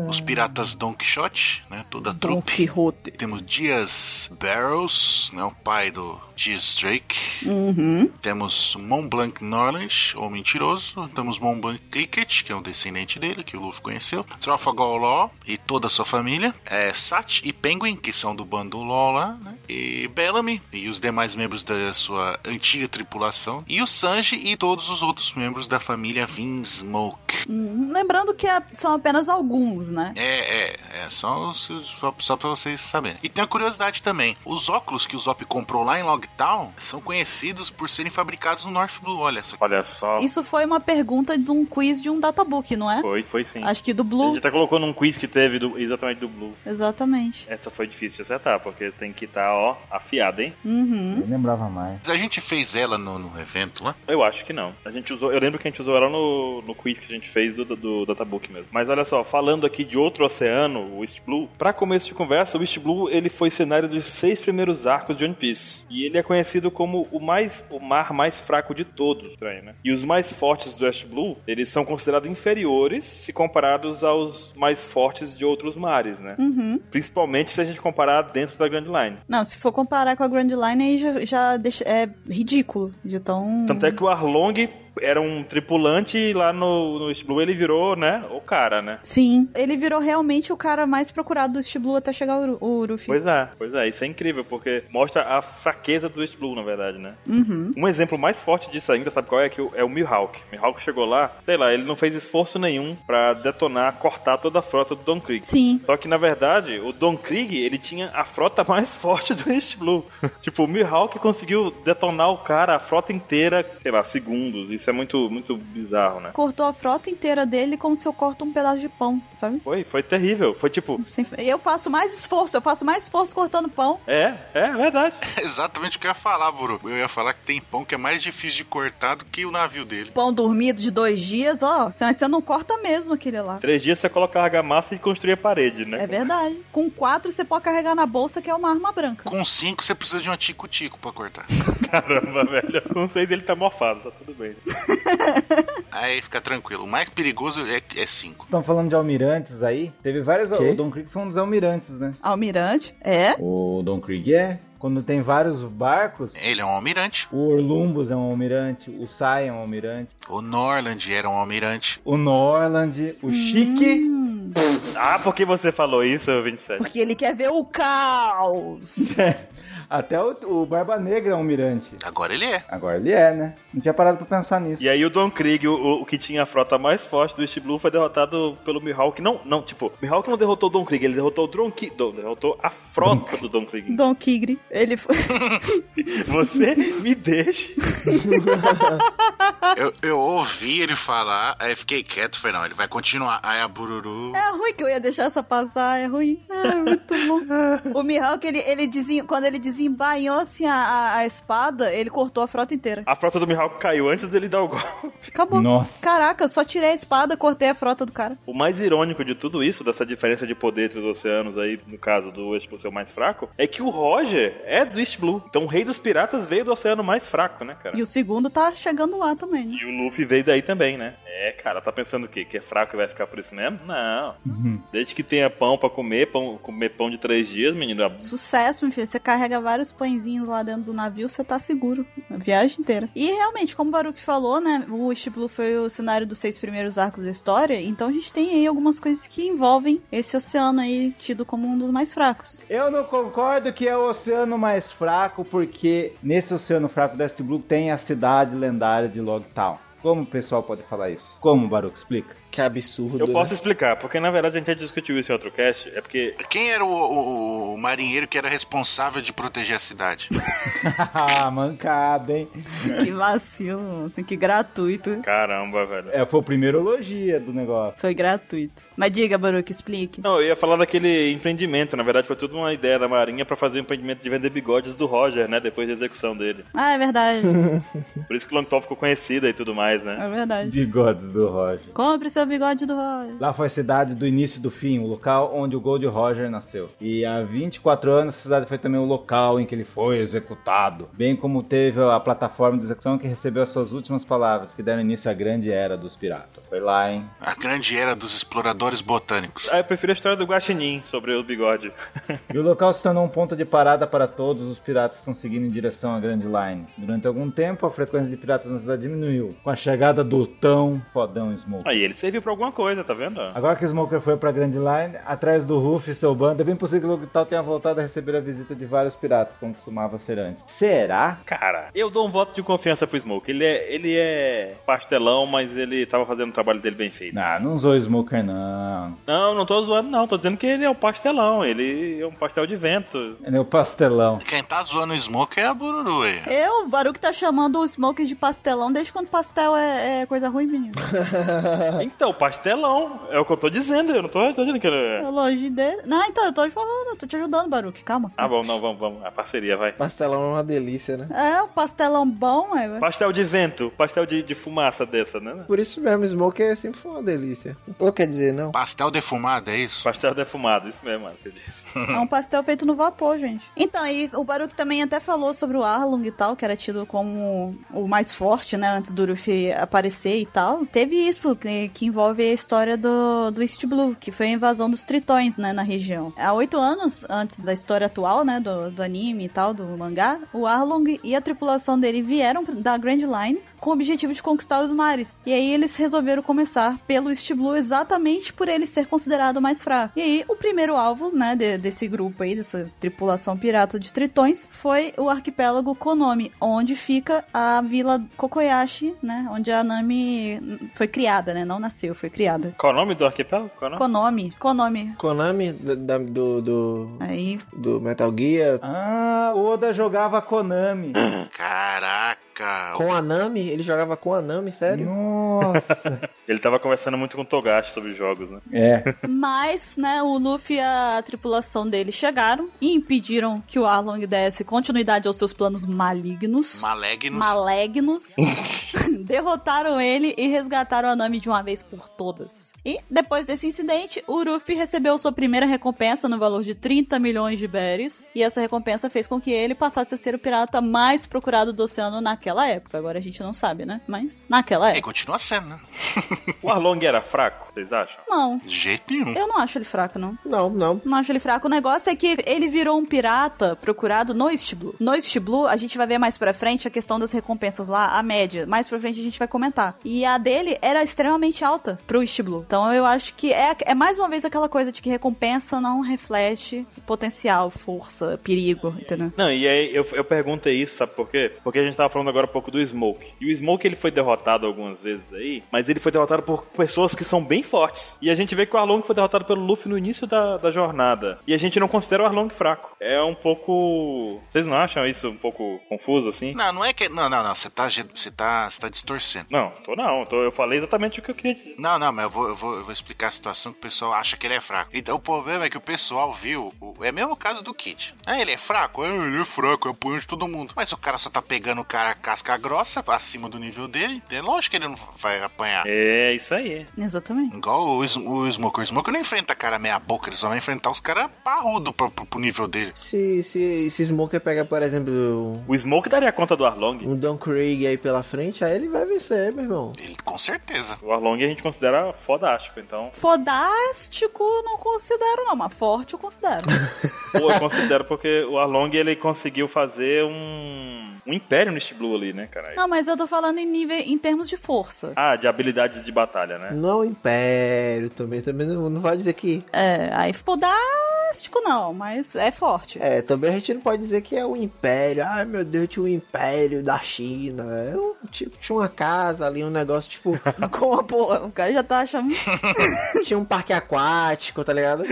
S5: os piratas Don Quixote, né, toda a
S3: Don
S5: trupe.
S3: Quixote.
S5: Temos Dias Barrows, né, o pai do Dias Drake.
S3: Uhum.
S5: Temos Mont Blanc Norland, ou Mentiroso. Temos Mont Blanc Cricket, que é um descendente dele, que o Luffy conheceu. Trafalgar Law e toda a sua família. É, Sat e Penguin, que são do bando Law lá. Né? E Bellamy e os demais membros da sua antiga tripulação. E o Sanji e todos os outros membros da família Vinsmoke.
S3: Hum, Lembrando que é- são apenas alguns, né?
S5: É, é, é só, só, só pra vocês saberem. E tem uma curiosidade também: os óculos que o Zop comprou lá em Logtown são conhecidos por serem fabricados no North Blue. Olha só
S1: Olha só.
S3: Isso foi uma pergunta de um quiz de um databook, não é?
S1: Foi, foi sim.
S3: Acho que do
S1: A
S3: Blue.
S1: gente até colocou num quiz que teve do- exatamente do Blue.
S3: Exatamente.
S1: Essa foi difícil de acertar, porque tem que estar, ó, afiada, hein?
S3: Uhum.
S4: Eu lembrava mais.
S5: Mas A gente fez ela no, no evento lá.
S1: Eu acho que não. A gente usou, eu lembro que a gente usou ela no, no quiz que a gente fez do, do, do databook mesmo. Mas olha só, falando aqui de outro oceano, o East Blue, pra começo de conversa, o East Blue ele foi cenário dos seis primeiros arcos de One Piece. E ele é conhecido como o mais o mar mais fraco de todos, estranho, né? E os mais fortes do West Blue, eles são considerados inferiores se comparados aos mais fortes de outros mares, né?
S3: Uhum.
S1: Principalmente se a gente comparar dentro da Grand Line.
S3: Não, se for comparar com a Grand Line, aí já, já deixa- é ridículo de tão...
S1: Tanto é que o Arlong era um tripulante e lá no, no East Blue ele virou, né, o cara, né?
S3: Sim. Ele virou realmente o cara mais procurado do East Blue até chegar o Uru- o Uruf.
S1: Pois é, pois é, isso é incrível, porque mostra a fraqueza do East Blue, na verdade, né?
S3: Uhum.
S1: Um exemplo mais forte disso ainda, sabe qual é? Que o- é o Mihawk. Mihawk chegou lá, sei lá, ele não fez esforço nenhum pra detonar, cortar toda a frota do Don Krieg.
S3: Sim.
S1: Só que na verdade, o Don Krieg, ele tinha a frota mais forte do East Blue. tipo, o Mihawk conseguiu detonar o cara, a frota inteira, sei lá, segundos. Isso é muito, muito bizarro, né?
S3: Cortou a frota inteira dele como se eu corto um pedaço de pão, sabe?
S1: Foi, foi terrível. Foi tipo,
S3: Sem- Eu faço mais esforço, eu faço mais esforço cortando pão.
S1: é, é verdade.
S5: Exatamente o que eu ia falar, Buru. Eu ia falar que tem pão que é mais difícil de cortar do que o navio dele.
S3: Pão dormido de dois dias, ó. Mas você não corta mesmo aquele lá.
S1: Três dias você coloca a argamassa e construir a parede, né?
S3: É verdade. Com quatro você pode carregar na bolsa, que é uma arma branca.
S5: Com cinco você precisa de um tico-tico pra cortar.
S1: Caramba, velho. Com seis ele tá morfado, tá tudo bem.
S5: Aí fica tranquilo. O mais perigoso é, é cinco.
S4: Estão falando de almirantes aí? Teve vários.
S2: Quê?
S4: O Don Krieg foi um dos almirantes, né?
S3: Almirante. É.
S4: O Don Krieg é. Quando tem vários barcos,
S5: Ele é um almirante.
S4: o Orlumbus é um almirante, o Sai é um almirante,
S5: O Norland era um almirante.
S4: o Norland, o Chique.
S3: Hum,
S1: Ah, por que você falou isso, 27?
S3: porque ele quer ver o caos.
S4: Até o, o Barba Negra é um almirante.
S5: Agora ele é.
S4: Agora ele é, né? Não tinha parado pra pensar nisso.
S1: E aí o Don Krieg, o, o que tinha a frota mais forte do East Blue, foi derrotado pelo Mihawk. Não, não, tipo, Mihawk não derrotou o Don Krieg, ele derrotou o Don Krieg. Don- Derrotou a frota do Don Krieg.
S3: Don Kigre. Ele foi.
S1: Você me deixa.
S5: Eu, eu ouvi ele falar, aí fiquei quieto. Falei, não, ele vai continuar. Aí a Bururu.
S3: É ruim que eu ia deixar essa passar, é ruim. É muito bom. O Mihawk, ele, ele desen- quando ele desembainhou assim a, a- a espada, ele cortou a frota inteira.
S1: A frota do Mihawk caiu antes dele dar o golpe.
S3: Acabou.
S4: Nossa.
S3: Caraca, eu só tirei a espada, cortei a frota do cara.
S1: O mais irônico de tudo isso, dessa diferença de poder entre os oceanos aí, no caso do East Blue ser o mais fraco, é que o Roger é do East Blue. Então o Rei dos Piratas veio do oceano mais fraco, né, cara?
S3: E o segundo tá chegando lá também, né?
S1: E o Luffy veio daí também, né? É, cara, tá pensando o quê? Que é fraco e vai ficar por isso mesmo? Não.
S4: Uhum.
S1: Desde que tenha pão pra comer, pão, comer pão de três dias, menino. é a-
S3: Sucesso, meu filho. Você carrega vários pãezinhos lá dentro do navio, você tá seguro a viagem inteira. E realmente, como o Baruch falou, né? O East Blue foi o cenário dos seis primeiros arcos da história, então a gente tem aí algumas coisas que envolvem esse oceano aí, tido como um dos mais fracos.
S4: Eu não concordo que é o oceano mais fraco, porque nesse oceano fraco da East Blue tem a cidade lendária de Log Town. Como o pessoal pode falar isso? Como, Baruch? Explica.
S2: Que absurdo.
S1: Eu
S2: né?
S1: posso explicar, porque na verdade a gente já discutiu isso em outro cast. É porque
S5: Quem era o, o- o marinheiro que era responsável de proteger a cidade?
S4: Ah, mancada, hein?
S3: que vacilo, assim, que gratuito.
S1: Caramba, velho.
S4: É, foi o primeiro elogio do negócio.
S3: Foi gratuito. Mas diga, Baruch, explique.
S1: Não, eu ia falar daquele empreendimento. Na verdade, foi tudo uma ideia da Marinha pra fazer um empreendimento de vender bigodes do Roger, né? Depois da execução dele.
S3: Ah, é verdade.
S1: Por isso que o Longtop ficou conhecida e tudo mais, né?
S3: é verdade.
S4: Bigodes do Roger.
S3: Compre seu bigode do Roy.
S4: Lá foi a cidade do início e do fim, o local onde o Gold Roger nasceu. E há 24 anos, a cidade foi também o local em que ele foi executado. Bem como teve a plataforma de execução que recebeu as suas últimas palavras, que deram início à grande era dos piratas. Foi lá, hein?
S5: A grande era dos exploradores botânicos.
S1: Ah, eu prefiro a história do Guaxinim sobre o bigode.
S4: E o local se tornou um ponto de parada para todos os piratas que estão seguindo em direção à Grand Line. Durante algum tempo, a frequência de piratas na cidade diminuiu, com a chegada do tão fodão Smoker.
S1: Aí ele serviu pra alguma coisa, tá vendo?
S4: Agora que Smoker foi pra Grand Line, atrás do Ruff e seu bando, é bem possível que o Logtal tenha voltado a receber a visita de vários piratas, como costumava ser antes. Será?
S1: Cara, eu dou um voto de confiança pro Smoke. Ele é, ele é pastelão, mas ele tava fazendo o trabalho dele bem feito.
S4: Não, não usou Smoker, não.
S1: Não, não tô zoando, não. Tô dizendo que ele é um pastelão. Ele é um pastel de vento.
S4: Ele é o pastelão.
S5: Quem tá zoando o Smoke é a Bururu aí.
S3: Eu, o Baruch tá chamando o Smoker de pastelão desde quando pastel é, é coisa ruim, menino.
S1: Então, pastelão. É o que eu tô dizendo. Eu não tô, tô dizendo que ele é.
S3: Eu longe de... Não, então, eu tô te falando, eu tô te ajudando, Baruque, calma.
S1: Ah, bom, não, vamos, vamos. A parceria, vai.
S2: Pastelão é uma delícia, né?
S3: É, o pastelão bom, é.
S1: Pastel de vento, pastel de, de fumaça dessa, né?
S2: Por isso mesmo, Smoker sempre foi uma delícia. Ou quer dizer, não?
S5: Pastel defumado, é isso?
S1: Pastel defumado, isso mesmo, mano, que eu disse.
S3: É um pastel feito no vapor, gente. Então, aí o Baruque também até falou sobre o Arlong e tal, que era tido como o mais forte, né, antes do Luffy aparecer e tal. Teve isso, que, que envolve a história do, do East Blue, que foi a invasão dos tritões, né, na região. Há oito anos antes da história atual, né, do, do anime e tal, do mangá, o Arlong e a tripulação dele vieram da Grand Line com o objetivo de conquistar os mares. E aí eles resolveram começar pelo East Blue exatamente por ele ser considerado mais fraco. E aí o primeiro alvo, né, de- desse grupo aí, dessa tripulação pirata de tritões, foi o arquipélago Konami, onde fica a vila Kokoyashi, né, onde a Nami foi criada, né, não nasceu, foi criada.
S1: Qual é o nome do arquipélago? Qual é o nome?
S3: Konami, Konami.
S2: Konami da- da- do, do,
S3: Aí,
S2: do Metal Gear.
S4: Ah, o Oda jogava Konami.
S5: Caraca!
S2: Com a Nami? Ele jogava com a Nami, sério?
S4: Nossa.
S1: Ele tava conversando muito com o Togashi sobre jogos, né?
S4: É.
S3: Mas, né, o Luffy e a tripulação dele chegaram e impediram que o Arlong desse continuidade aos seus planos malignos.
S5: Malegnos.
S3: Malignos. derrotaram ele e resgataram a Nami de uma vez por todas. E depois desse incidente, o Luffy recebeu sua primeira recompensa no valor de 30 milhões de berries. E essa recompensa fez com que ele passasse a ser o pirata mais procurado do oceano naquela época. Agora a gente não sabe, né? Mas naquela
S5: E
S3: época.
S5: continua sendo, né?
S1: O Arlong era fraco, vocês acham?
S3: Não,
S5: De jeito nenhum.
S3: eu não acho ele fraco, não.
S2: Não, não.
S3: Não acho ele fraco. O negócio é que ele virou um pirata procurado no East Blue. No East Blue, a gente vai ver mais pra frente a questão das recompensas lá, a média. Mais pra frente a gente vai comentar. E a dele era extremamente alta pro East Blue. Então eu acho que é, é mais uma vez aquela coisa de que recompensa não reflete potencial, força, perigo, entendeu?
S1: Não, e aí eu, eu perguntei isso, sabe por quê? Porque a gente tava falando agora há pouco do Smoke. E o Smoke ele foi derrotado algumas vezes aí, mas ele foi derrotado por pessoas que são bem fortes. E a gente vê que o Arlong foi derrotado pelo Luffy no início da, da jornada. E a gente não considera o Arlong fraco. É um pouco. Vocês não acham isso um pouco confuso assim?
S5: Não, não é que. Não, não, não. Você tá, ge- você tá, você tá distorcendo.
S1: Não, tô não. Tô- eu falei exatamente o que eu queria dizer.
S5: Não, não, mas eu vou, eu, vou, eu vou explicar a situação que o pessoal acha que ele é fraco. Então o problema é que o pessoal viu. o- é mesmo o caso do Kid. Ah, ele é fraco? Ah, ele é fraco, é apanha de todo mundo. Mas o cara só tá pegando o cara casca grossa acima do nível dele. É lógico que ele não vai apanhar.
S1: É isso aí.
S3: Exatamente.
S5: Igual o, Sm- o Smoker. O Smoker não enfrenta cara meia boca, ele só vai enfrentar os caras parrudo pro, pro, pro nível dele.
S2: Se, se, se Smoker pega, por exemplo,
S1: O Smoke daria conta do Arlong.
S2: um Don Craig aí pela frente, aí ele vai vencer, meu irmão.
S5: Ele com certeza.
S1: O Arlong a gente considera fodástico, então.
S3: Fodástico não considero, não, mas forte eu considero.
S1: Pô, eu considero porque o Arlong ele conseguiu fazer um. um império no East Blue ali, né, cara?
S3: não, mas eu tô falando em nível em termos de força.
S1: Ah, de habilidades de batalha, né?
S2: Não é um império também, também não, não vai dizer que.
S3: É, aí fodástico não, mas é forte.
S2: É, também a gente não pode dizer que é um império. Ai meu Deus, tinha um império da China. É um tipo, tinha uma casa ali, um negócio tipo.
S3: Como, pô, o cara já tá achando.
S2: tinha um parque aquático, tá ligado?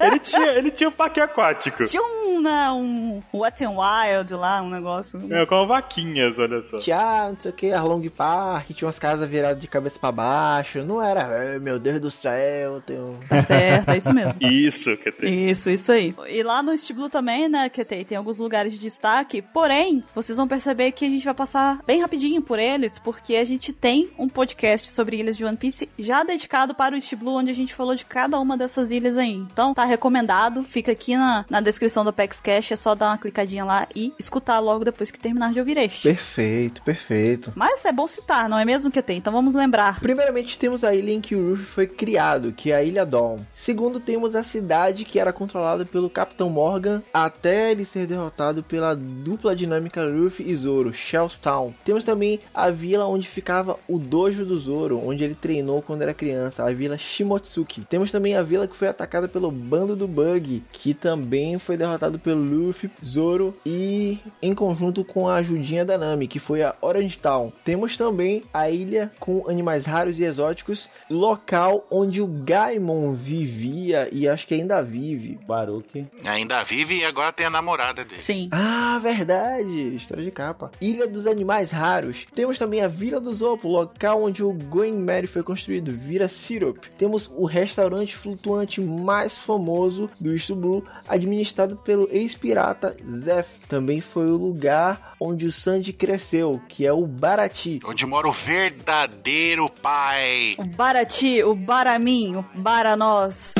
S1: Ele tinha, ele tinha um parque aquático.
S3: Tinha um, né, um Wet n Wild lá, um negócio.
S1: É, com vaquinhas, olha só.
S2: Tinha, ah, não sei o que, Arlong Park, tinha umas casas viradas de cabeça pra baixo. Não era, "Ai, meu Deus do céu, tem um.
S3: Tá certo, é isso mesmo.
S1: Isso, quer dizer.
S3: Isso, isso aí. E lá no East Blue também, né, que tem, tem alguns lugares de destaque. Porém, vocês vão perceber que a gente vai passar bem rapidinho por eles, porque a gente tem um podcast sobre ilhas de One Piece já dedicado para o East Blue, onde a gente falou de cada uma dessas ilhas aí. Então, tá recomendado. Fica aqui na, na descrição do Apex Cash, é só dar uma clicadinha lá e escutar logo depois que terminar de ouvir este.
S2: Perfeito, perfeito.
S3: Mas é bom citar, não é mesmo que tem? Então vamos lembrar.
S2: Primeiramente, temos a ilha em que o Ruffy foi criado, que é a Ilha Dawn. Segundo, temos a cidade que era controlada pelo Capitão Morgan até ele ser derrotado pela dupla dinâmica Ruffy e Zoro, Shellstown. Temos também a vila onde ficava o dojo do Zoro, onde ele treinou quando era criança, a vila Shimotsuki. Temos também a vila que foi atacada pelo bando do Bug, que também foi derrotado comandado pelo Luffy, Zoro e em conjunto com a ajudinha da Nami, que foi a Orange Town. Temos também a ilha com animais raros e exóticos, local onde o Gaimon vivia e acho que ainda vive.
S4: Baruque.
S5: Ainda vive e agora tem a namorada dele.
S3: Sim.
S2: Ah, verdade! História de capa. Ilha dos Animais Raros. Temos também a Vila do Zopo, local onde o Goenmeri foi construído, vira Syrup. Temos o restaurante flutuante mais famoso do East Blue, administrado pelo ex-pirata Zeph. Também foi o lugar onde o Sanji cresceu, que é o Barati.
S5: Onde mora o verdadeiro pai.
S3: O Barati, o Baramin, o Baranós.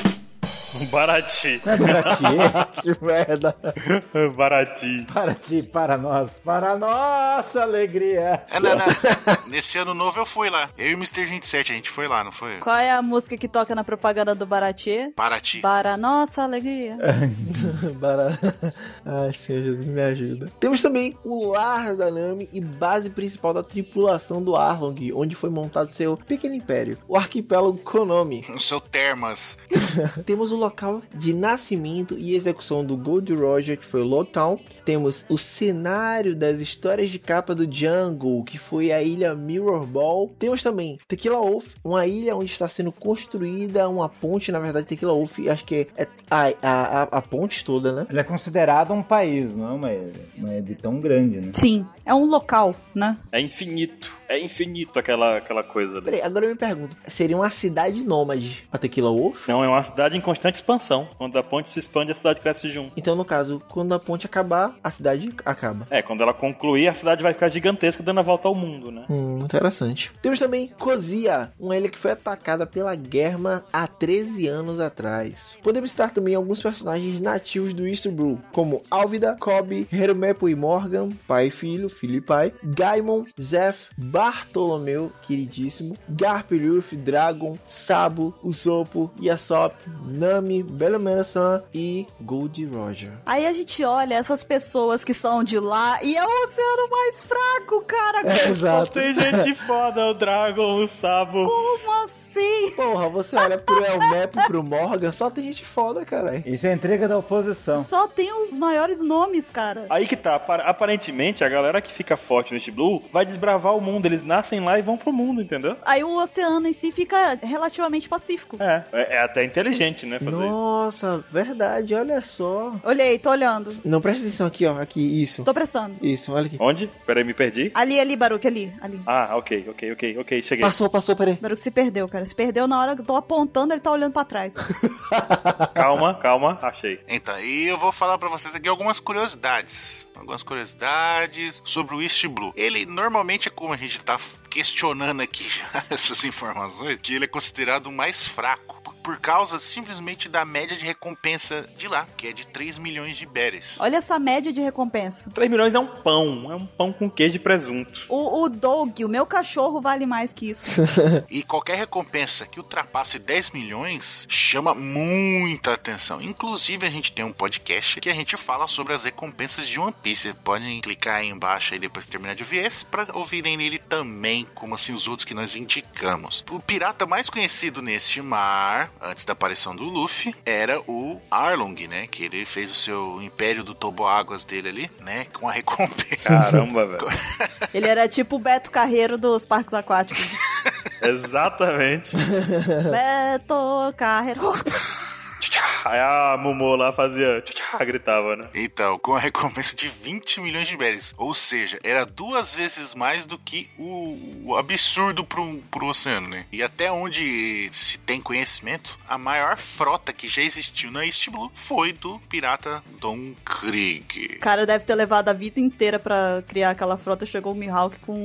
S1: um Barati.
S4: é Paraty.
S2: Que merda!
S1: Um Barati.
S4: Paraty, é para nós. Para a nossa alegria.
S5: É, na- na- nesse ano novo eu fui lá. Eu e o Mr. 27, a gente foi lá, não foi?
S3: Qual é a música que toca na propaganda do Barati?
S5: Paraty.
S3: Para nossa alegria.
S2: Bara- Ai, Senhor Jesus, me ajuda. Temos também o lar da Nami e base principal da tripulação do Arlong, onde foi montado seu pequeno império, o arquipélago Konami.
S5: No seu Termas.
S2: Temos o local de nascimento e execução do Gold Roger, que foi o Lowtown. Temos o cenário das histórias de capa do Jungle, que foi a ilha Mirror Ball. Temos também Tequila Wolf, uma ilha onde está sendo construída uma ponte, na verdade Tequila Wolf, acho que é a, a, a, a ponte toda, né?
S4: Ele é considerado um país, não é uma ilha. Não é de tão grande, né?
S3: Sim, é um local, né?
S1: É infinito. É infinito aquela, aquela coisa. ali.
S2: Peraí, agora eu me pergunto, seria uma cidade nômade a Tequila Wolf?
S1: Não, é uma cidade em constante expansão. Quando a ponte se expande, a cidade cresce junto.
S2: Então, no caso, quando a ponte acabar, a cidade acaba.
S1: É, quando ela concluir, a cidade vai ficar gigantesca dando a volta ao mundo, né?
S2: Hum, interessante. Temos também Cosia, uma ilha que foi atacada pela Germa há 13 anos atrás. Podemos citar também alguns personagens nativos do East Blue, como Álvida, Kobe, Herumepo e Morgan, pai e filho, filho e pai, Gaimon, Zeph, Bartolomeu, queridíssimo, Garp, Luffy, Dragon, Sabo, Usopp, Yasop, Nami, Belemerosan e Gold Roger.
S3: Aí a gente olha essas pessoas que são de lá e é o oceano mais fraco, cara.
S2: É.
S1: Só tem gente foda, o Dragon, o Sabo.
S3: Como assim?
S2: Porra, você olha pro Elmepo, pro Morgan, só tem gente foda, caralho.
S4: Isso é entrega da oposição.
S3: Só tem os maiores nomes, cara.
S1: Aí que tá, apa- aparentemente a galera que fica forte no East Blue vai desbravar o mundo. Eles nascem lá e vão pro mundo, entendeu?
S3: Aí o oceano em si fica relativamente pacífico.
S1: É, é, é até inteligente, né? Fazer isso.
S2: Nossa, verdade, olha só.
S3: Olhei, tô olhando.
S2: Não, presta atenção aqui, ó. Aqui, isso.
S3: Tô prestando.
S2: Isso, olha aqui.
S1: Onde? Peraí, me perdi.
S3: Ali, ali, Baruque, ali, ali.
S1: Ah, ok, ok, ok, ok, cheguei.
S2: Passou, passou, peraí.
S3: Baruque se perdeu, cara. Se perdeu na hora que eu tô apontando, ele tá olhando pra trás.
S1: Calma, calma, achei.
S5: Então, e eu vou falar pra vocês aqui algumas curiosidades. Algumas curiosidades sobre o East Blue. Ele normalmente, como a gente tá questionando aqui já essas informações, que ele é considerado o mais fraco. por- Por causa simplesmente da média de recompensa de lá, que é de 3 milhões de berries.
S3: Olha essa média de recompensa.
S1: 3 milhões é um pão, é um pão com queijo e presunto.
S3: O, o Doug, o meu cachorro, vale mais que isso.
S5: E qualquer recompensa que ultrapasse 10 milhões chama muita atenção. Inclusive, a gente tem um podcast que a gente fala sobre as recompensas de One Piece. Podem clicar aí embaixo aí depois que terminar de ver esse para ouvirem nele também, como assim os outros que nós indicamos. O pirata mais conhecido neste mar, antes da aparição do Luffy, era o Arlong, né? Que ele fez o seu império do toboáguas dele ali, né? Com a
S1: Ah,
S5: recompensa.
S1: Caramba, velho.
S3: Ele era tipo o Beto Carreiro dos parques aquáticos.
S1: Exatamente.
S3: Beto Carreiro.
S1: Aí a Momo lá fazia tchá, gritava, né?
S5: Então, com a recompensa de 20 milhões de berries. Ou seja, era duas vezes mais do que o, o absurdo pro, pro oceano, né? E até onde se tem conhecimento, a maior frota que já existiu na East Blue foi do pirata Don Krieg.
S3: O cara deve ter levado a vida inteira pra criar aquela frota. Chegou o Mihawk com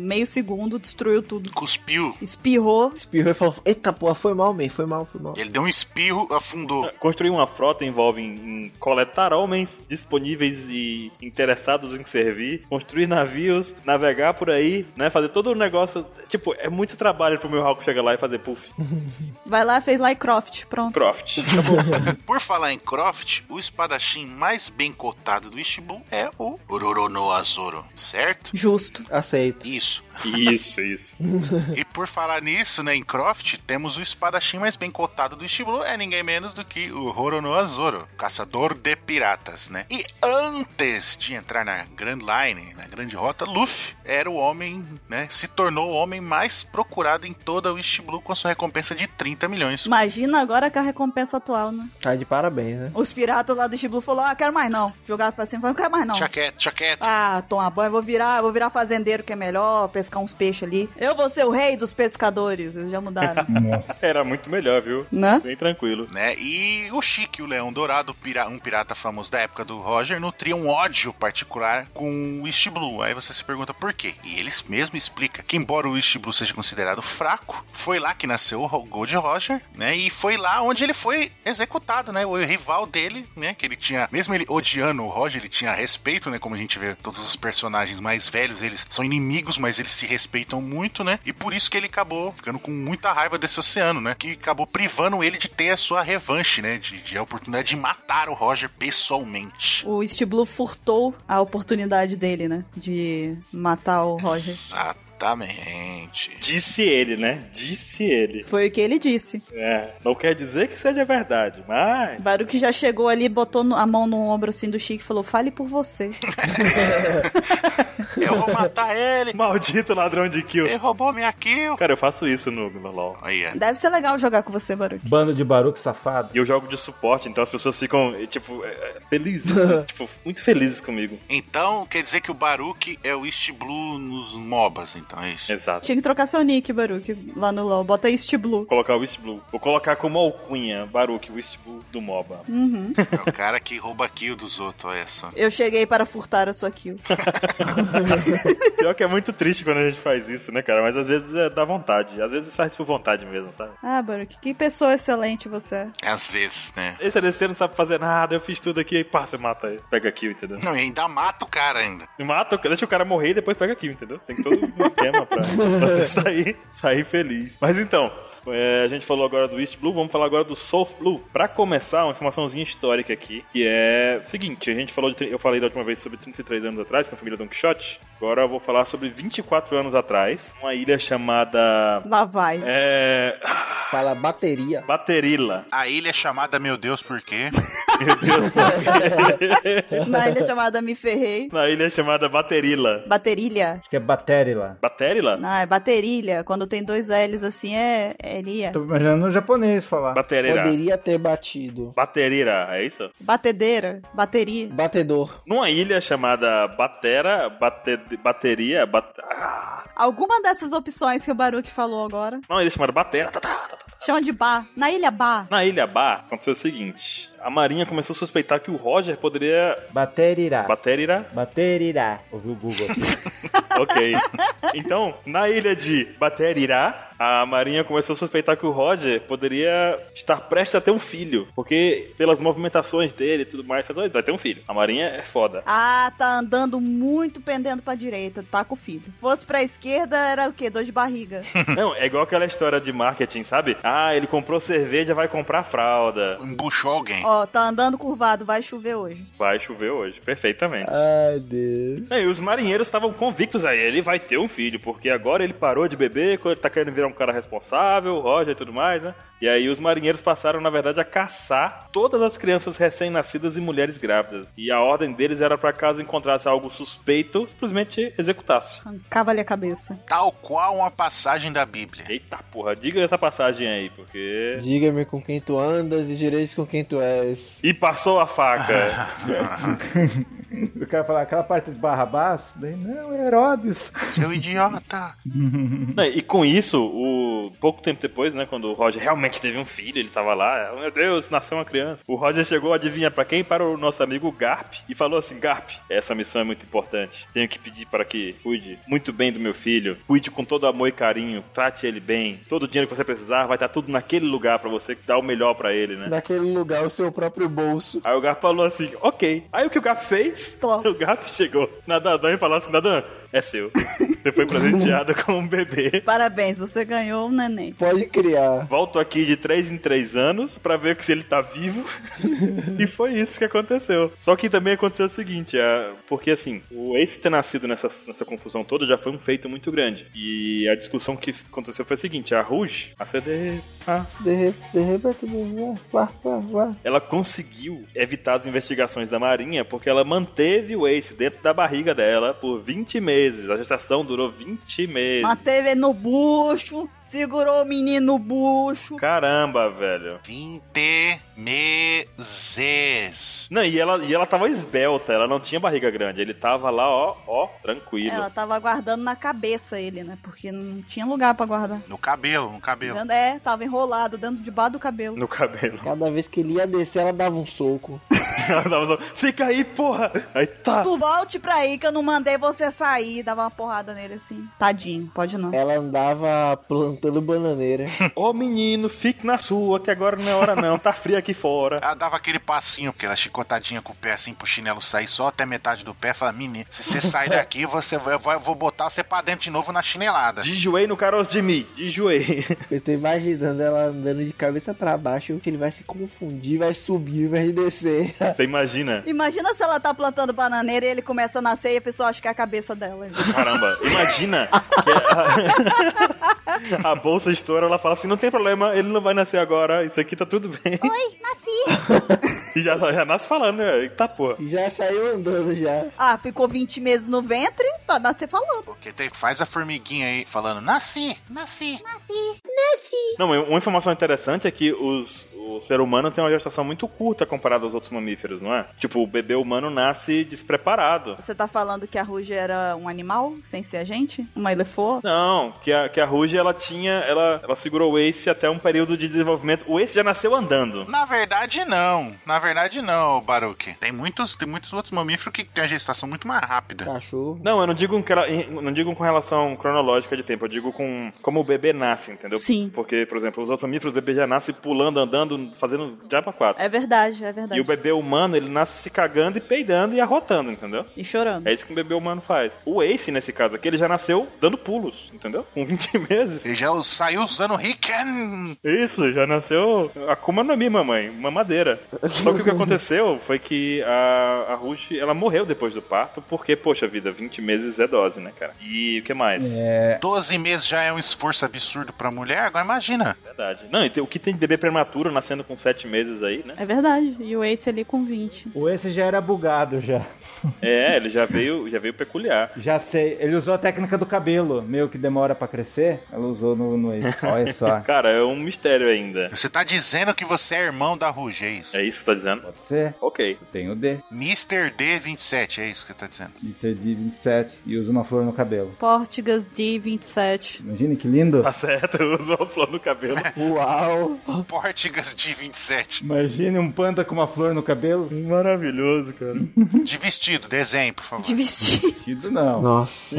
S3: meio segundo, destruiu tudo.
S5: Cuspiu.
S3: Espirrou.
S2: Espirrou e falou: Eita porra, foi mal, man. Foi mal, foi mal.
S5: Ele deu um espirro, afundou.
S1: Construir uma frota envolve em, em coletar homens disponíveis e interessados em servir, construir navios, navegar por aí, né? Fazer todo o negócio. Tipo, é muito trabalho pro meu Hulk chegar lá e fazer puff.
S3: Vai lá, fez Lycroft. Pronto.
S1: Croft.
S5: Por falar em Croft, o espadachim mais bem cotado do East Blue é o Roronoa Azoro, certo?
S3: Justo.
S2: Aceito.
S5: Isso.
S1: Isso, isso.
S5: E por falar nisso, né, em Croft, temos o espadachim mais bem cotado do East Blue, é ninguém menos do que o Roronoa Zoro, caçador de piratas, né? E antes de entrar na Grand Line, na Grande Rota, Luffy era o homem, né? Se tornou o homem mais procurado em toda o East Blue com sua recompensa de 30 milhões.
S3: Imagina agora com a recompensa atual, né?
S2: Tá de parabéns, né?
S3: Os piratas lá do Shibu falaram, ah, quero mais não. Jogaram pra cima, falaram, não quero mais não.
S5: Chaquete, chaquete.
S3: Ah, tomar banho, vou virar, vou virar fazendeiro que é melhor, pescar uns peixes ali. Eu vou ser o rei dos pescadores, eles já mudaram,
S4: Nossa.
S1: Era muito melhor, viu?
S3: né?
S1: Bem tranquilo.
S5: né? E o Chique, o Leão Dourado, pira- um pirata famoso da época do Roger, nutria um ódio particular com o East Blue. Aí você se pergunta por quê? E eles mesmo explica que embora o East Blue seja considerado fraco, foi lá que nasceu o Ro- Gold Roger, né? E foi lá onde ele foi executado, né? O rival dele, né? Que ele tinha, mesmo ele odiando o Roger, ele tinha respeito, né? Como a gente vê todos os personagens mais velhos, eles são inimigos, mas eles se respeitam muito, né? E por isso que ele acabou ficando com muita raiva desse oceano, né? Que acabou privando ele de ter a sua revanche, né? De, de a oportunidade de matar o Roger pessoalmente.
S3: O East Blue furtou a oportunidade dele, né? De matar o Roger.
S5: Exatamente.
S1: Disse ele, né? Disse ele.
S3: Foi o que ele disse.
S1: É, não quer dizer que seja verdade, mas.
S3: Baruque já chegou ali, botou no- a mão no ombro assim do Chique e falou: fale por você.
S5: Eu vou matar ele!
S1: Maldito ladrão de kill.
S5: Ele roubou minha kill!
S1: Cara, eu faço isso no, no LOL.
S5: Aí, é. ó.
S3: Deve ser legal jogar com você, Baruque.
S4: Bando de Baruque safado.
S1: E eu jogo de suporte, então as pessoas ficam, eh, tipo, eh, felizes. tipo, muito felizes comigo.
S5: Então, quer dizer que o Baruque é o East Blue nos MOBAs, então é isso.
S1: Exato.
S3: Tinha que trocar seu nick, Baruque, lá no LoL. Bota East Blue.
S1: Vou colocar o Wist Blue. Vou colocar como alcunha, Baruque, o Wist Blue do MOBA.
S3: Uhum.
S5: É o cara que rouba kill dos outros, olha só.
S3: Eu cheguei para furtar a sua kill.
S1: Pior que é muito triste quando a gente faz isso, né, cara? Mas às vezes é, dá vontade. Às vezes faz por vontade mesmo, tá?
S3: Ah, Baruque, que pessoa excelente você é.
S5: Às vezes, né?
S1: Esse ADC não sabe fazer nada, eu fiz tudo aqui, aí pá, você mata ele. Pega kill, entendeu?
S5: Não, e ainda mata o cara ainda.
S1: Mata, deixa o cara morrer e depois pega kill, entendeu? Tem todo um tema pra, pra você sair, sair feliz. Mas então, é, a gente falou agora do East Blue, vamos falar agora do South Blue. Pra começar, uma informaçãozinha histórica aqui, que é o seguinte, a gente falou de, tri- eu falei da última vez sobre 33 anos atrás, com a família Don Quixote. Agora eu vou falar sobre 24 anos atrás, uma ilha chamada...
S3: Lá vai.
S1: É...
S2: Fala bateria.
S1: Baterila.
S5: A ilha é chamada, meu Deus, por quê?
S1: Meu Deus,
S3: Na ilha chamada Me Ferrei.
S1: na ilha chamada Baterila.
S3: Baterilha.
S4: Acho que é batéria lá.
S1: Baterila?
S3: Ah, é baterilha. Quando tem dois L's assim, é, é Elia.
S4: Tô imaginando no japonês falar.
S1: Baterira.
S2: Poderia ter batido.
S1: Baterira, é isso?
S3: Batedeira. Bateria.
S2: Batedor.
S1: Numa ilha chamada Batera, bate, Bateria, bat, ah,
S3: Alguma dessas opções que o Baruque falou agora.
S1: não, ilha chamada Batera. tá, tá, tá, tá.
S3: Chama de bar. Na ilha bar.
S1: Na ilha Bar, aconteceu o seguinte: a Marinha começou a suspeitar que o Roger poderia.
S4: Baterirá.
S1: Baterira?
S4: Baterirá. Ouviu o Google aqui.
S1: Ok. Então, na ilha de Baterirá, a Marinha começou a suspeitar que o Roger poderia estar prestes a ter um filho. Porque, pelas movimentações dele e tudo mais, falou, "Ele vai ter um filho. A Marinha é foda.
S3: Ah, tá andando muito pendendo pra direita. Tá com o filho. Fosse pra esquerda, era o quê? Dor de barriga.
S1: Não, é igual aquela história de marketing, sabe? Ah, ele comprou cerveja, vai comprar fralda.
S5: Embuchou alguém.
S3: Ó, tá andando curvado. Vai chover hoje.
S1: Vai chover hoje, perfeitamente.
S2: Ai, Deus.
S1: É, e os marinheiros estavam convictos aí, ele vai ter um filho, porque agora ele parou de beber, ele tá querendo virar um cara responsável, Roger e tudo mais, né? E aí os marinheiros passaram, na verdade, a caçar todas as crianças recém-nascidas e mulheres grávidas. E a ordem deles era pra caso encontrasse algo suspeito, simplesmente executasse.
S3: Arrancava-lhe a cabeça.
S5: Tal qual uma passagem da Bíblia.
S1: Eita porra, diga essa passagem aí, porque...
S2: Diga-me com quem tu andas e direis com quem tu és.
S1: E passou a faca.
S4: O cara falar aquela parte de Barrabás, daí não, é Herodes.
S5: Seu idiota.
S1: Né, e com isso, o pouco tempo depois, né, quando o Roger realmente teve um filho, ele tava lá, "Ah, meu Deus, nasceu uma criança. O Roger chegou, adivinha pra quem? Para o nosso amigo Garp e falou assim: Garp, essa missão é muito importante. Tenho que pedir para que cuide muito bem do meu filho, cuide com todo amor e carinho, trate ele bem. Todo o dinheiro que você precisar vai estar tudo naquele lugar pra você dar o melhor pra ele, né?
S2: Naquele lugar, o seu próprio bolso.
S1: Aí o Garp falou assim, ok. Aí o que o Garp fez?
S3: Toma.
S1: O Garp chegou na Dadan e falou assim, Dadan, é seu. Você foi presenteada com um bebê.
S3: Parabéns, você ganhou um neném.
S2: Pode criar.
S1: Volto aqui de 3 em 3 anos pra ver se ele tá vivo. e foi isso que aconteceu. Só que também aconteceu o seguinte, a- porque assim, o Ace ter nascido nessa, nessa confusão toda já foi um feito muito grande. E a discussão que aconteceu foi a seguinte, a Rouge, a CD, a
S2: Derre- Derreba tudo. Vá, vá, vá.
S1: ela conseguiu evitar as investigações da Marinha porque ela manteve o Ace dentro da barriga dela por 20 meses. A gestação durou 20 meses.
S3: Mateve ele no bucho, segurou o menino no bucho.
S1: Caramba, velho.
S5: 20 meses.
S1: Não, e ela, e ela tava esbelta, ela não tinha barriga grande. Ele tava lá, ó, ó, tranquilo.
S3: Ela tava guardando na cabeça ele, né? Porque não tinha lugar pra guardar.
S5: No cabelo, no cabelo.
S3: Dentro- É, tava enrolado dentro debaixo do cabelo.
S1: No cabelo.
S2: Cada vez que ele ia descer, ela dava um soco.
S1: Ela tava só, Fica aí, porra! Aí tá.
S3: Tu volte pra aí que eu não mandei você sair. Dava uma porrada nele assim. Tadinho, pode não.
S2: Ela andava plantando bananeira.
S1: Ô menino, fique na sua, que agora não é hora não. Tá frio aqui fora.
S5: Ela dava aquele passinho, porque ela chicotadinha com o pé assim pro chinelo sair só até metade do pé. Fala, menino, se você sair daqui, você vai, vai- vou botar você pra dentro de novo na chinelada.
S1: De joelho no caroço de mim, de joelho.
S2: Eu tô imaginando ela andando de cabeça pra baixo, que ele vai se confundir, vai subir, vai descer.
S1: Você imagina?
S3: Imagina se ela tá plantando bananeira e ele começa a nascer e a pessoa acha que é a cabeça dela.
S1: Caramba, imagina que a, a bolsa estoura, ela fala assim, não tem problema, ele não vai nascer agora, isso aqui tá tudo bem.
S3: Oi, nasci.
S1: E já, já nasce falando, né? Tá porra.
S2: E já saiu andando já.
S3: Ah, ficou 20 meses no ventre tá, pra nascer falando.
S5: Porque tem- faz a formiguinha aí falando, nasci, nasci.
S1: Não, mas uma informação interessante é que os, o ser humano tem uma gestação muito curta comparado aos outros mamíferos, não é? Tipo, o bebê humano nasce despreparado.
S3: Você tá falando que a Ruge era um animal, sem ser a gente? Uma elefoa?
S1: Não, que a, que a Ruge, ela tinha, ela, ela segurou o Ace até um período de desenvolvimento. O Ace já nasceu andando.
S5: Na verdade, não. Na verdade, não, Baruque. Tem muitos, tem muitos outros mamíferos que tem a gestação muito mais rápida.
S2: Cachorro.
S1: Não, eu não digo, em cra- em- não digo com relação cronológica de tempo, eu digo com como o bebê nasce, entendeu?
S3: Sim.
S1: Porque, por exemplo, os outros mamíferos, o bebê já nasce pulando, andando, fazendo já pra quatro.
S3: É verdade, é
S1: E
S3: verdade.
S1: o bebê humano, ele nasce se cagando e peidando e arrotando, entendeu?
S3: E chorando.
S1: É isso que um bebê humano faz. O Ace, nesse caso aqui, ele já nasceu dando pulos, entendeu? Com 20 meses.
S5: Ele já saiu usando Riken.
S1: Isso, já nasceu Akuma no Mi, mamãe. Mamadeira. Só que o que aconteceu foi que a, a Ruth, ela morreu depois do parto, porque, poxa vida, 20 meses é dose, né, cara? E o que mais? É.
S5: 12 meses já é um esforço absurdo pra mulher, agora imagina.
S1: Verdade. Não, e tem- o que tem de bebê prematuro nascendo com 7 meses aí, né?
S3: É verdade. E o Ace ali com 20.
S4: O esse já era bugado já.
S1: É, ele já veio, já veio peculiar.
S4: Já sei, ele usou a técnica do cabelo, meio que demora pra crescer. Ela usou no, no Ace. Olha só.
S1: Cara, é um mistério ainda.
S5: Você tá dizendo que você é irmão da Ruge, é isso?
S1: É isso que tá dizendo?
S4: Pode ser?
S1: Ok.
S4: Eu tenho o D.
S5: Mr. D27, é isso que tá dizendo.
S4: Mr. D27 e usa uma flor no cabelo.
S3: Portigas de 27.
S4: Imagina que lindo.
S1: Tá certo, usa uma flor no cabelo.
S2: Uau!
S5: Portigas de 27.
S4: Imagine um panda com uma flor no cabelo.
S1: Maravilhoso, cara.
S5: De vestido, desenho, por favor.
S3: De vestir.
S4: Vestido não.
S2: Nossa,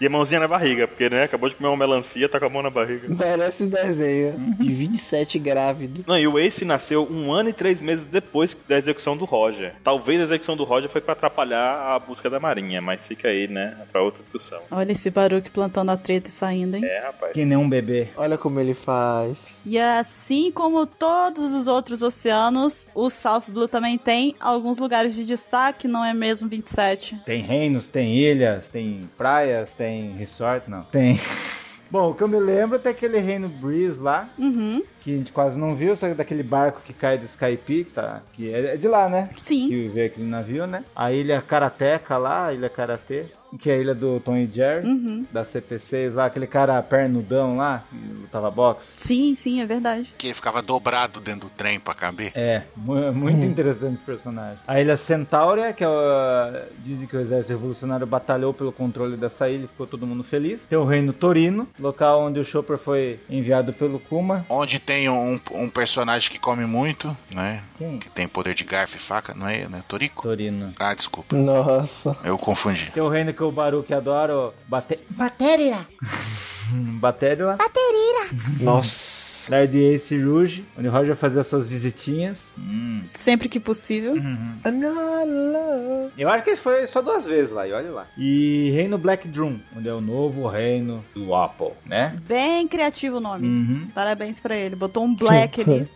S1: E a mãozinha na barriga, porque, né, acabou de comer uma melancia, tá com a mão na barriga.
S2: merece o desenho. De 27 grávido.
S1: Não, e o Ace nasceu um ano e três meses depois da execução do Roger. Talvez a execução do Roger foi pra atrapalhar a busca da Marinha, mas fica aí, né, pra outra discussão.
S3: Olha esse Baruque plantando a treta e saindo, hein?
S1: É, rapaz.
S4: Que nem um bebê.
S2: Olha como ele faz.
S3: E assim como todos os outros oceanos, o South Blue também tem alguns lugares de destaque, não é mesmo 27?
S4: Tem reinos, tem ilhas, tem praias, tem resort, não. Tem. Bom, o que eu me lembro é daquele reino Breeze lá,
S3: Uhum,
S4: que a gente quase não viu, só que daquele barco que cai do Sky Peak, tá? Que é é de lá, né?
S3: sim.
S4: que veio aquele navio, né? A ilha Karateca lá, a ilha Karatê, que é a ilha do Tom e Jerry,
S3: Uhum.
S4: da CP6 lá, aquele cara pernudão lá, que lutava boxe.
S3: Sim, sim, é verdade.
S5: Que ele ficava dobrado dentro do trem pra caber.
S4: É, mu- muito interessante esse personagem. A ilha Centauria, que é o, dizem que o exército revolucionário batalhou pelo controle dessa ilha e ficou todo mundo feliz. Tem o reino Torino, local onde o Chopper foi enviado pelo Kuma.
S5: Onde tem um, um personagem que come muito, né?
S1: Hum.
S4: Quem?
S5: Que tem poder de garfo e faca, não é? Não é Torico?
S4: Torino.
S5: Ah, desculpa.
S2: Nossa.
S5: Eu confundi.
S4: Tem o reino que o hum, Baruque adora, o Bate... Batéria! Batéria.
S2: Nossa.
S5: Nossa.
S4: Lardie Ace Rouge, onde o Roger fazia suas visitinhas. Hum.
S3: Sempre que possível.
S2: Anala.
S4: Eu acho que ele foi só duas vezes lá, e olha lá. E Reino Black Drum, onde é o novo reino do Apple, né?
S3: Bem criativo o nome.
S4: Uhum.
S3: Parabéns pra ele. Botou um black ali.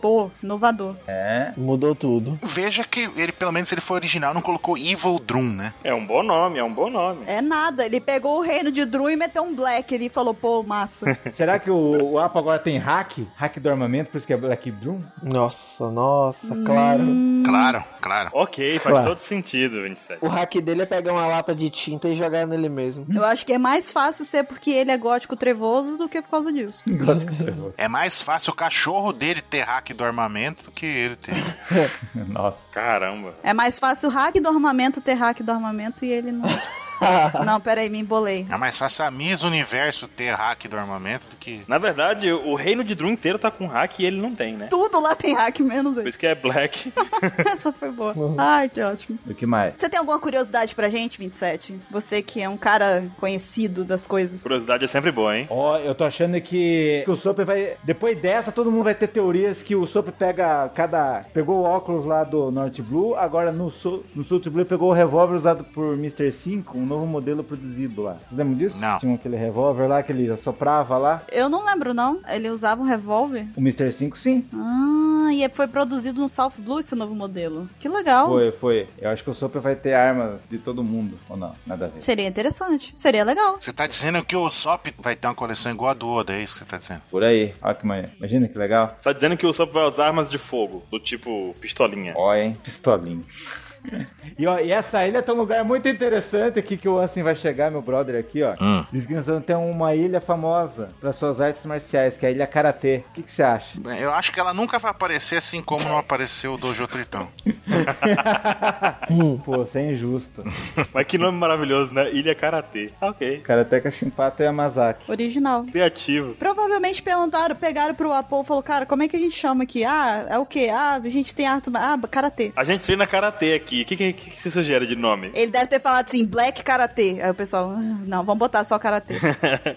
S3: Pô, inovador.
S4: É.
S2: Mudou tudo.
S5: Veja que ele, pelo menos, se ele for original, não colocou Evil Drum, né?
S1: É um bom nome, é um bom nome.
S3: É nada. Ele pegou o reino de Dru e meteu um black ali e falou, pô, massa.
S4: Será que o, o Apple agora tem hack? Hack do armamento, por isso que é Black Drum?
S2: Nossa, nossa, claro.
S5: Claro, claro.
S1: Ok, faz
S4: Claro.
S1: todo sentido, 27.
S2: O hack dele é pegar uma lata de tinta e jogar nele mesmo.
S3: Eu acho que é mais fácil ser porque ele é gótico trevoso do que por causa disso.
S5: É mais fácil o cachorro dele ter hack do armamento do que ele ter.
S4: Nossa.
S1: Caramba.
S3: É mais fácil o hack do armamento ter hack do armamento e ele não. não, peraí, me embolei.
S5: É mais fácil a Miss Universo ter hack do armamento do que.
S1: Na verdade, o reino de Drum inteiro tá com hack e ele não tem, né?
S3: Tudo lá tem hack, menos
S1: Por
S3: ele.
S1: isso que é Black.
S3: Essa foi boa. Ai, que ótimo.
S4: O que mais?
S3: Você tem alguma curiosidade pra gente, 27? Você que é um cara conhecido das coisas.
S1: Curiosidade é sempre boa, hein?
S4: Ó, eu tô achando que, que o Soap vai. Depois dessa, todo mundo vai ter teorias que o Soap pega cada. Pegou o óculos lá do North Blue, agora no, Sou- no South Blue pegou o revólver usado por Mr. 5, um novo modelo produzido lá. Vocês lembram disso?
S5: Não.
S4: Tinha aquele revólver lá que ele assoprava lá.
S3: Eu não lembro, não. Ele usava um revólver?
S4: O Mr. 5, sim.
S3: Ah, e foi produzido no South Blue esse novo modelo. Que legal.
S4: Foi, foi. Eu acho que o Soap vai ter armas de todo mundo. Ou não? Nada a ver.
S3: Seria interessante. Seria legal.
S5: Você tá dizendo que o Sop vai ter uma coleção igual a do Oda, é isso que você tá dizendo?
S4: Por aí. Olha que manhã. Imagina que legal.
S1: Você tá dizendo que o Sop vai usar armas de fogo, do tipo pistolinha.
S4: Ó, hein? Pistolinha. E, ó, e essa ilha tá um lugar muito interessante aqui que o Ansem vai chegar, meu brother, aqui, ó.
S5: Hum.
S4: Diz que nós vamos ter uma ilha famosa para suas artes marciais, que é a Ilha Karatê. O que que você acha?
S5: Bem, Eu acho que ela nunca vai aparecer assim como não apareceu o Dojo Tritão.
S4: Pô, você é injusto.
S1: Mas que nome maravilhoso, né? Ilha Karatê. Ah, ok.
S4: Karateka Shimpato e Yamazaki.
S3: Original.
S1: Criativo.
S3: Provavelmente perguntaram, pegaram pro Apple e falou, cara, como é que a gente chama aqui? Ah, é o quê? Ah, a gente tem arte... Ah, Karatê.
S1: A gente treina Karatê aqui. O que, que, que, que você sugere de nome?
S3: Ele deve ter falado assim, Black Karatê. Aí o pessoal, "Ah, não, vamos botar só Karatê.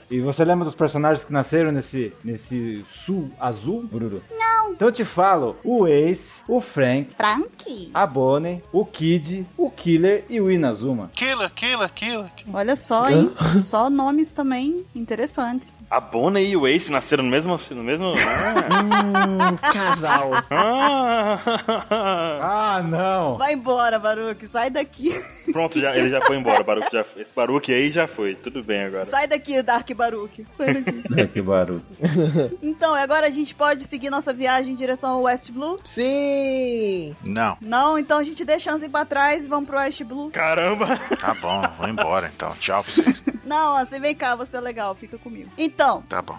S4: E você lembra dos personagens que nasceram nesse, nesse sul azul, Bruru? Não! Então eu te falo, o Ace, o Frank,
S3: Frank.
S4: a Bonnie, o Kid, o Killer e o Inazuma.
S5: Killer, killer, killer. killer.
S3: Olha só, hein? só nomes também interessantes.
S1: A Bona e o Ace nasceram no mesmo. No mesmo...
S2: Hum, casal.
S1: Ah.
S4: Ah, não!
S3: Vai embora, Baruque, sai daqui.
S1: Pronto, já, ele já foi embora. O Baruque já foi. Esse Baruque aí já foi. Tudo bem agora.
S3: Sai daqui, Dark Baruque. Sai daqui.
S4: que barulho.
S3: então, e agora a gente pode seguir nossa viagem em direção ao West Blue?
S2: Sim!
S5: Não,
S3: Não, então a gente deixa Ansem pra trás e vamos pro West Blue.
S1: Caramba!
S5: tá bom, vou embora então. Tchau pra vocês.
S3: Não, Ansem, vem cá, você é legal, fica comigo. Então,
S5: Tá bom.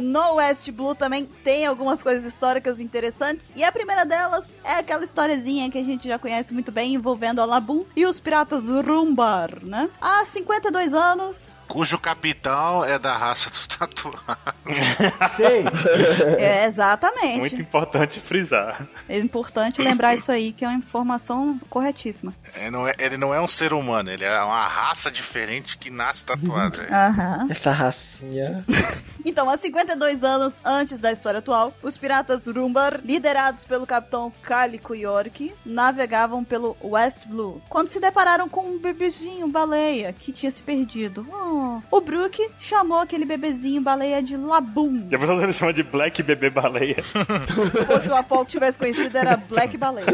S3: no West Blue também tem algumas coisas históricas interessantes. E a primeira delas é aquela historiezinha que a gente já conhece muito bem envolvendo a Labum e os piratas Rumbar, né? Há 52 anos.
S5: Cujo capitão é da raça dos tatuados.
S4: Sei!
S3: É, exatamente.
S1: Muito importante frisar.
S3: É importante lembrar isso aí, que é uma informação corretíssima.
S5: Ele não é, ele não é um ser humano, ele é uma raça diferente que nasce tatuada.
S3: Aham.
S2: Essa racinha.
S3: Então, há 52 anos antes da história atual, os piratas Rumbar, liderados pelo capitão Calico York, navegavam pelo West Blue, quando se depararam com um bebezinho baleia que tinha se perdido. Oh. O Brook chamou aquele bebezinho baleia de Labum.
S1: Já pensou se ele chama de Black Bebê Baleia?
S3: Ou se o Apollo tivesse conhecido, era Black Baleia.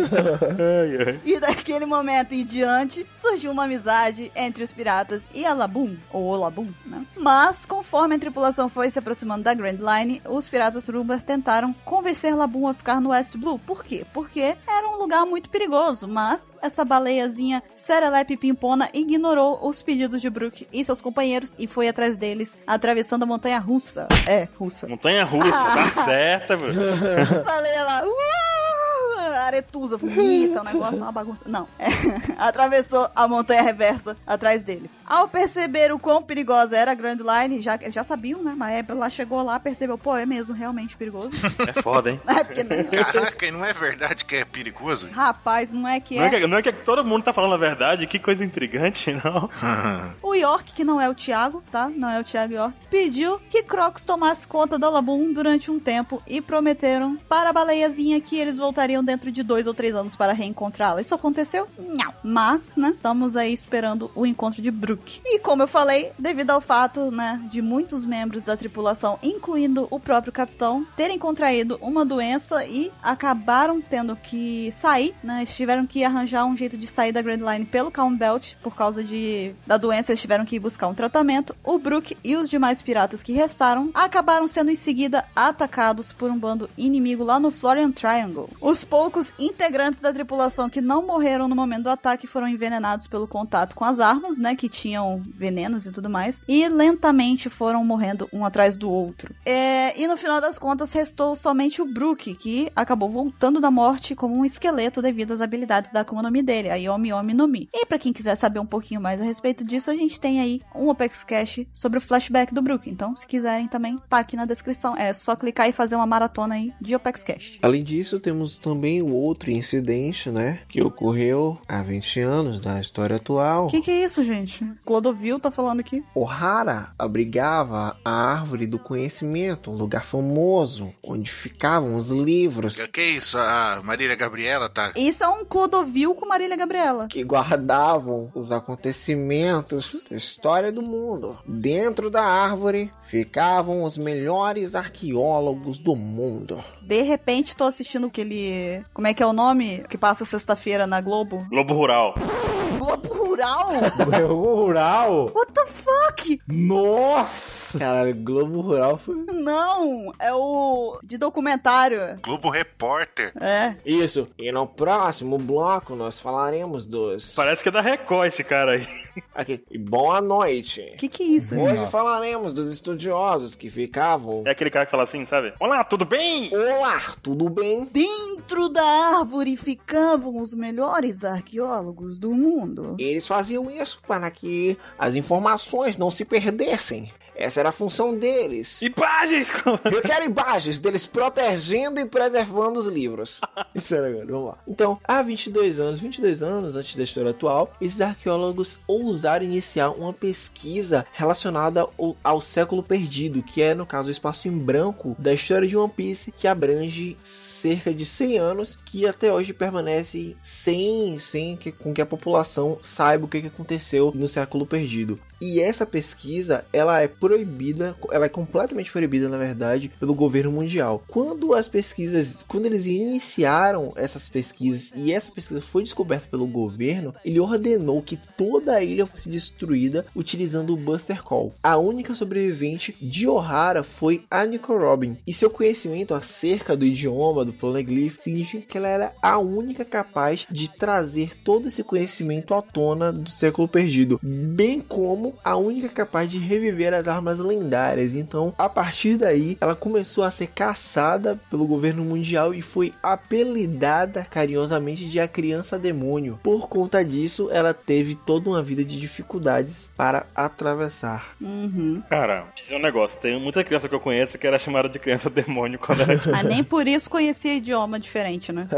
S1: Ai, ai.
S3: E daquele momento em diante, surgiu uma amizade entre os piratas e a Labum, ou Olabum, né? Mas, conforme a tripulação foi se aproximando da Grand Line, os piratas Rumbar tentaram convencer Labum a ficar no West Blue. Por quê? Porque era um lugar muito perigoso, mas essa baleiazinha Serelepe Pimpona ignorou os pedidos de Brook e seus companheiros e foi atrás deles, atravessando a montanha russa. É, russa.
S1: Montanha russa, tá certa, bro.
S3: Baleia lá. "Uau!" aretusa, vomita, o negócio é uma bagunça. Não. É. Atravessou a montanha reversa atrás deles. Ao perceber o quão perigosa era a Grand Line, já, eles já sabiam, né? Mas é, lá chegou lá, percebeu, pô, é mesmo realmente perigoso.
S1: É foda, hein?
S3: É porque nem.
S5: Caraca, e não é verdade que é perigoso?
S3: Rapaz, não é que
S1: Não é,
S3: é.
S1: que, não é que todo mundo tá falando a verdade, que coisa intrigante, não.
S3: O York, que não é o Thiago, tá? Não é o Thiago York, pediu que Crocs tomasse conta da Laboon durante um tempo e prometeram para a baleiazinha que eles voltariam dentro de dois ou três anos para reencontrá-la. Isso aconteceu? Não. Mas, né, estamos aí esperando o encontro de Brook. E como eu falei, devido ao fato, né, de muitos membros da tripulação, incluindo o próprio capitão, terem contraído uma doença e acabaram tendo que sair, né? Eles tiveram que arranjar um jeito de sair da Grand Line pelo Calm Belt por causa de da doença, eles tiveram que ir buscar um tratamento. O Brook e os demais piratas que restaram acabaram sendo em seguida atacados por um bando inimigo lá no Florian Triangle. Os poucos integrantes da tripulação que não morreram no momento do ataque foram envenenados pelo contato com as armas, né, que tinham venenos e tudo mais, e lentamente foram morrendo um atrás do outro. É, e no final das contas restou somente o Brook, que acabou voltando da morte como um esqueleto devido às habilidades da Akuma no Mi dele, a Yomi Yomi no Mi. E pra quem quiser saber um pouquinho mais a respeito disso, a gente tem aí um Opex Cash sobre o flashback do Brook. Então, se quiserem também, tá aqui na descrição. É só clicar e fazer uma maratona aí de Opex Cash.
S2: Além disso, temos também o outro incidente, né? Que ocorreu há 20 anos da história atual.
S3: O que, que é isso, gente? Clodovil tá falando aqui.
S2: Ohara abrigava a árvore do conhecimento, um lugar famoso onde ficavam os livros
S5: que isso? A Marília Gabriela tá.
S3: Isso é um Clodovil com Marília Gabriela.
S2: que guardavam os acontecimentos da história do mundo. Dentro da árvore ficavam os melhores arqueólogos do mundo.
S3: De repente, tô assistindo aquele. Como é que é o nome? Que passa sexta-feira na Globo?
S1: Globo Rural.
S3: Globo Rural?
S4: Rural?
S3: What the fuck?
S4: Nossa!
S2: Caralho, Globo Rural foi.
S3: Não, é o de documentário.
S5: Globo Repórter.
S3: É.
S2: Isso. E no próximo bloco nós falaremos dos.
S1: Parece que é da Record esse cara aí.
S2: Aqui. E boa noite.
S3: O que, que é isso?
S2: Hoje falaremos dos estudiosos que ficavam.
S1: É aquele cara que fala assim, sabe? Olá, tudo bem?
S2: Olá, tudo bem?
S3: Dentro da árvore ficavam os melhores arqueólogos do mundo.
S2: Eles faziam isso para que as informações não se perdessem. Essa era a função deles.
S1: E pá, gente!
S2: Eu quero imagens deles protegendo e preservando os livros. Isso era agora, vamos lá. Então, há 22 anos, 22 anos antes da história atual, esses arqueólogos ousaram iniciar uma pesquisa relacionada ao, ao século perdido, que é, no caso, o espaço em branco da história de One Piece, que abrange cerca de 100 anos, que até hoje permanece sem, sem que, com que a população saiba o que que aconteceu no século perdido. E essa pesquisa, ela é proibida, ela é completamente proibida, na verdade, pelo governo mundial. Quando as pesquisas, quando eles iniciaram essas pesquisas e essa pesquisa foi descoberta pelo governo, ele ordenou que toda a ilha fosse destruída utilizando o Buster Call. A única sobrevivente de O'Hara foi a Nico Robin, e seu conhecimento acerca do idioma do Poneglyph significa que ela era a única capaz de trazer todo esse conhecimento à tona do século perdido, bem como a única capaz de reviver as armas lendárias. Então, a partir daí, ela começou a ser caçada pelo governo mundial e foi apelidada carinhosamente de a criança demônio. Por conta disso, ela teve toda uma vida de dificuldades para atravessar.
S3: Uhum.
S1: Cara, deixa eu dizer um negócio. Tem muita criança que eu conheço que era chamada de criança demônio quando era
S3: Ah, nem por isso conhecia idioma diferente, né?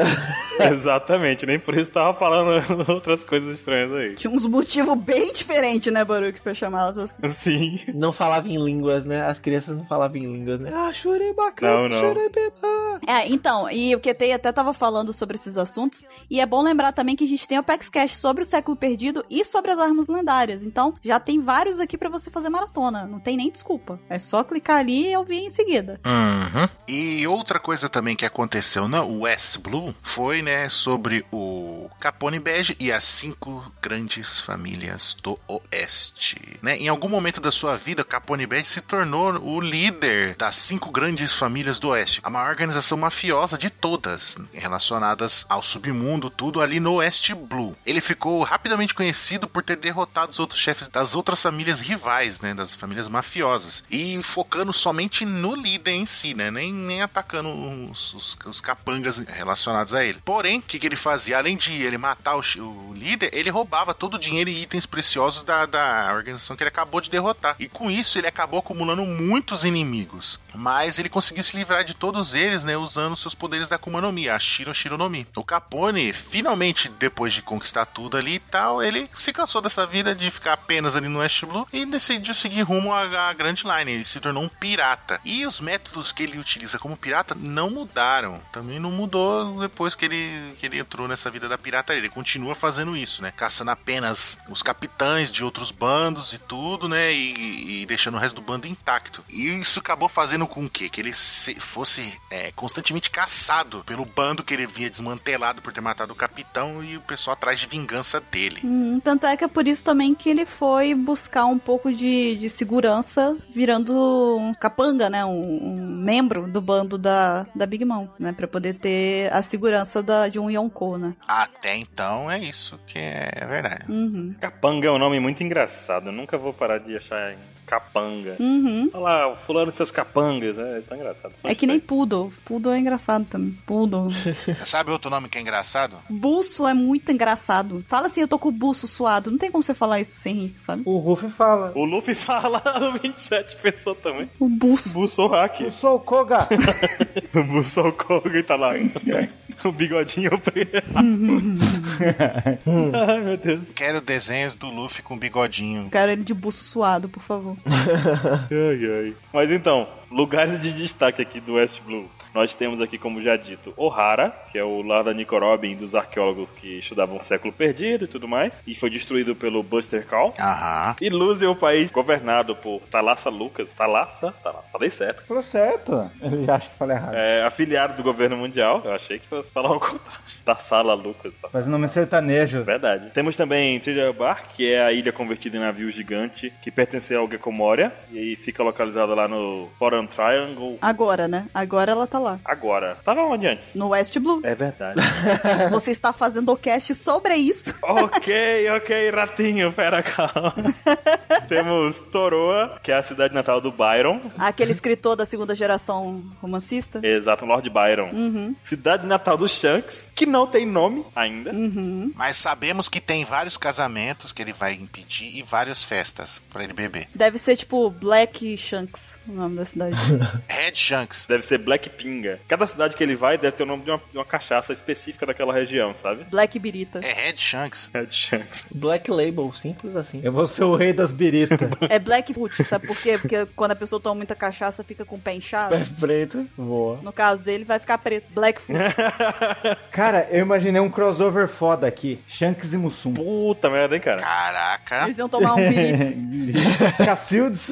S1: Exatamente, nem por isso tava falando outras coisas estranhas aí.
S3: Tinha uns motivos bem diferentes, né, Baruch, pra chamá-las assim.
S1: Sim.
S2: Não falava em línguas, né? As crianças não falavam em línguas, né? Ah, chorei
S1: Não,
S2: bacana,
S1: não.
S2: chorei bebá.
S3: É, então, e o QT até tava falando sobre esses assuntos, e é bom lembrar também que a gente tem o PaxCast sobre o século perdido e sobre as armas lendárias. Então, já tem vários aqui pra você fazer maratona, não tem nem desculpa. É só clicar ali e ouvir em seguida.
S5: E outra coisa também que aconteceu na West Blue foi, né, sobre o o Capone Bege e as cinco grandes famílias do Oeste. Né? Em algum momento da sua vida, Capone Bege se tornou o líder das cinco grandes famílias do Oeste, a maior organização mafiosa de todas, relacionadas ao submundo, tudo ali no Oeste Blue. Ele ficou rapidamente conhecido por ter derrotado os outros chefes das outras famílias rivais, né, das famílias mafiosas, e focando somente no líder em si, né, nem, nem atacando os, os, os capangas relacionados a ele. Porém, o que, que ele fazia? Além de ele matar o, o líder, ele roubava todo o dinheiro e itens preciosos da, da organização que ele acabou de derrotar. E com isso, ele acabou acumulando muitos inimigos. Mas ele conseguiu se livrar de todos eles, né, usando seus poderes da Akuma no Mi, a Shiro Shiro no Mi. O Capone, finalmente, depois de conquistar tudo ali e tal, ele se cansou dessa vida de ficar apenas ali no West Blue e decidiu seguir rumo à, à Grand Line. Ele se tornou um pirata. E os métodos que ele utiliza como pirata não mudaram. Também não mudou depois que ele, que ele entrou nessa vida da pirataria. Ele continua fazendo isso, né? Caçando apenas os capitães de outros bandos e tudo, né? E, e deixando o resto do bando intacto. E isso acabou fazendo com que, que ele se- fosse é, constantemente caçado pelo bando que ele via desmantelado por ter matado o capitão e o pessoal atrás de vingança dele.
S3: Hum, tanto é que é por isso também que ele foi buscar um pouco de, de segurança, virando um capanga, né? Um, um membro do bando da, da Big Mom, né? Pra poder ter a segurança da, de um Yonko, né?
S5: Até então é isso que é verdade.
S3: Uhum.
S1: Capanga é um nome muito engraçado. Eu nunca vou parar de achar capanga.
S3: Uhum.
S1: Olha lá, o fulano e seus capangas. É tão engraçado.
S3: É que nem Poodle. Poodle é engraçado também. Poodle.
S5: Sabe outro nome que é engraçado?
S3: Buço é muito engraçado. Fala assim, eu tô com o buço suado. Não tem como você falar isso sem rir, sabe?
S4: O Ruff fala.
S1: O Luffy fala o 27 pessoas também.
S3: O buço.
S1: Bussou hack.
S4: Eu sou o Koga!
S1: O Bussou Koga e tá lá. o bigodinho preto. Ai, meu Deus.
S5: Quero desenhos do Luffy com bigodinho.
S3: Quero ele de buço suado, por favor.
S1: Ai, ai. Mas então, lugares de destaque aqui do West Blue. Nós temos aqui, como já dito, O'Hara, que é o lar da Nico Robin dos arqueólogos que estudavam o século perdido e tudo mais, e foi destruído pelo Buster Call.
S5: Aham.
S1: E Luz é o país governado por Talassa Lucas. Talassa? Talassa, falei certo.
S4: Falou certo. Ele acha que fala errado.
S1: É, afiliado do governo mundial. Eu achei que fosse falar o contrário. Tassala Lucas. tá? É
S4: Faz o nome é sertanejo.
S1: Verdade. Temos também Trilha Bar, que é a ilha convertida em navio gigante que pertence ao Gekomoria e fica localizada lá no Foreign Triangle
S3: Agora, né? Agora ela tá lá.
S1: agora. Tava onde antes?
S3: No West Blue.
S1: É verdade.
S3: Você está fazendo o cast sobre isso.
S1: ok, ok, ratinho, pera calma. Temos Toroa, que é a cidade natal do Byron.
S3: Aquele escritor da segunda geração romancista.
S1: Exato, Lord Byron. Cidade natal do Shanks, que não tem nome ainda.
S5: Mas sabemos que tem vários casamentos que ele vai impedir e várias festas pra ele beber.
S3: Deve ser tipo Black Shanks, o nome da cidade.
S5: Red Shanks.
S1: Deve ser Black Pinga. Cada cidade que ele vai deve ter o nome de uma, de uma cachaça específica daquela região, sabe?
S3: Black Birita.
S5: É Red Shanks.
S1: Red Shanks.
S2: Black Label, simples assim.
S4: Eu vou ser o rei das biritas.
S3: É Black Foot, sabe por quê? Porque quando a pessoa toma muita cachaça, fica com o pé inchado.
S2: Pé É preto, boa.
S3: No caso dele, vai ficar preto. Black Foot.
S4: Cara, eu imaginei um crossover foda aqui. Shanks e Mussum.
S1: Puta merda, hein, cara?
S5: Caraca.
S3: Eles iam tomar um birita.
S4: Cacildes.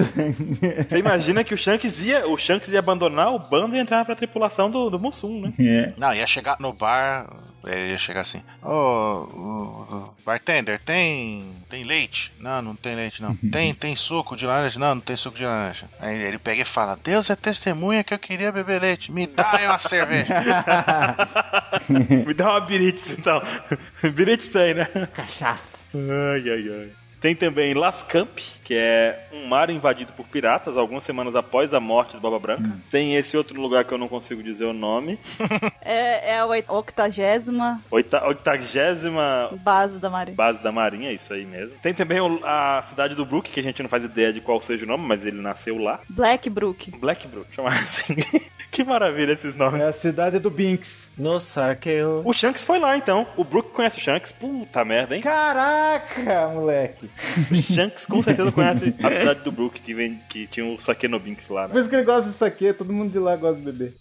S1: Você imagina que o Shanks ia, o Shanks ia abandonar o bando e entrar pra tripulação do, do Mussum, né?
S4: é.
S5: Não, ia chegar no bar. Ele ia chegar assim. Ô, ô, ô, bartender, tem tem leite? Não, não tem leite, não. Tem, tem suco de laranja? Não, não tem suco de laranja. Aí ele pega e fala: Deus é testemunha que eu queria beber leite. Me dá aí uma cerveja.
S1: Me dá uma Biritz, então. Biritz tem, né?
S4: Cachaça.
S1: Ai, ai, ai. Tem também Las Camp, que é um mar invadido por piratas algumas semanas após a morte do Baba Branca. Tem esse outro lugar que eu não consigo dizer o nome.
S3: É, é a oit- octagésima
S1: Oita- Oitagésima
S3: base da Marinha.
S1: base da marinha, isso aí mesmo. Tem também o- a cidade do Brook, que a gente não faz ideia de qual seja o nome, mas ele nasceu lá.
S3: Black Brook.
S1: Black Brook, chamar assim. que maravilha esses nomes.
S4: É a cidade do Binks.
S2: Nossa, que eu.
S1: O Shanks foi lá então. O Brook conhece o Shanks. Puta merda, hein?
S4: Caraca, moleque.
S1: O Shanks com certeza conhece a cidade do Brook, que, vem, que tinha o Sake no Binks lá,
S4: Por
S1: né?
S4: isso que ele gosta disso aqui. Todo mundo de lá gosta de beber.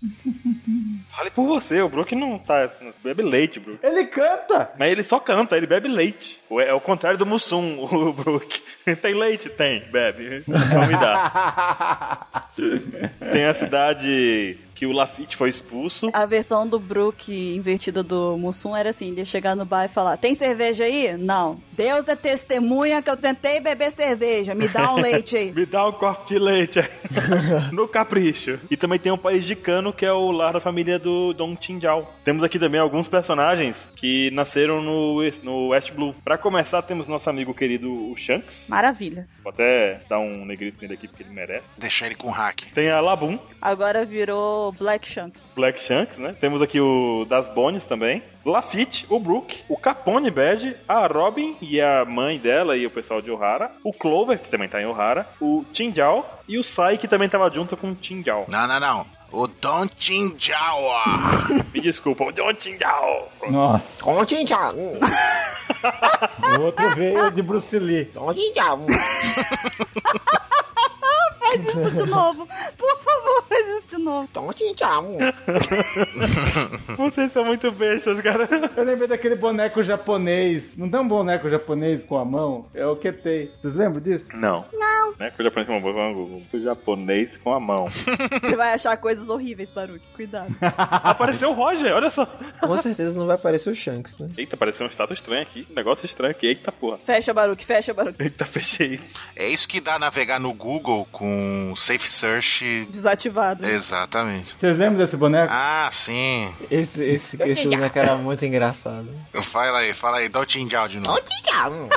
S1: Fale por você, o Brook não tá. Bebe leite, Brook.
S4: Ele canta.
S1: Mas ele só canta, ele bebe leite. O- É o contrário do Mussum, o Brook. Tem leite? Tem, bebe. Então me dá. Tem a cidade que o Lafitte foi expulso.
S3: A versão do Brook invertida do Mussum era assim: ele ia chegar no bar e falar: Tem cerveja aí? Não. Deus é testemunha que eu tentei beber cerveja. Me dá um leite aí.
S1: Me dá um copo de leite no capricho. E também tem um país de cano que é o lar da família do Dom Tinjau. Temos aqui também alguns personagens que nasceram no, no West Blue. Pra começar, temos nosso amigo querido o Shanks.
S3: Maravilha.
S1: Vou até dar um negrito nele aqui porque ele merece.
S5: Deixar ele com hack.
S1: Tem a Labum,
S3: Agora virou Black Shanks.
S1: Black Shanks, né? Temos aqui o Das Bones também. Lafitte, o Brook, o Capone Badge, a Robin e a mãe dela e o pessoal de O'Hara, o Clover, que também tá em O'Hara, o Tinjal e o Sai, que também tava junto com o Tinjal.
S5: Não, não, não. O Don Chinjawa.
S1: Me desculpa, o Don Tinjal!
S4: Nossa,
S2: Ontem já. hum,
S4: o outro veio de Bruce Lee.
S2: Ontem já. hum.
S3: Faz isso de novo. Por favor, faz isso de novo.
S2: Ontem já. hum.
S1: Vocês são muito bestas, cara.
S4: Eu lembrei daquele boneco japonês. Não tem um boneco japonês com a mão? É o Ketei. Vocês lembram disso?
S1: Não. Não. Não é que o japonês com a mão, foi um Google. O japonês com a mão.
S3: Você vai achar coisas horríveis, Baruque. Cuidado.
S1: Apareceu o Roger, olha só.
S2: Com certeza não vai aparecer o Shanks, né?
S1: Eita, apareceu um status estranho aqui. Um negócio estranho aqui. Eita porra.
S3: Fecha, Baruque, fecha, Baruque.
S1: Eita, fechei.
S5: É isso que dá navegar no Google com Safe Search.
S3: Desativado.
S5: Exatamente.
S4: Vocês lembram desse boneco?
S5: Ah, sim.
S2: Esse, esse, esse boneco era muito engraçado.
S5: Fala aí, fala aí. Dá o Tinjal de novo.
S2: Ontem já. hum.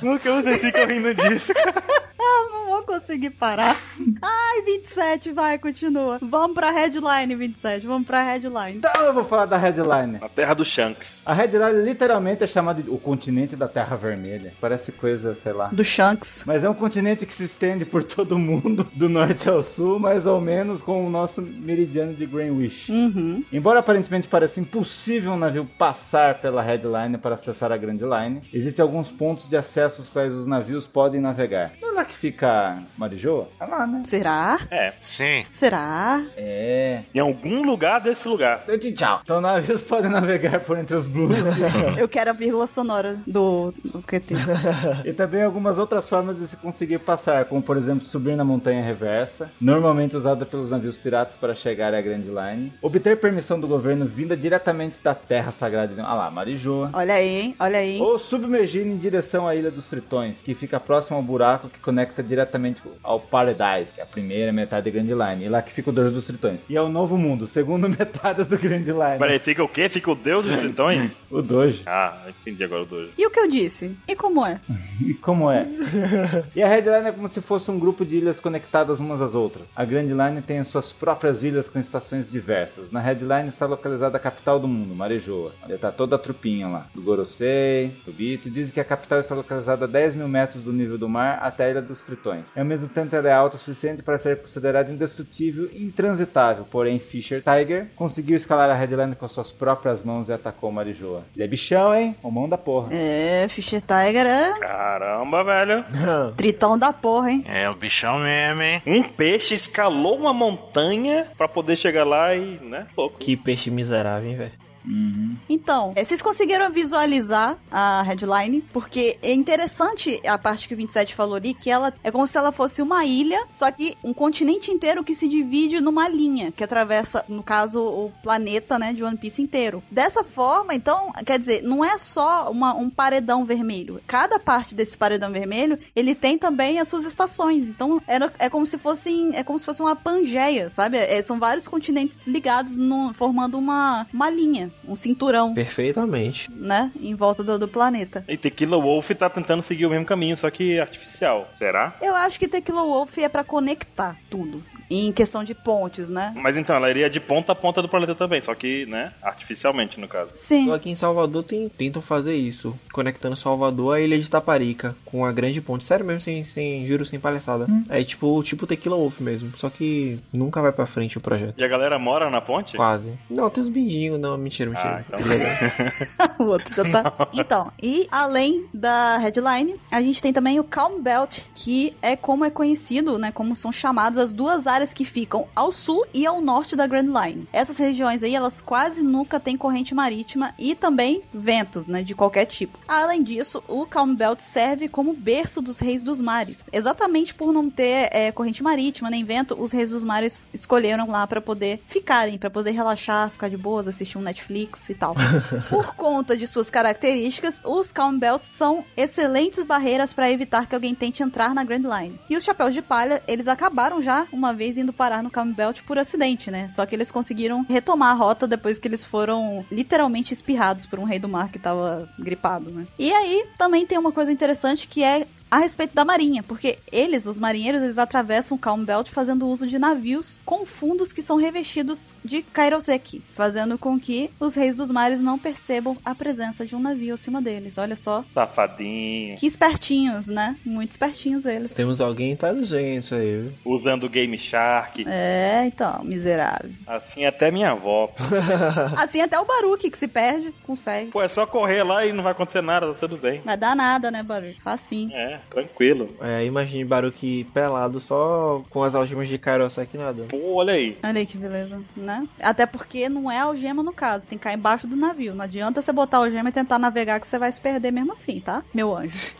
S1: Por que vocês ficam rindo disso, cara?
S3: Eu Ah, não vou conseguir parar. Ai, 27, vai, continua. Vamos pra headline, 27. Vamos pra headline.
S4: Então eu vou falar da headline.
S1: Na terra do Shanks.
S4: A headline literalmente é chamada de o continente da Terra Vermelha. Parece coisa, sei lá.
S3: Do Shanks.
S4: Mas é um continente que se estende por todo o mundo, do norte ao sul, mais ou menos com o nosso meridiano de Greenwich.
S3: Uhum.
S4: Embora aparentemente pareça impossível um navio passar pela Headline para acessar a Grand Line, existem alguns pontos de acesso aos quais os navios podem navegar. Não é lá que fica Marijoa? É lá, né?
S3: Será?
S1: É.
S5: Sim.
S3: Será?
S4: É.
S1: Em algum lugar desse lugar.
S4: Eu te tchau. Então navios podem navegar por entre os blues
S3: Eu quero a vírgula sonora do, do QT.
S4: e também algumas outras formas de se conseguir passar, como por exemplo subir na montanha reversa, normalmente usada pelos navios piratas para chegar à Grand Line, obter permissão do governo vinda diretamente da terra sagrada de ah lá, Marijoa,
S3: Olha aí, hein? Olha aí. hein?
S4: ou submergir em direção à Ilha dos Tritões, que fica próximo ao buraco que conecta diretamente ao Paradise, que é a primeira metade da Grand Line, e lá que fica o Deus dos Tritões, e ao Novo Mundo, segunda metade do Grand Line,
S1: Peraí, fica o quê? Fica o deus
S2: É.
S1: dos tritões?
S4: o Doge.
S1: Ah, entendi agora o dojo.
S3: E o que eu disse? E como é?
S4: E como é? e a Red Line é como se fosse um grupo de ilhas conectadas umas às outras. A Grand Line tem as suas próprias ilhas com estações diversas. Na Red Line está localizada a capital do mundo, Marejoa. Onde está toda a trupinha lá. Do Gorosei, do Bito. Dizem que a capital está localizada a 10 mil metros do nível do mar até a Ilha dos Tritões. E ao mesmo tempo ela é alta o suficiente para ser considerada indestrutível e intransitável. Porém, Fisher Tiger conseguiu escalar a Red Line com suas próprias mãos e atacou Marejoa. Ele é bichão, hein? O mão da porra.
S3: É, Fischer Tiger é
S1: Caramba, velho.
S3: tritão da porra, hein?
S5: É o bichão mesmo, hein?
S1: Um peixe escalou uma montanha pra poder chegar lá e, né, louco.
S2: que peixe miserável, hein, velho?
S3: Então, é, vocês conseguiram visualizar a headline, porque é interessante a parte que o 27 falou ali, que ela é como se ela fosse uma ilha, só que um continente inteiro que se divide numa linha, que atravessa, no caso, o planeta, né, de One Piece inteiro. Dessa forma, então, quer dizer, não é só uma- um paredão vermelho. Cada parte desse paredão vermelho, ele tem também as suas estações. Então, era, é como se fossem, é como se fosse uma pangeia, sabe? É, são vários continentes ligados, num- formando uma, uma linha, um cinturão
S2: Perfeitamente.
S3: né? Em volta do, do planeta.
S1: E Tequila Wolf tá tentando seguir o mesmo caminho, só que artificial. Será?
S3: Eu acho que Tequila Wolf é pra conectar tudo. Em questão de pontes, né?
S1: Mas então, ela iria de ponta a ponta do planeta também, só que, né, artificialmente, no caso.
S3: Sim.
S2: Aqui em Salvador tem- tentam fazer isso, conectando Salvador à ilha de Taparica, com a grande ponte. Sério mesmo, sem, sem juro, sem palhaçada. É tipo, tipo Tequila Wolf mesmo, só que nunca vai pra frente o projeto.
S1: E a galera mora na ponte?
S2: Quase. Não, tem os bindinhos, não, mentira,
S1: Ah,
S2: mentira.
S1: então.
S3: o outro já tá. Então, e além da headline, a gente tem também o Calm Belt, que é como é conhecido, né? Como são chamadas as duas áreas que ficam ao sul e ao norte da Grand Line. Essas regiões aí, elas quase nunca têm corrente marítima e também ventos, né, de qualquer tipo. Além disso, o Calm Belt serve como berço dos reis dos mares. Exatamente por não ter é, corrente marítima nem vento, os reis dos mares escolheram lá para poder ficarem, para poder relaxar, ficar de boas, assistir um Netflix e tal. por conta de suas características, os Calm Belts são excelentes barreiras para evitar que alguém tente entrar na Grand Line. E os chapéus de palha, eles acabaram já uma vez indo parar no Calm Belt por acidente, né? Só que eles conseguiram retomar a rota depois que eles foram literalmente espirrados por um rei do mar que tava gripado, né? E aí também tem uma coisa interessante que é a respeito da marinha, porque eles, os marinheiros, eles atravessam o Calm Belt fazendo uso de navios com fundos que são revestidos de kairoseki, fazendo com que os reis dos mares não percebam a presença de um navio acima deles. Olha só
S1: Safadinho.
S3: que espertinhos, né? Muito espertinhos eles.
S2: Temos alguém inteligente aí, viu?
S1: Usando o Game Shark.
S3: É, então, miserável.
S1: Assim até minha avó.
S3: Assim até o Baruque que se perde, consegue.
S1: Pô, é só correr lá e não vai acontecer nada, tá tudo bem.
S3: Vai dar nada, né, Baruque? Facinho.
S1: É, tranquilo.
S2: É, imagine Baruque pelado só com as algemas de Kairosek nada.
S1: Pô, olha aí.
S3: Olha aí que beleza, né? Até porque não é algema no caso, tem que cair embaixo do navio. Não adianta você botar a algema e tentar navegar que você vai se perder mesmo assim, tá? Meu anjo.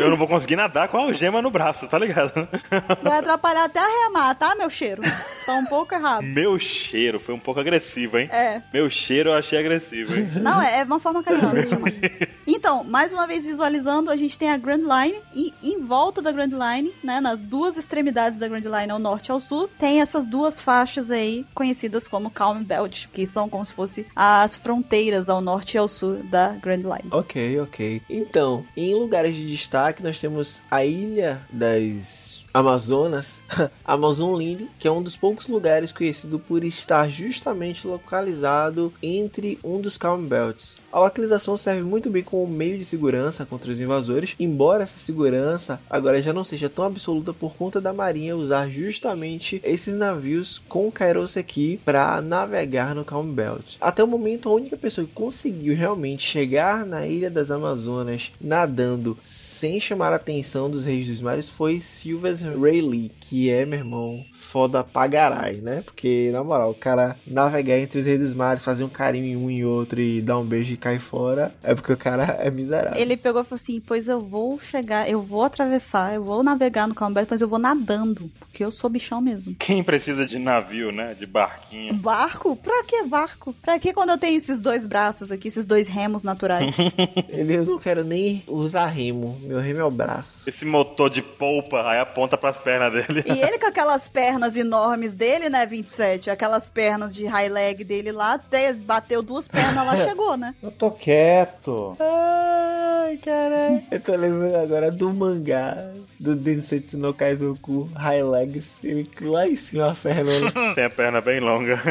S1: Eu não vou conseguir nadar com a algema no braço, tá ligado?
S3: Vai atrapalhar até a remar, tá, meu cheiro? Tá um pouco errado.
S1: Meu cheiro foi um pouco agressivo, hein?
S3: É.
S1: Meu cheiro eu achei agressivo, hein?
S3: Não, é é uma forma carinhosa de chamar. Então, mais uma vez visualizando, a gente tem a Grand Line e em volta da Grand Line, né, nas duas extremidades da Grand Line, ao norte e ao sul, tem essas duas faixas aí conhecidas como Calm Belt, que são como se fosse as fronteiras ao norte e ao sul da Grand Line.
S2: Ok, ok. Então, em lugares de destaque, nós temos a Ilha das Amazonas, Amazonland, que é um dos poucos lugares conhecido por estar justamente localizado entre um dos Calm Belts. A localização serve muito bem como meio de segurança contra os invasores, embora essa segurança agora já não seja tão absoluta por conta da Marinha usar justamente esses navios com Kairoseki para navegar no Calm Belt. Até o momento, a única pessoa que conseguiu realmente chegar na Ilha das Amazonas nadando sem chamar a atenção dos Reis dos Mares foi Silvers Rayleigh, que é, meu irmão, foda pra garai, né? Porque, na moral, o cara navegar entre os Reis dos Mares, fazer um carinho em um e outro e dar um beijo e cair fora, é porque o cara é miserável.
S3: Ele pegou e falou assim: Pois eu vou chegar, eu vou atravessar, eu vou navegar no Calm Belt, mas eu vou nadando, porque eu sou bichão mesmo.
S1: Quem precisa de navio, né? De barquinho.
S3: Barco? Pra que barco? Pra que quando eu tenho esses dois braços aqui, esses dois remos naturais?
S2: Ele, eu não quero nem usar remo, meu remo é o braço.
S1: Esse motor de polpa aí aponta pras pernas dele.
S3: e ele com aquelas pernas enormes dele, né, 27? Aquelas pernas de high leg dele lá, até bateu duas pernas lá, chegou, né?
S4: Eu tô quieto.
S2: Ai, caralho. Eu tô lembrando agora do mangá do Densetsu no Kaizoku High Legs. Ele lá em cima, a Fernanda.
S1: Tem a perna bem longa.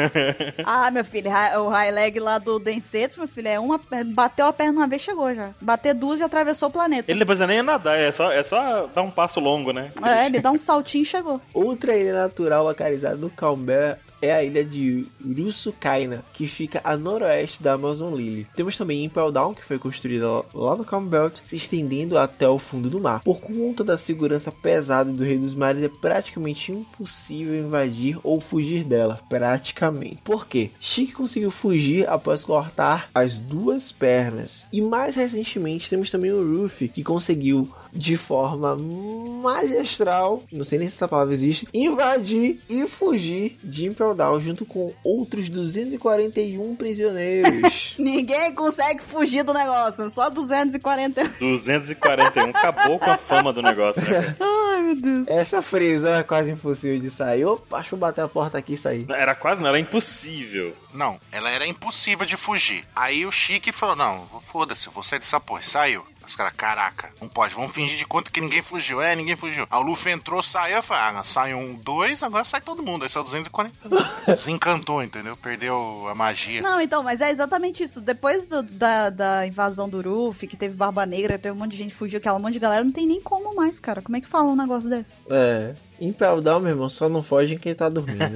S3: Ah, meu filho, hi- o high leg lá do Densetsu, meu filho, é uma per- bateu a perna uma vez, chegou já. Bater duas já atravessou o planeta.
S1: Ele não precisa nem nadar, é só, é só dar um passo longo, né?
S3: É, ele dá um saltinho e chegou.
S2: Outra ilha natural localizada no Calmbé é a ilha de Uruçucaina, que fica a noroeste da Amazon Lily. Temos também Impel Down, que foi construída lá- lá no Calm Belt, se estendendo até o fundo do mar. Por conta da segurança pesada do Rei dos Mares, é praticamente impossível invadir ou fugir dela. Praticamente. Por quê? Chique conseguiu fugir após cortar as duas pernas. E mais recentemente temos também o Ruffy, que conseguiu de forma magistral, não sei nem se essa palavra existe, invadir e fugir de Impel Down junto com outros 241 prisioneiros.
S3: Ninguém consegue fugir do negócio, só 240.
S1: É. 241. Acabou com a fama do negócio, né?
S3: Ai, meu Deus.
S2: essa frisão é quase impossível de sair. Opa, deixa eu bater a porta aqui e sair.
S1: Era quase não, era impossível.
S5: Não, ela era impossível de fugir. Aí o Chique falou: Não, foda-se, eu vou sair dessa porra. E Saiu. Os caras, caraca, não pode, vamos fingir de conta que ninguém fugiu. É, ninguém fugiu. A Luffy entrou, saiu, eu falei, ah, não, sai um, dois, agora sai todo mundo. Aí saiu 240. Desencantou, entendeu? Perdeu a magia.
S3: Não, então, mas é exatamente isso. Depois do- da, da invasão do Ruff, que teve Barba Negra, teve um monte de gente que fugiu, aquela um monte de galera, não tem nem como mais, cara. Como é que fala um negócio desse?
S2: É. Impel Down, meu irmão, só não foge quem tá dormindo.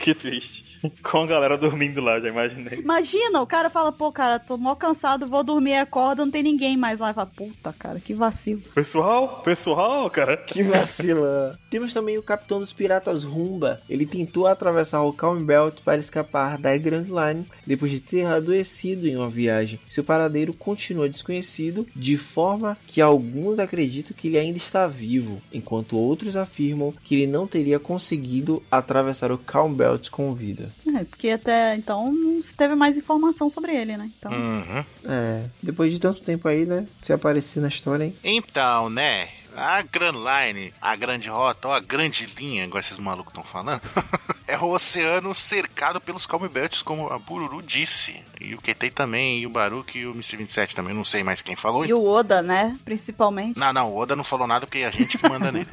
S1: Que triste. Com a galera dormindo lá, já imaginei.
S3: Imagina, o cara fala, pô, cara, tô mó cansado, vou dormir, acorda, não tem ninguém mais lá. Fala, puta, cara, que vacilo.
S1: Pessoal, pessoal, cara.
S2: Que vacila. Temos também o capitão dos piratas Rumba. Ele tentou atravessar o Calm Belt para escapar da Grand Line depois de ter adoecido em uma viagem. Seu paradeiro continua desconhecido, de forma que alguns acreditam que ele ainda está vivo, enquanto outros afirmam que ele não teria conseguido atravessar o Calm Belt com vida.
S3: É, porque até então não se teve mais informação sobre ele, né? Então,
S5: Uhum.
S2: É, depois de tanto tempo aí, né? Se aparecer na história, hein?
S5: Então, né? A Grand Line, a Grande Rota, ou a Grande Linha, igual esses malucos estão falando, é o oceano cercado pelos Calm Belts, como a Bururu disse. E o Ketei também, e o Baruque, e o Mr. 27 também, não sei mais quem falou.
S3: e o Oda, né? Principalmente.
S5: Não, não, o Oda não falou nada porque é a gente que manda nele.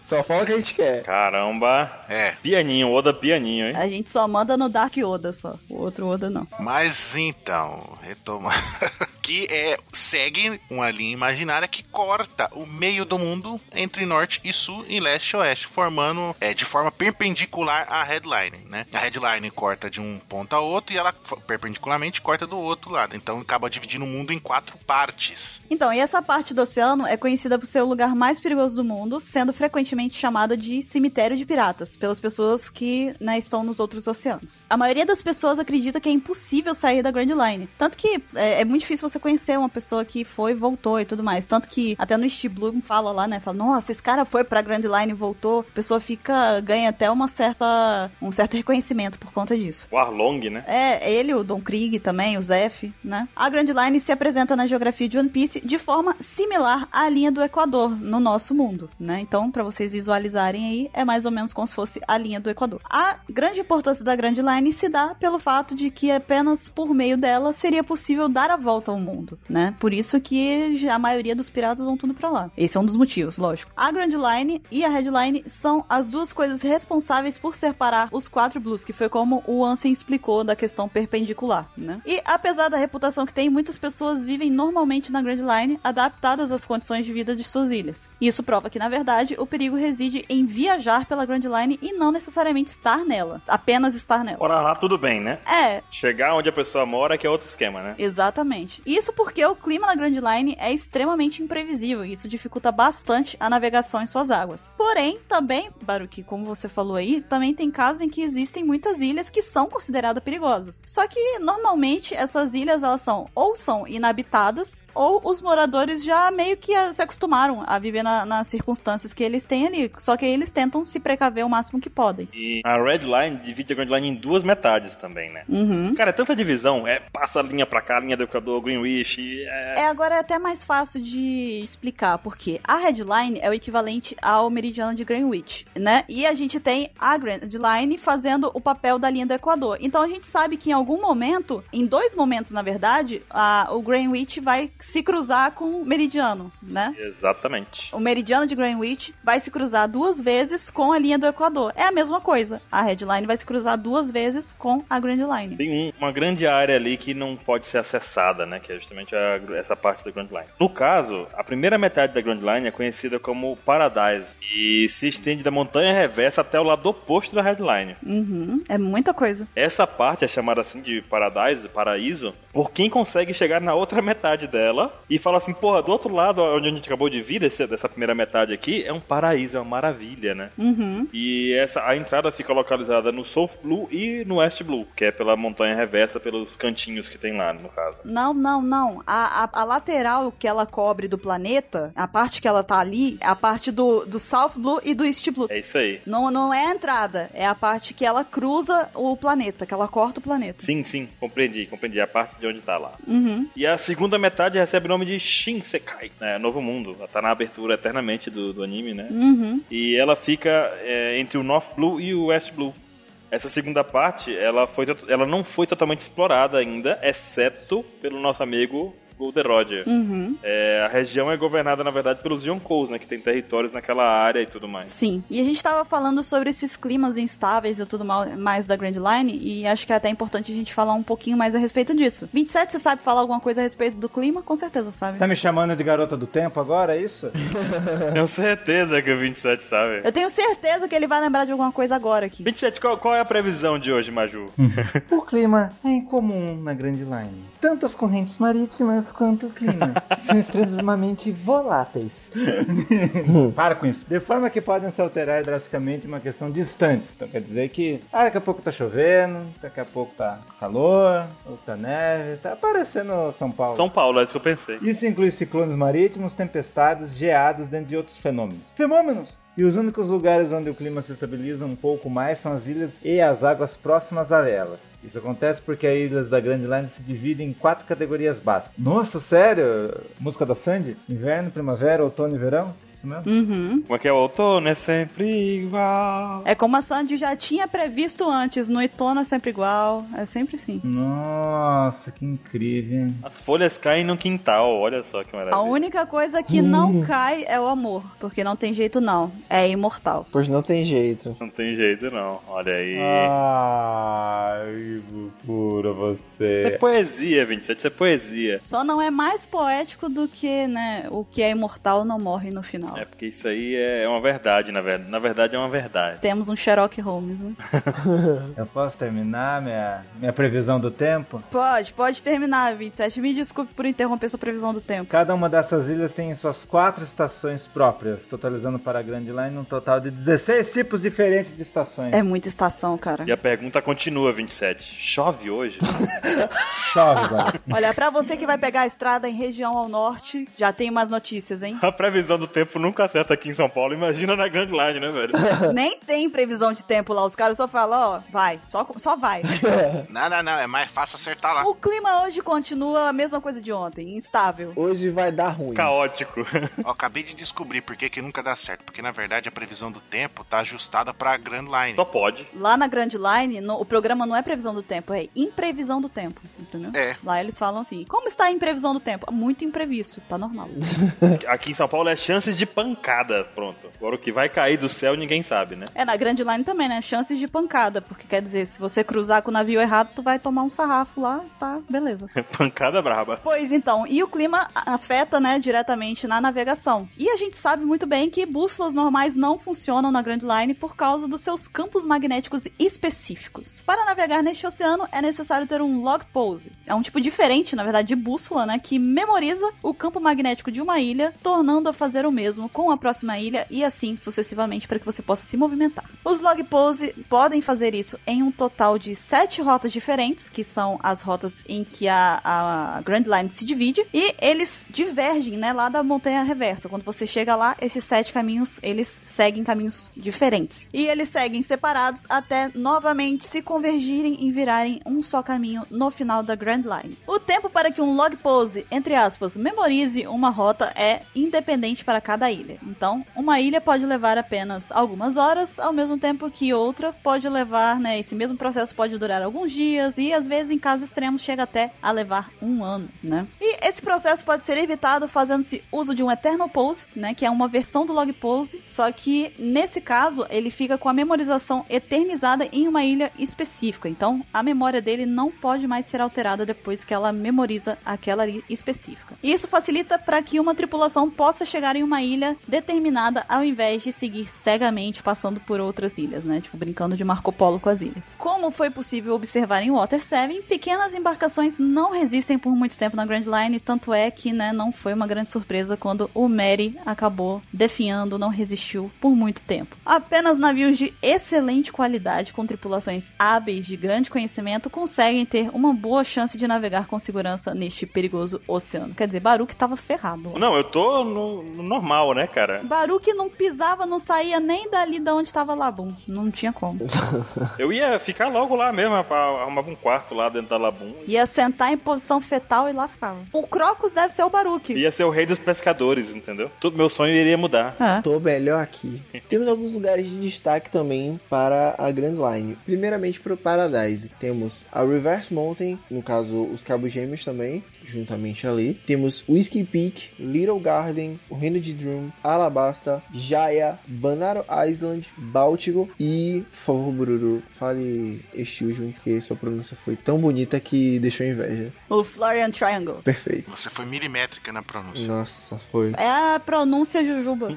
S2: Só fala o que a gente quer.
S1: Caramba.
S5: É,
S1: Pianinho, Oda pianinho, hein?
S3: A gente só manda no Dark Oda só. O outro Oda não.
S5: mas então, retoma. que é, segue uma linha imaginária que corta o meio do mundo entre norte e sul e leste e oeste, formando é, de forma perpendicular à headline, né? A headline corta de um ponto a outro e ela f- perpendicularmente corta do outro lado. Então acaba dividindo o mundo em quatro partes.
S3: Então, e essa parte do oceano é conhecida por ser o lugar mais perigoso do mundo, sendo frequentemente chamada de cemitério de piratas, pelas pessoas que né, estão nos outros oceanos. A maioria das pessoas acredita que é impossível sair da Grand Line. Tanto que é, é muito difícil você conhecer uma pessoa que foi, voltou e tudo mais. Tanto que até no Steve Bloom fala lá, né? Fala, nossa, esse cara foi pra Grand Line e voltou. A pessoa fica, ganha até uma certa, um certo reconhecimento por conta disso.
S1: O Arlong, né?
S3: É, ele, o Don Krieg também, o Zef, né? A Grand Line se apresenta na geografia de One Piece de forma similar à linha do Equador no nosso mundo, né? Então, pra vocês visualizarem aí, é mais ou menos como se fosse a linha do Equador. A grande importância da Grand Line se dá pelo fato de que apenas por meio dela seria possível dar a volta ao mundo, né? Por isso que já a maioria dos piratas vão tudo pra lá. Esse é um dos motivos, lógico. A Grand Line e a Red Line são as duas coisas responsáveis por separar os quatro blues, que foi como o Ansem explicou da questão perpendicular, né? E apesar da reputação que tem, muitas pessoas vivem normalmente na Grand Line, adaptadas às condições de vida de suas ilhas. Isso prova que, na verdade, o perigo reside em viajar pela Grand Line e não necessariamente estar nela, apenas estar nela.
S1: Ora lá, tudo bem, né?
S3: É,
S1: Chegar onde a pessoa mora que é outro esquema, né?
S3: Exatamente. Isso porque o clima na Grand Line é extremamente imprevisível e isso dificulta bastante a navegação em suas águas. Porém, também, Baruki, como você falou aí, também tem casos em que existem muitas ilhas que são consideradas perigosas. Só que normalmente essas ilhas elas são ou são inabitadas ou os moradores já meio que eh, se acostumaram a viver na- nas circunstâncias que eles têm ali. Só que aí eles tentam se precaver o máximo que podem.
S1: E a Red Line divide a Grand Line em duas metades também, né?
S3: Uhum.
S1: Cara, é tanta divisão. É passa a linha pra cá, a linha do Equador, Greenwich. e É...
S3: É, agora é até mais fácil de explicar, porque a Redline é o equivalente ao meridiano de Greenwich, né? E a gente tem a Grand Line fazendo o papel da linha do Equador. Então a gente sabe que em algum momento, em dois momentos na verdade, a- o Greenwich vai se cruzar com o meridiano, né?
S1: Exatamente.
S3: O meridiano de Greenwich vai se cruzar duas vezes com a linha do Equador. É a mesma coisa. A Redline vai se cruzar duas vezes com a Grand Line.
S1: Tem um- uma grande área ali que não pode ser acessada, né? Que é justamente a- essa parte da Grand Line. No caso, a primeira metade da Grand Line é conhecida como Paradise e se estende da montanha reversa até o lado oposto da Red Line.
S3: Uhum, é muita coisa.
S1: Essa parte é chamada assim de Paradise, Paraíso, por quem consegue chegar na outra metade dela e fala assim, porra, do outro lado, onde a gente acabou de vir, desse- dessa primeira metade aqui, é um paraíso, é uma maravilha, né?
S3: Uhum.
S1: E essa, a entrada fica localizada no South Blue e no West Blue, que é pela montanha reversa, pelos cantinhos que tem lá, no caso.
S3: Não, não, não. A, a, a lateral que ela cobre do planeta, a parte que ela tá ali, é a parte do, do South Blue e do East Blue.
S1: É isso aí.
S3: Não, não é a entrada, é a parte que ela cruza o planeta, que ela corta o planeta.
S1: Sim, sim, compreendi, compreendi. É A parte de onde tá lá.
S3: Uhum.
S1: E a segunda metade recebe o nome de Shinsekai, né? Novo Mundo. Ela tá na abertura eternamente do, do anime, né?
S3: Uhum.
S1: E ela fica é, entre o North Blue e o West Blue. Essa segunda parte, ela, foi, ela não foi totalmente explorada ainda, exceto pelo nosso amigo Golderódia.
S3: Uhum.
S1: É, a região é governada, na verdade, pelos Yonkous, né? Que tem territórios naquela área e tudo mais.
S3: Sim. E a gente tava falando sobre esses climas instáveis e tudo mal- mais da Grand Line, e acho que é até importante a gente falar um pouquinho mais a respeito disso. 27, você sabe falar alguma coisa a respeito do clima? Com certeza sabe.
S4: Tá me chamando de garota do tempo agora, é isso?
S1: Tenho certeza que o 27 sabe.
S3: Eu tenho certeza que ele vai lembrar de alguma coisa agora aqui.
S1: 27, qual, qual é a previsão de hoje, Maju?
S4: O clima é incomum na Grand Line. Tanto as correntes marítimas quanto o clima são extremamente voláteis. Para com isso. De forma que podem se alterar drasticamente uma questão de instantes. Então quer dizer que ah, daqui a pouco tá chovendo, daqui a pouco tá calor, ou tá neve, tá parecendo São Paulo.
S1: São Paulo, é isso que eu pensei.
S4: Isso inclui ciclones marítimos, tempestades, geadas, dentre outros fenômenos. Fenômenos! E os únicos lugares onde o clima se estabiliza um pouco mais são as ilhas e as águas próximas a elas. Isso acontece porque as ilhas da Grand Line se dividem em quatro categorias básicas. Nossa, sério? Música da Sandy? Inverno, primavera, outono e verão? Isso mesmo?
S3: Uhum.
S1: Como é que é o outono? É sempre igual.
S3: É como a Sandy já tinha previsto antes, no outono é sempre igual, é sempre assim.
S4: Nossa, que incrível.
S1: As folhas caem no quintal, olha só que maravilha.
S3: A única coisa que não cai é o amor, porque não tem jeito não, é imortal.
S2: Pois não tem jeito.
S1: Não tem jeito não, olha aí.
S4: Ai, que loucura
S1: Isso é
S4: você.
S1: poesia, 27, isso é poesia.
S3: Só não é mais poético do que, né, o que é imortal não morre no final.
S1: É porque isso aí é uma verdade, na verdade. Na verdade é uma verdade.
S3: Temos um Sherlock Holmes, né?
S4: Eu posso terminar minha, minha previsão do tempo?
S3: Pode, pode terminar, 27. Me desculpe por interromper sua previsão do tempo.
S4: Cada uma dessas ilhas tem suas quatro estações próprias, totalizando para a Grand Line um total de 16 tipos diferentes de estações.
S3: É muita estação, cara.
S1: E a pergunta continua, 27. Chove hoje?
S4: Chove, velho.
S3: Olha, pra você que vai pegar a estrada em região ao norte, já tem umas notícias, hein?
S1: a previsão do tempo nunca acerta aqui em São Paulo. Imagina na Grand Line, né, velho?
S3: Nem tem previsão de tempo lá. Os caras só falam, ó, vai, só, só vai.
S5: Não, não, não. É mais fácil acertar lá.
S3: o clima hoje continua a mesma coisa de ontem, instável.
S2: Hoje vai dar ruim.
S1: Caótico.
S5: Ó, acabei de descobrir por que, que nunca dá certo. Porque na verdade a previsão do tempo tá ajustada pra Grand Line.
S1: Só pode.
S3: Lá na Grand Line, no- o programa não é previsão do tempo, é imprevisão do tempo, entendeu?
S5: É.
S3: Lá eles falam assim, como está a imprevisão do tempo? Muito imprevisto, tá normal.
S1: Aqui em São Paulo é chances de pancada, pronto. Agora o que vai cair do céu ninguém sabe, né?
S3: É, na Grand Line também, né? Chances de pancada, porque quer dizer, se você cruzar com o navio errado, tu vai tomar um sarrafo lá, tá, beleza.
S1: Pancada braba.
S3: Pois então, e o clima a- afeta, né, diretamente na navegação. E a gente sabe muito bem que bússolas normais não funcionam na Grand Line por causa dos seus campos magnéticos específicos. Para navegar neste oceano é necessário ter um log pose. É um tipo diferente, na verdade, de bússola, né, que memoriza o campo magnético de uma ilha, tornando-a fazer o mesmo com a próxima ilha e assim sucessivamente para que você possa se movimentar. Os log pose podem fazer isso em um total de sete rotas diferentes, que são as rotas em que a, a Grand Line se divide, e eles divergem, né, lá da montanha reversa. Quando você chega lá, esses sete caminhos, eles seguem caminhos diferentes. E eles seguem separados até novamente se convergirem e virarem um só caminho no final da Grand Line. O tempo para que um log pose, entre aspas, memorize uma rota é independente para cada ilha. Então, uma ilha pode levar apenas algumas horas, ao mesmo tempo que outra pode levar, né? Esse mesmo processo pode durar alguns dias e às vezes, em casos extremos, chega até a levar um ano, né? E esse processo pode ser evitado fazendo-se uso de um Eternal Pose, né? Que é uma versão do log pose, só que nesse caso ele fica com a memorização eternizada em uma ilha específica. Então, a memória dele não pode mais ser alterada depois que ela memoriza aquela ali específica. Isso facilita para que uma tripulação possa chegar em uma ilha determinada ao invés de seguir cegamente passando por outras ilhas, né? Tipo, brincando de Marco Polo com as ilhas. Como foi possível observar em Water 7, pequenas embarcações não resistem por muito tempo na Grand Line, tanto é que, né, não foi uma grande surpresa quando o Mary acabou definhando, não resistiu por muito tempo. Apenas navios de excelente qualidade, com tripulações hábeis de grande conhecimento, conseguem ter uma boa chance de navegar com segurança neste perigoso oceano. Quer dizer, Baruch tava ferrado.
S1: Não, eu tô no, no normal, né, cara?
S3: Baruch não pisava, não saía nem dali de onde tava Labum. Não tinha como.
S1: Eu ia ficar logo lá mesmo, rapaz. Arrumava um quarto lá dentro da Labum.
S3: Ia sentar em posição fetal e lá ficava. O Crocus deve ser o Baruque.
S1: Ia ser o rei dos pescadores, entendeu? Tudo meu sonho iria mudar.
S3: É.
S2: Tô melhor aqui. Temos alguns lugares de destaque também para a Grand Line. Primeiramente para o Paradise. Temos a Reverse Mountain, no caso os Cabos Gêmeos também, juntamente ali. Temos Whiskey Peak, Little Garden, o Reino de Drum, Alabasta, Jaya, Banaro Island, Báltico e, por favor, Bururu, fale este último porque sua pronúncia foi tão bonita que deixou inveja.
S3: O Florian Triangle.
S2: Perfeito.
S5: Você foi milimétrica na pronúncia.
S2: Nossa, foi.
S3: É a pronúncia Jujuba.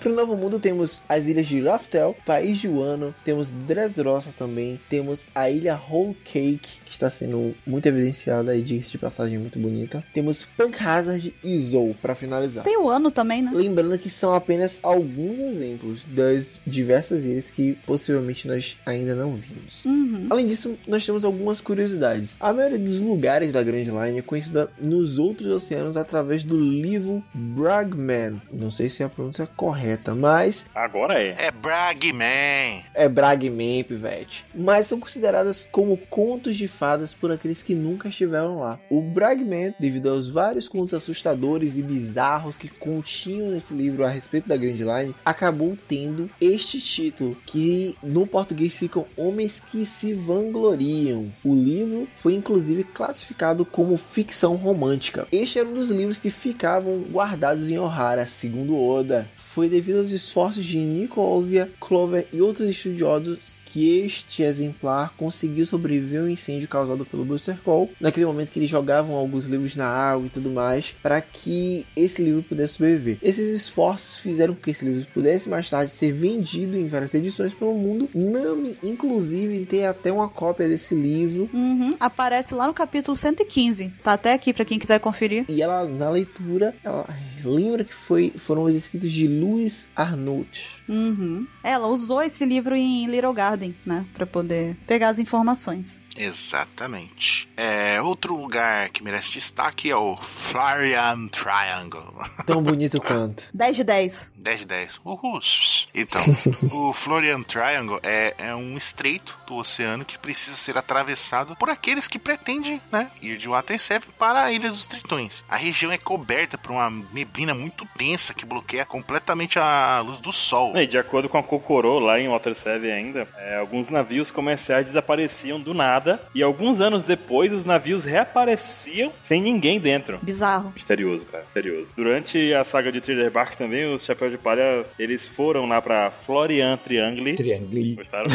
S2: Pro Novo Mundo temos as ilhas de Raftel, País de Wano, temos Dressrosa também, temos a ilha Whole Cake, que está sendo muito evidenciada e diga-se de passagem muito bonita. Temos Punk Hazard e Zou para finalizar.
S3: Tem o ano também, né?
S2: Lembrando que são apenas alguns exemplos das diversas ilhas que possivelmente nós ainda não vimos.
S3: Uhum.
S2: Além disso, nós temos algumas curiosidades. A maioria dos lugares da Grand Line é conhecida nos outros oceanos através do livro Bragman. Não sei se é a pronúncia correta, mas
S1: Agora é.
S5: É Bragman.
S2: é Bragman, pivete. Mas são consideradas como contos de fadas por aqueles que nunca estiveram lá. O Bragman, devido aos vários contos assustadores e bizarros que continham nesse livro a respeito da Grand Line, acabou tendo este título, que no português ficam Homens que se vangloriam. O livro foi inclusive classificado como ficção romântica. Este era um dos livros que ficavam guardados em Ohara, segundo Oda. Foi devido aos esforços de Nico Olvia, Clover e outros estudiosos que este exemplar conseguiu sobreviver ao incêndio causado pelo Buster Call, naquele momento que eles jogavam alguns livros na água e tudo mais, para que esse livro pudesse sobreviver. Esses esforços fizeram com que esse livro pudesse mais tarde ser vendido em várias edições pelo mundo. Nami, inclusive, tem até uma cópia desse livro
S3: Uhum. Aparece lá no capítulo 115. Tá até aqui pra quem quiser conferir.
S2: E ela, na leitura, ela lembra que foi, foram os escritos de Louis Arnault.
S3: Uhum. Ela usou esse livro em Little Garden, né? Pra poder pegar as informações.
S5: Exatamente. É, outro lugar que merece destaque é o Florian Triangle.
S2: Tão bonito quanto.
S3: 10 de 10.
S5: 10 de 10. Uhul. Então, o Florian Triangle é, é um estreito do oceano que precisa ser atravessado por aqueles que pretendem né, ir de Water 7 para a Ilha dos Tritões. A região é coberta por uma neblina muito densa que bloqueia completamente a luz do sol.
S1: E de acordo com a Kokoro, lá em Water 7 ainda, é, alguns navios comerciais desapareciam do nada e alguns anos depois os navios reapareciam sem ninguém dentro.
S3: Bizarro.
S1: Misterioso, cara, misterioso. Durante a saga de Thriller Bark também, os Chapéu de Palha, eles foram lá pra Florian Triangle.
S4: Triangle.
S1: Gostaram?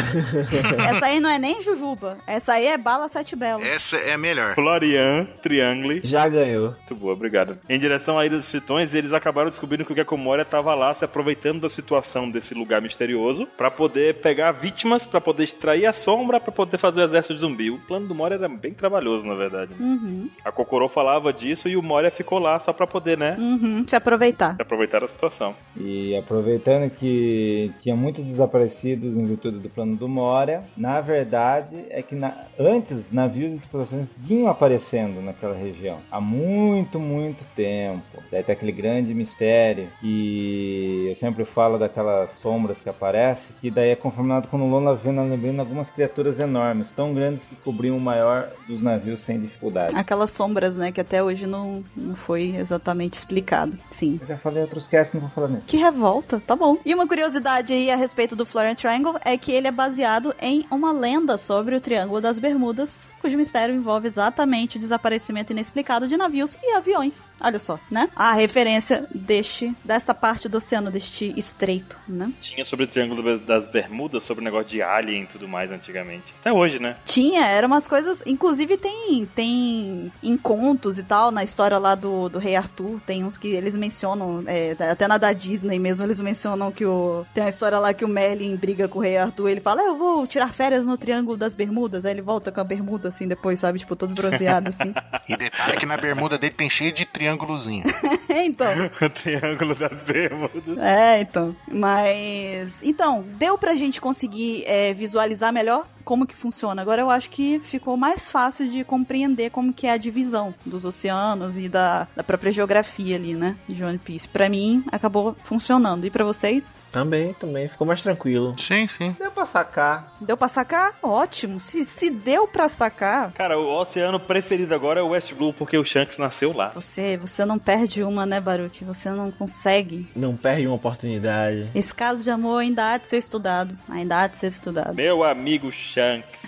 S3: Essa aí não é nem Jujuba. Essa aí é Bala Sete Belo.
S5: Essa é a melhor.
S1: Florian Triangle.
S2: Já ganhou.
S1: Muito boa, obrigado. Em direção à Ilha dos Tritões, eles acabaram descobrindo que o Geckomoria estava lá se aproveitando da situação desse lugar misterioso para poder pegar vítimas, para poder extrair a sombra, para poder fazer o exército zumbi. O plano do Moria era bem trabalhoso, na verdade. né?
S3: Uhum.
S1: A Kokoro falava disso e o Moria ficou lá só para poder, né,
S3: Uhum. Se aproveitar.
S1: se aproveitar a situação.
S4: E aproveitando que tinha muitos desaparecidos em virtude do plano do Moria, na verdade é que na- antes navios e tripulações vinham aparecendo naquela região há muito, muito tempo. Daí tem aquele grande mistério e eu sempre falo daquelas sombras que aparecem, que daí é confirmado quando o Lola vê na neblina algumas criaturas enormes, tão grandes que cobriam o maior dos navios sem dificuldade.
S3: Aquelas sombras, né? Que até hoje não, não foi exatamente explicado. Sim.
S4: Eu já falei em outros casts, não vou falar nisso.
S3: Que revolta, tá bom. E uma curiosidade aí a respeito do Florian Triangle é que ele é baseado em uma lenda sobre o Triângulo das Bermudas, cujo mistério envolve exatamente o desaparecimento inexplicado de navios e aviões. Olha só, né? A referência deste, dessa parte do oceano, deste estreito, né?
S1: Tinha sobre o Triângulo das Bermudas, sobre o negócio de alien e tudo mais antigamente. Até hoje, né?
S3: Tinha, eram umas coisas. Inclusive, tem, tem em contos e tal, na história lá do, do Rei Arthur, tem uns que eles mencionam, é, até na da Disney mesmo, eles mencionam que o. Tem a história lá que o Merlin briga com o Rei Arthur, ele fala, "Ah, eu vou tirar férias no Triângulo das Bermudas, aí ele volta com a bermuda assim depois, sabe? Tipo, todo bronzeado assim.
S5: E detalhe que na bermuda dele tem cheio de triângulozinho.
S3: então.
S1: O Triângulo das Bermudas.
S3: É, então. Mas. Então, deu pra gente conseguir é, visualizar melhor como que funciona. Agora eu acho que ficou mais fácil de compreender como que é a divisão dos oceanos e da, da própria geografia ali, né? De One Piece. Pra mim, acabou funcionando. E pra vocês?
S2: Também, também. Ficou mais tranquilo.
S5: Sim, sim.
S4: Deu pra sacar.
S3: Deu pra sacar? Ótimo. Se, se deu pra sacar,
S1: Cara, o oceano preferido agora é o West Blue, porque o Shanks nasceu lá.
S3: você, você não perde uma, né, Baruch? Você não consegue.
S2: Não perde uma oportunidade.
S3: Esse caso de amor ainda há de ser estudado. Ainda há de ser estudado.
S1: Meu amigo Shanks.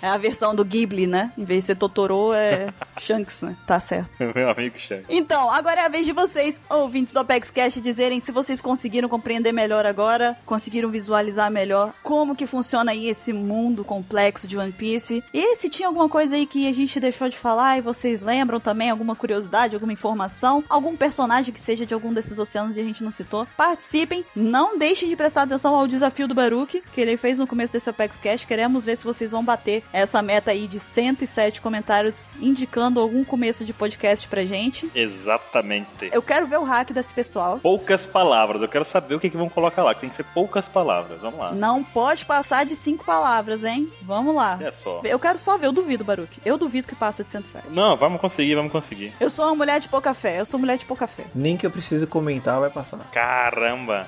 S3: É a versão do Ghibli, né? Em vez de ser Totoro, é Shanks, né? Tá certo.
S1: Meu amigo Shanks.
S3: Então, agora é a vez de vocês, ouvintes do Apex Cash, dizerem se vocês conseguiram compreender melhor agora, conseguiram visualizar melhor como que funciona aí esse mundo complexo de One Piece. E se tinha alguma coisa aí que a gente deixou de falar e vocês lembram também, alguma curiosidade, alguma informação, algum personagem que seja de algum desses oceanos e a gente não citou, participem. Não deixem de prestar atenção ao desafio do Baruque, que ele fez no começo desse Apex Cash. Queremos ver se vocês vão bater essa meta aí de 107 comentários indicando algum começo de podcast pra gente.
S1: Exatamente.
S3: Eu quero ver o hack desse pessoal.
S1: Poucas palavras. Eu quero saber o que, que vão colocar lá. que Tem que ser poucas palavras. Vamos lá.
S3: Não pode passar de cinco palavras, hein? Vamos lá.
S1: É só.
S3: Eu quero só ver, eu duvido, Baruque. Eu duvido que passa de 107.
S1: Não, vamos conseguir, vamos conseguir.
S3: Eu sou uma mulher de pouca fé, eu sou mulher de pouca fé.
S2: Nem que eu precise comentar, vai passar.
S1: Caramba.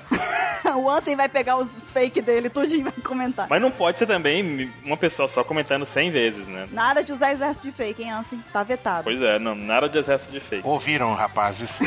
S3: o Ansem vai pegar os fake dele, tudinho vai comentar.
S1: Mas não pode ser também uma pessoa só comentando 100 vezes, né?
S3: Nada de usar exército de fake, hein, Ansem? Tá vetado.
S1: Pois é, não, nada de excesso de fake.
S5: Ouviram, rapazes?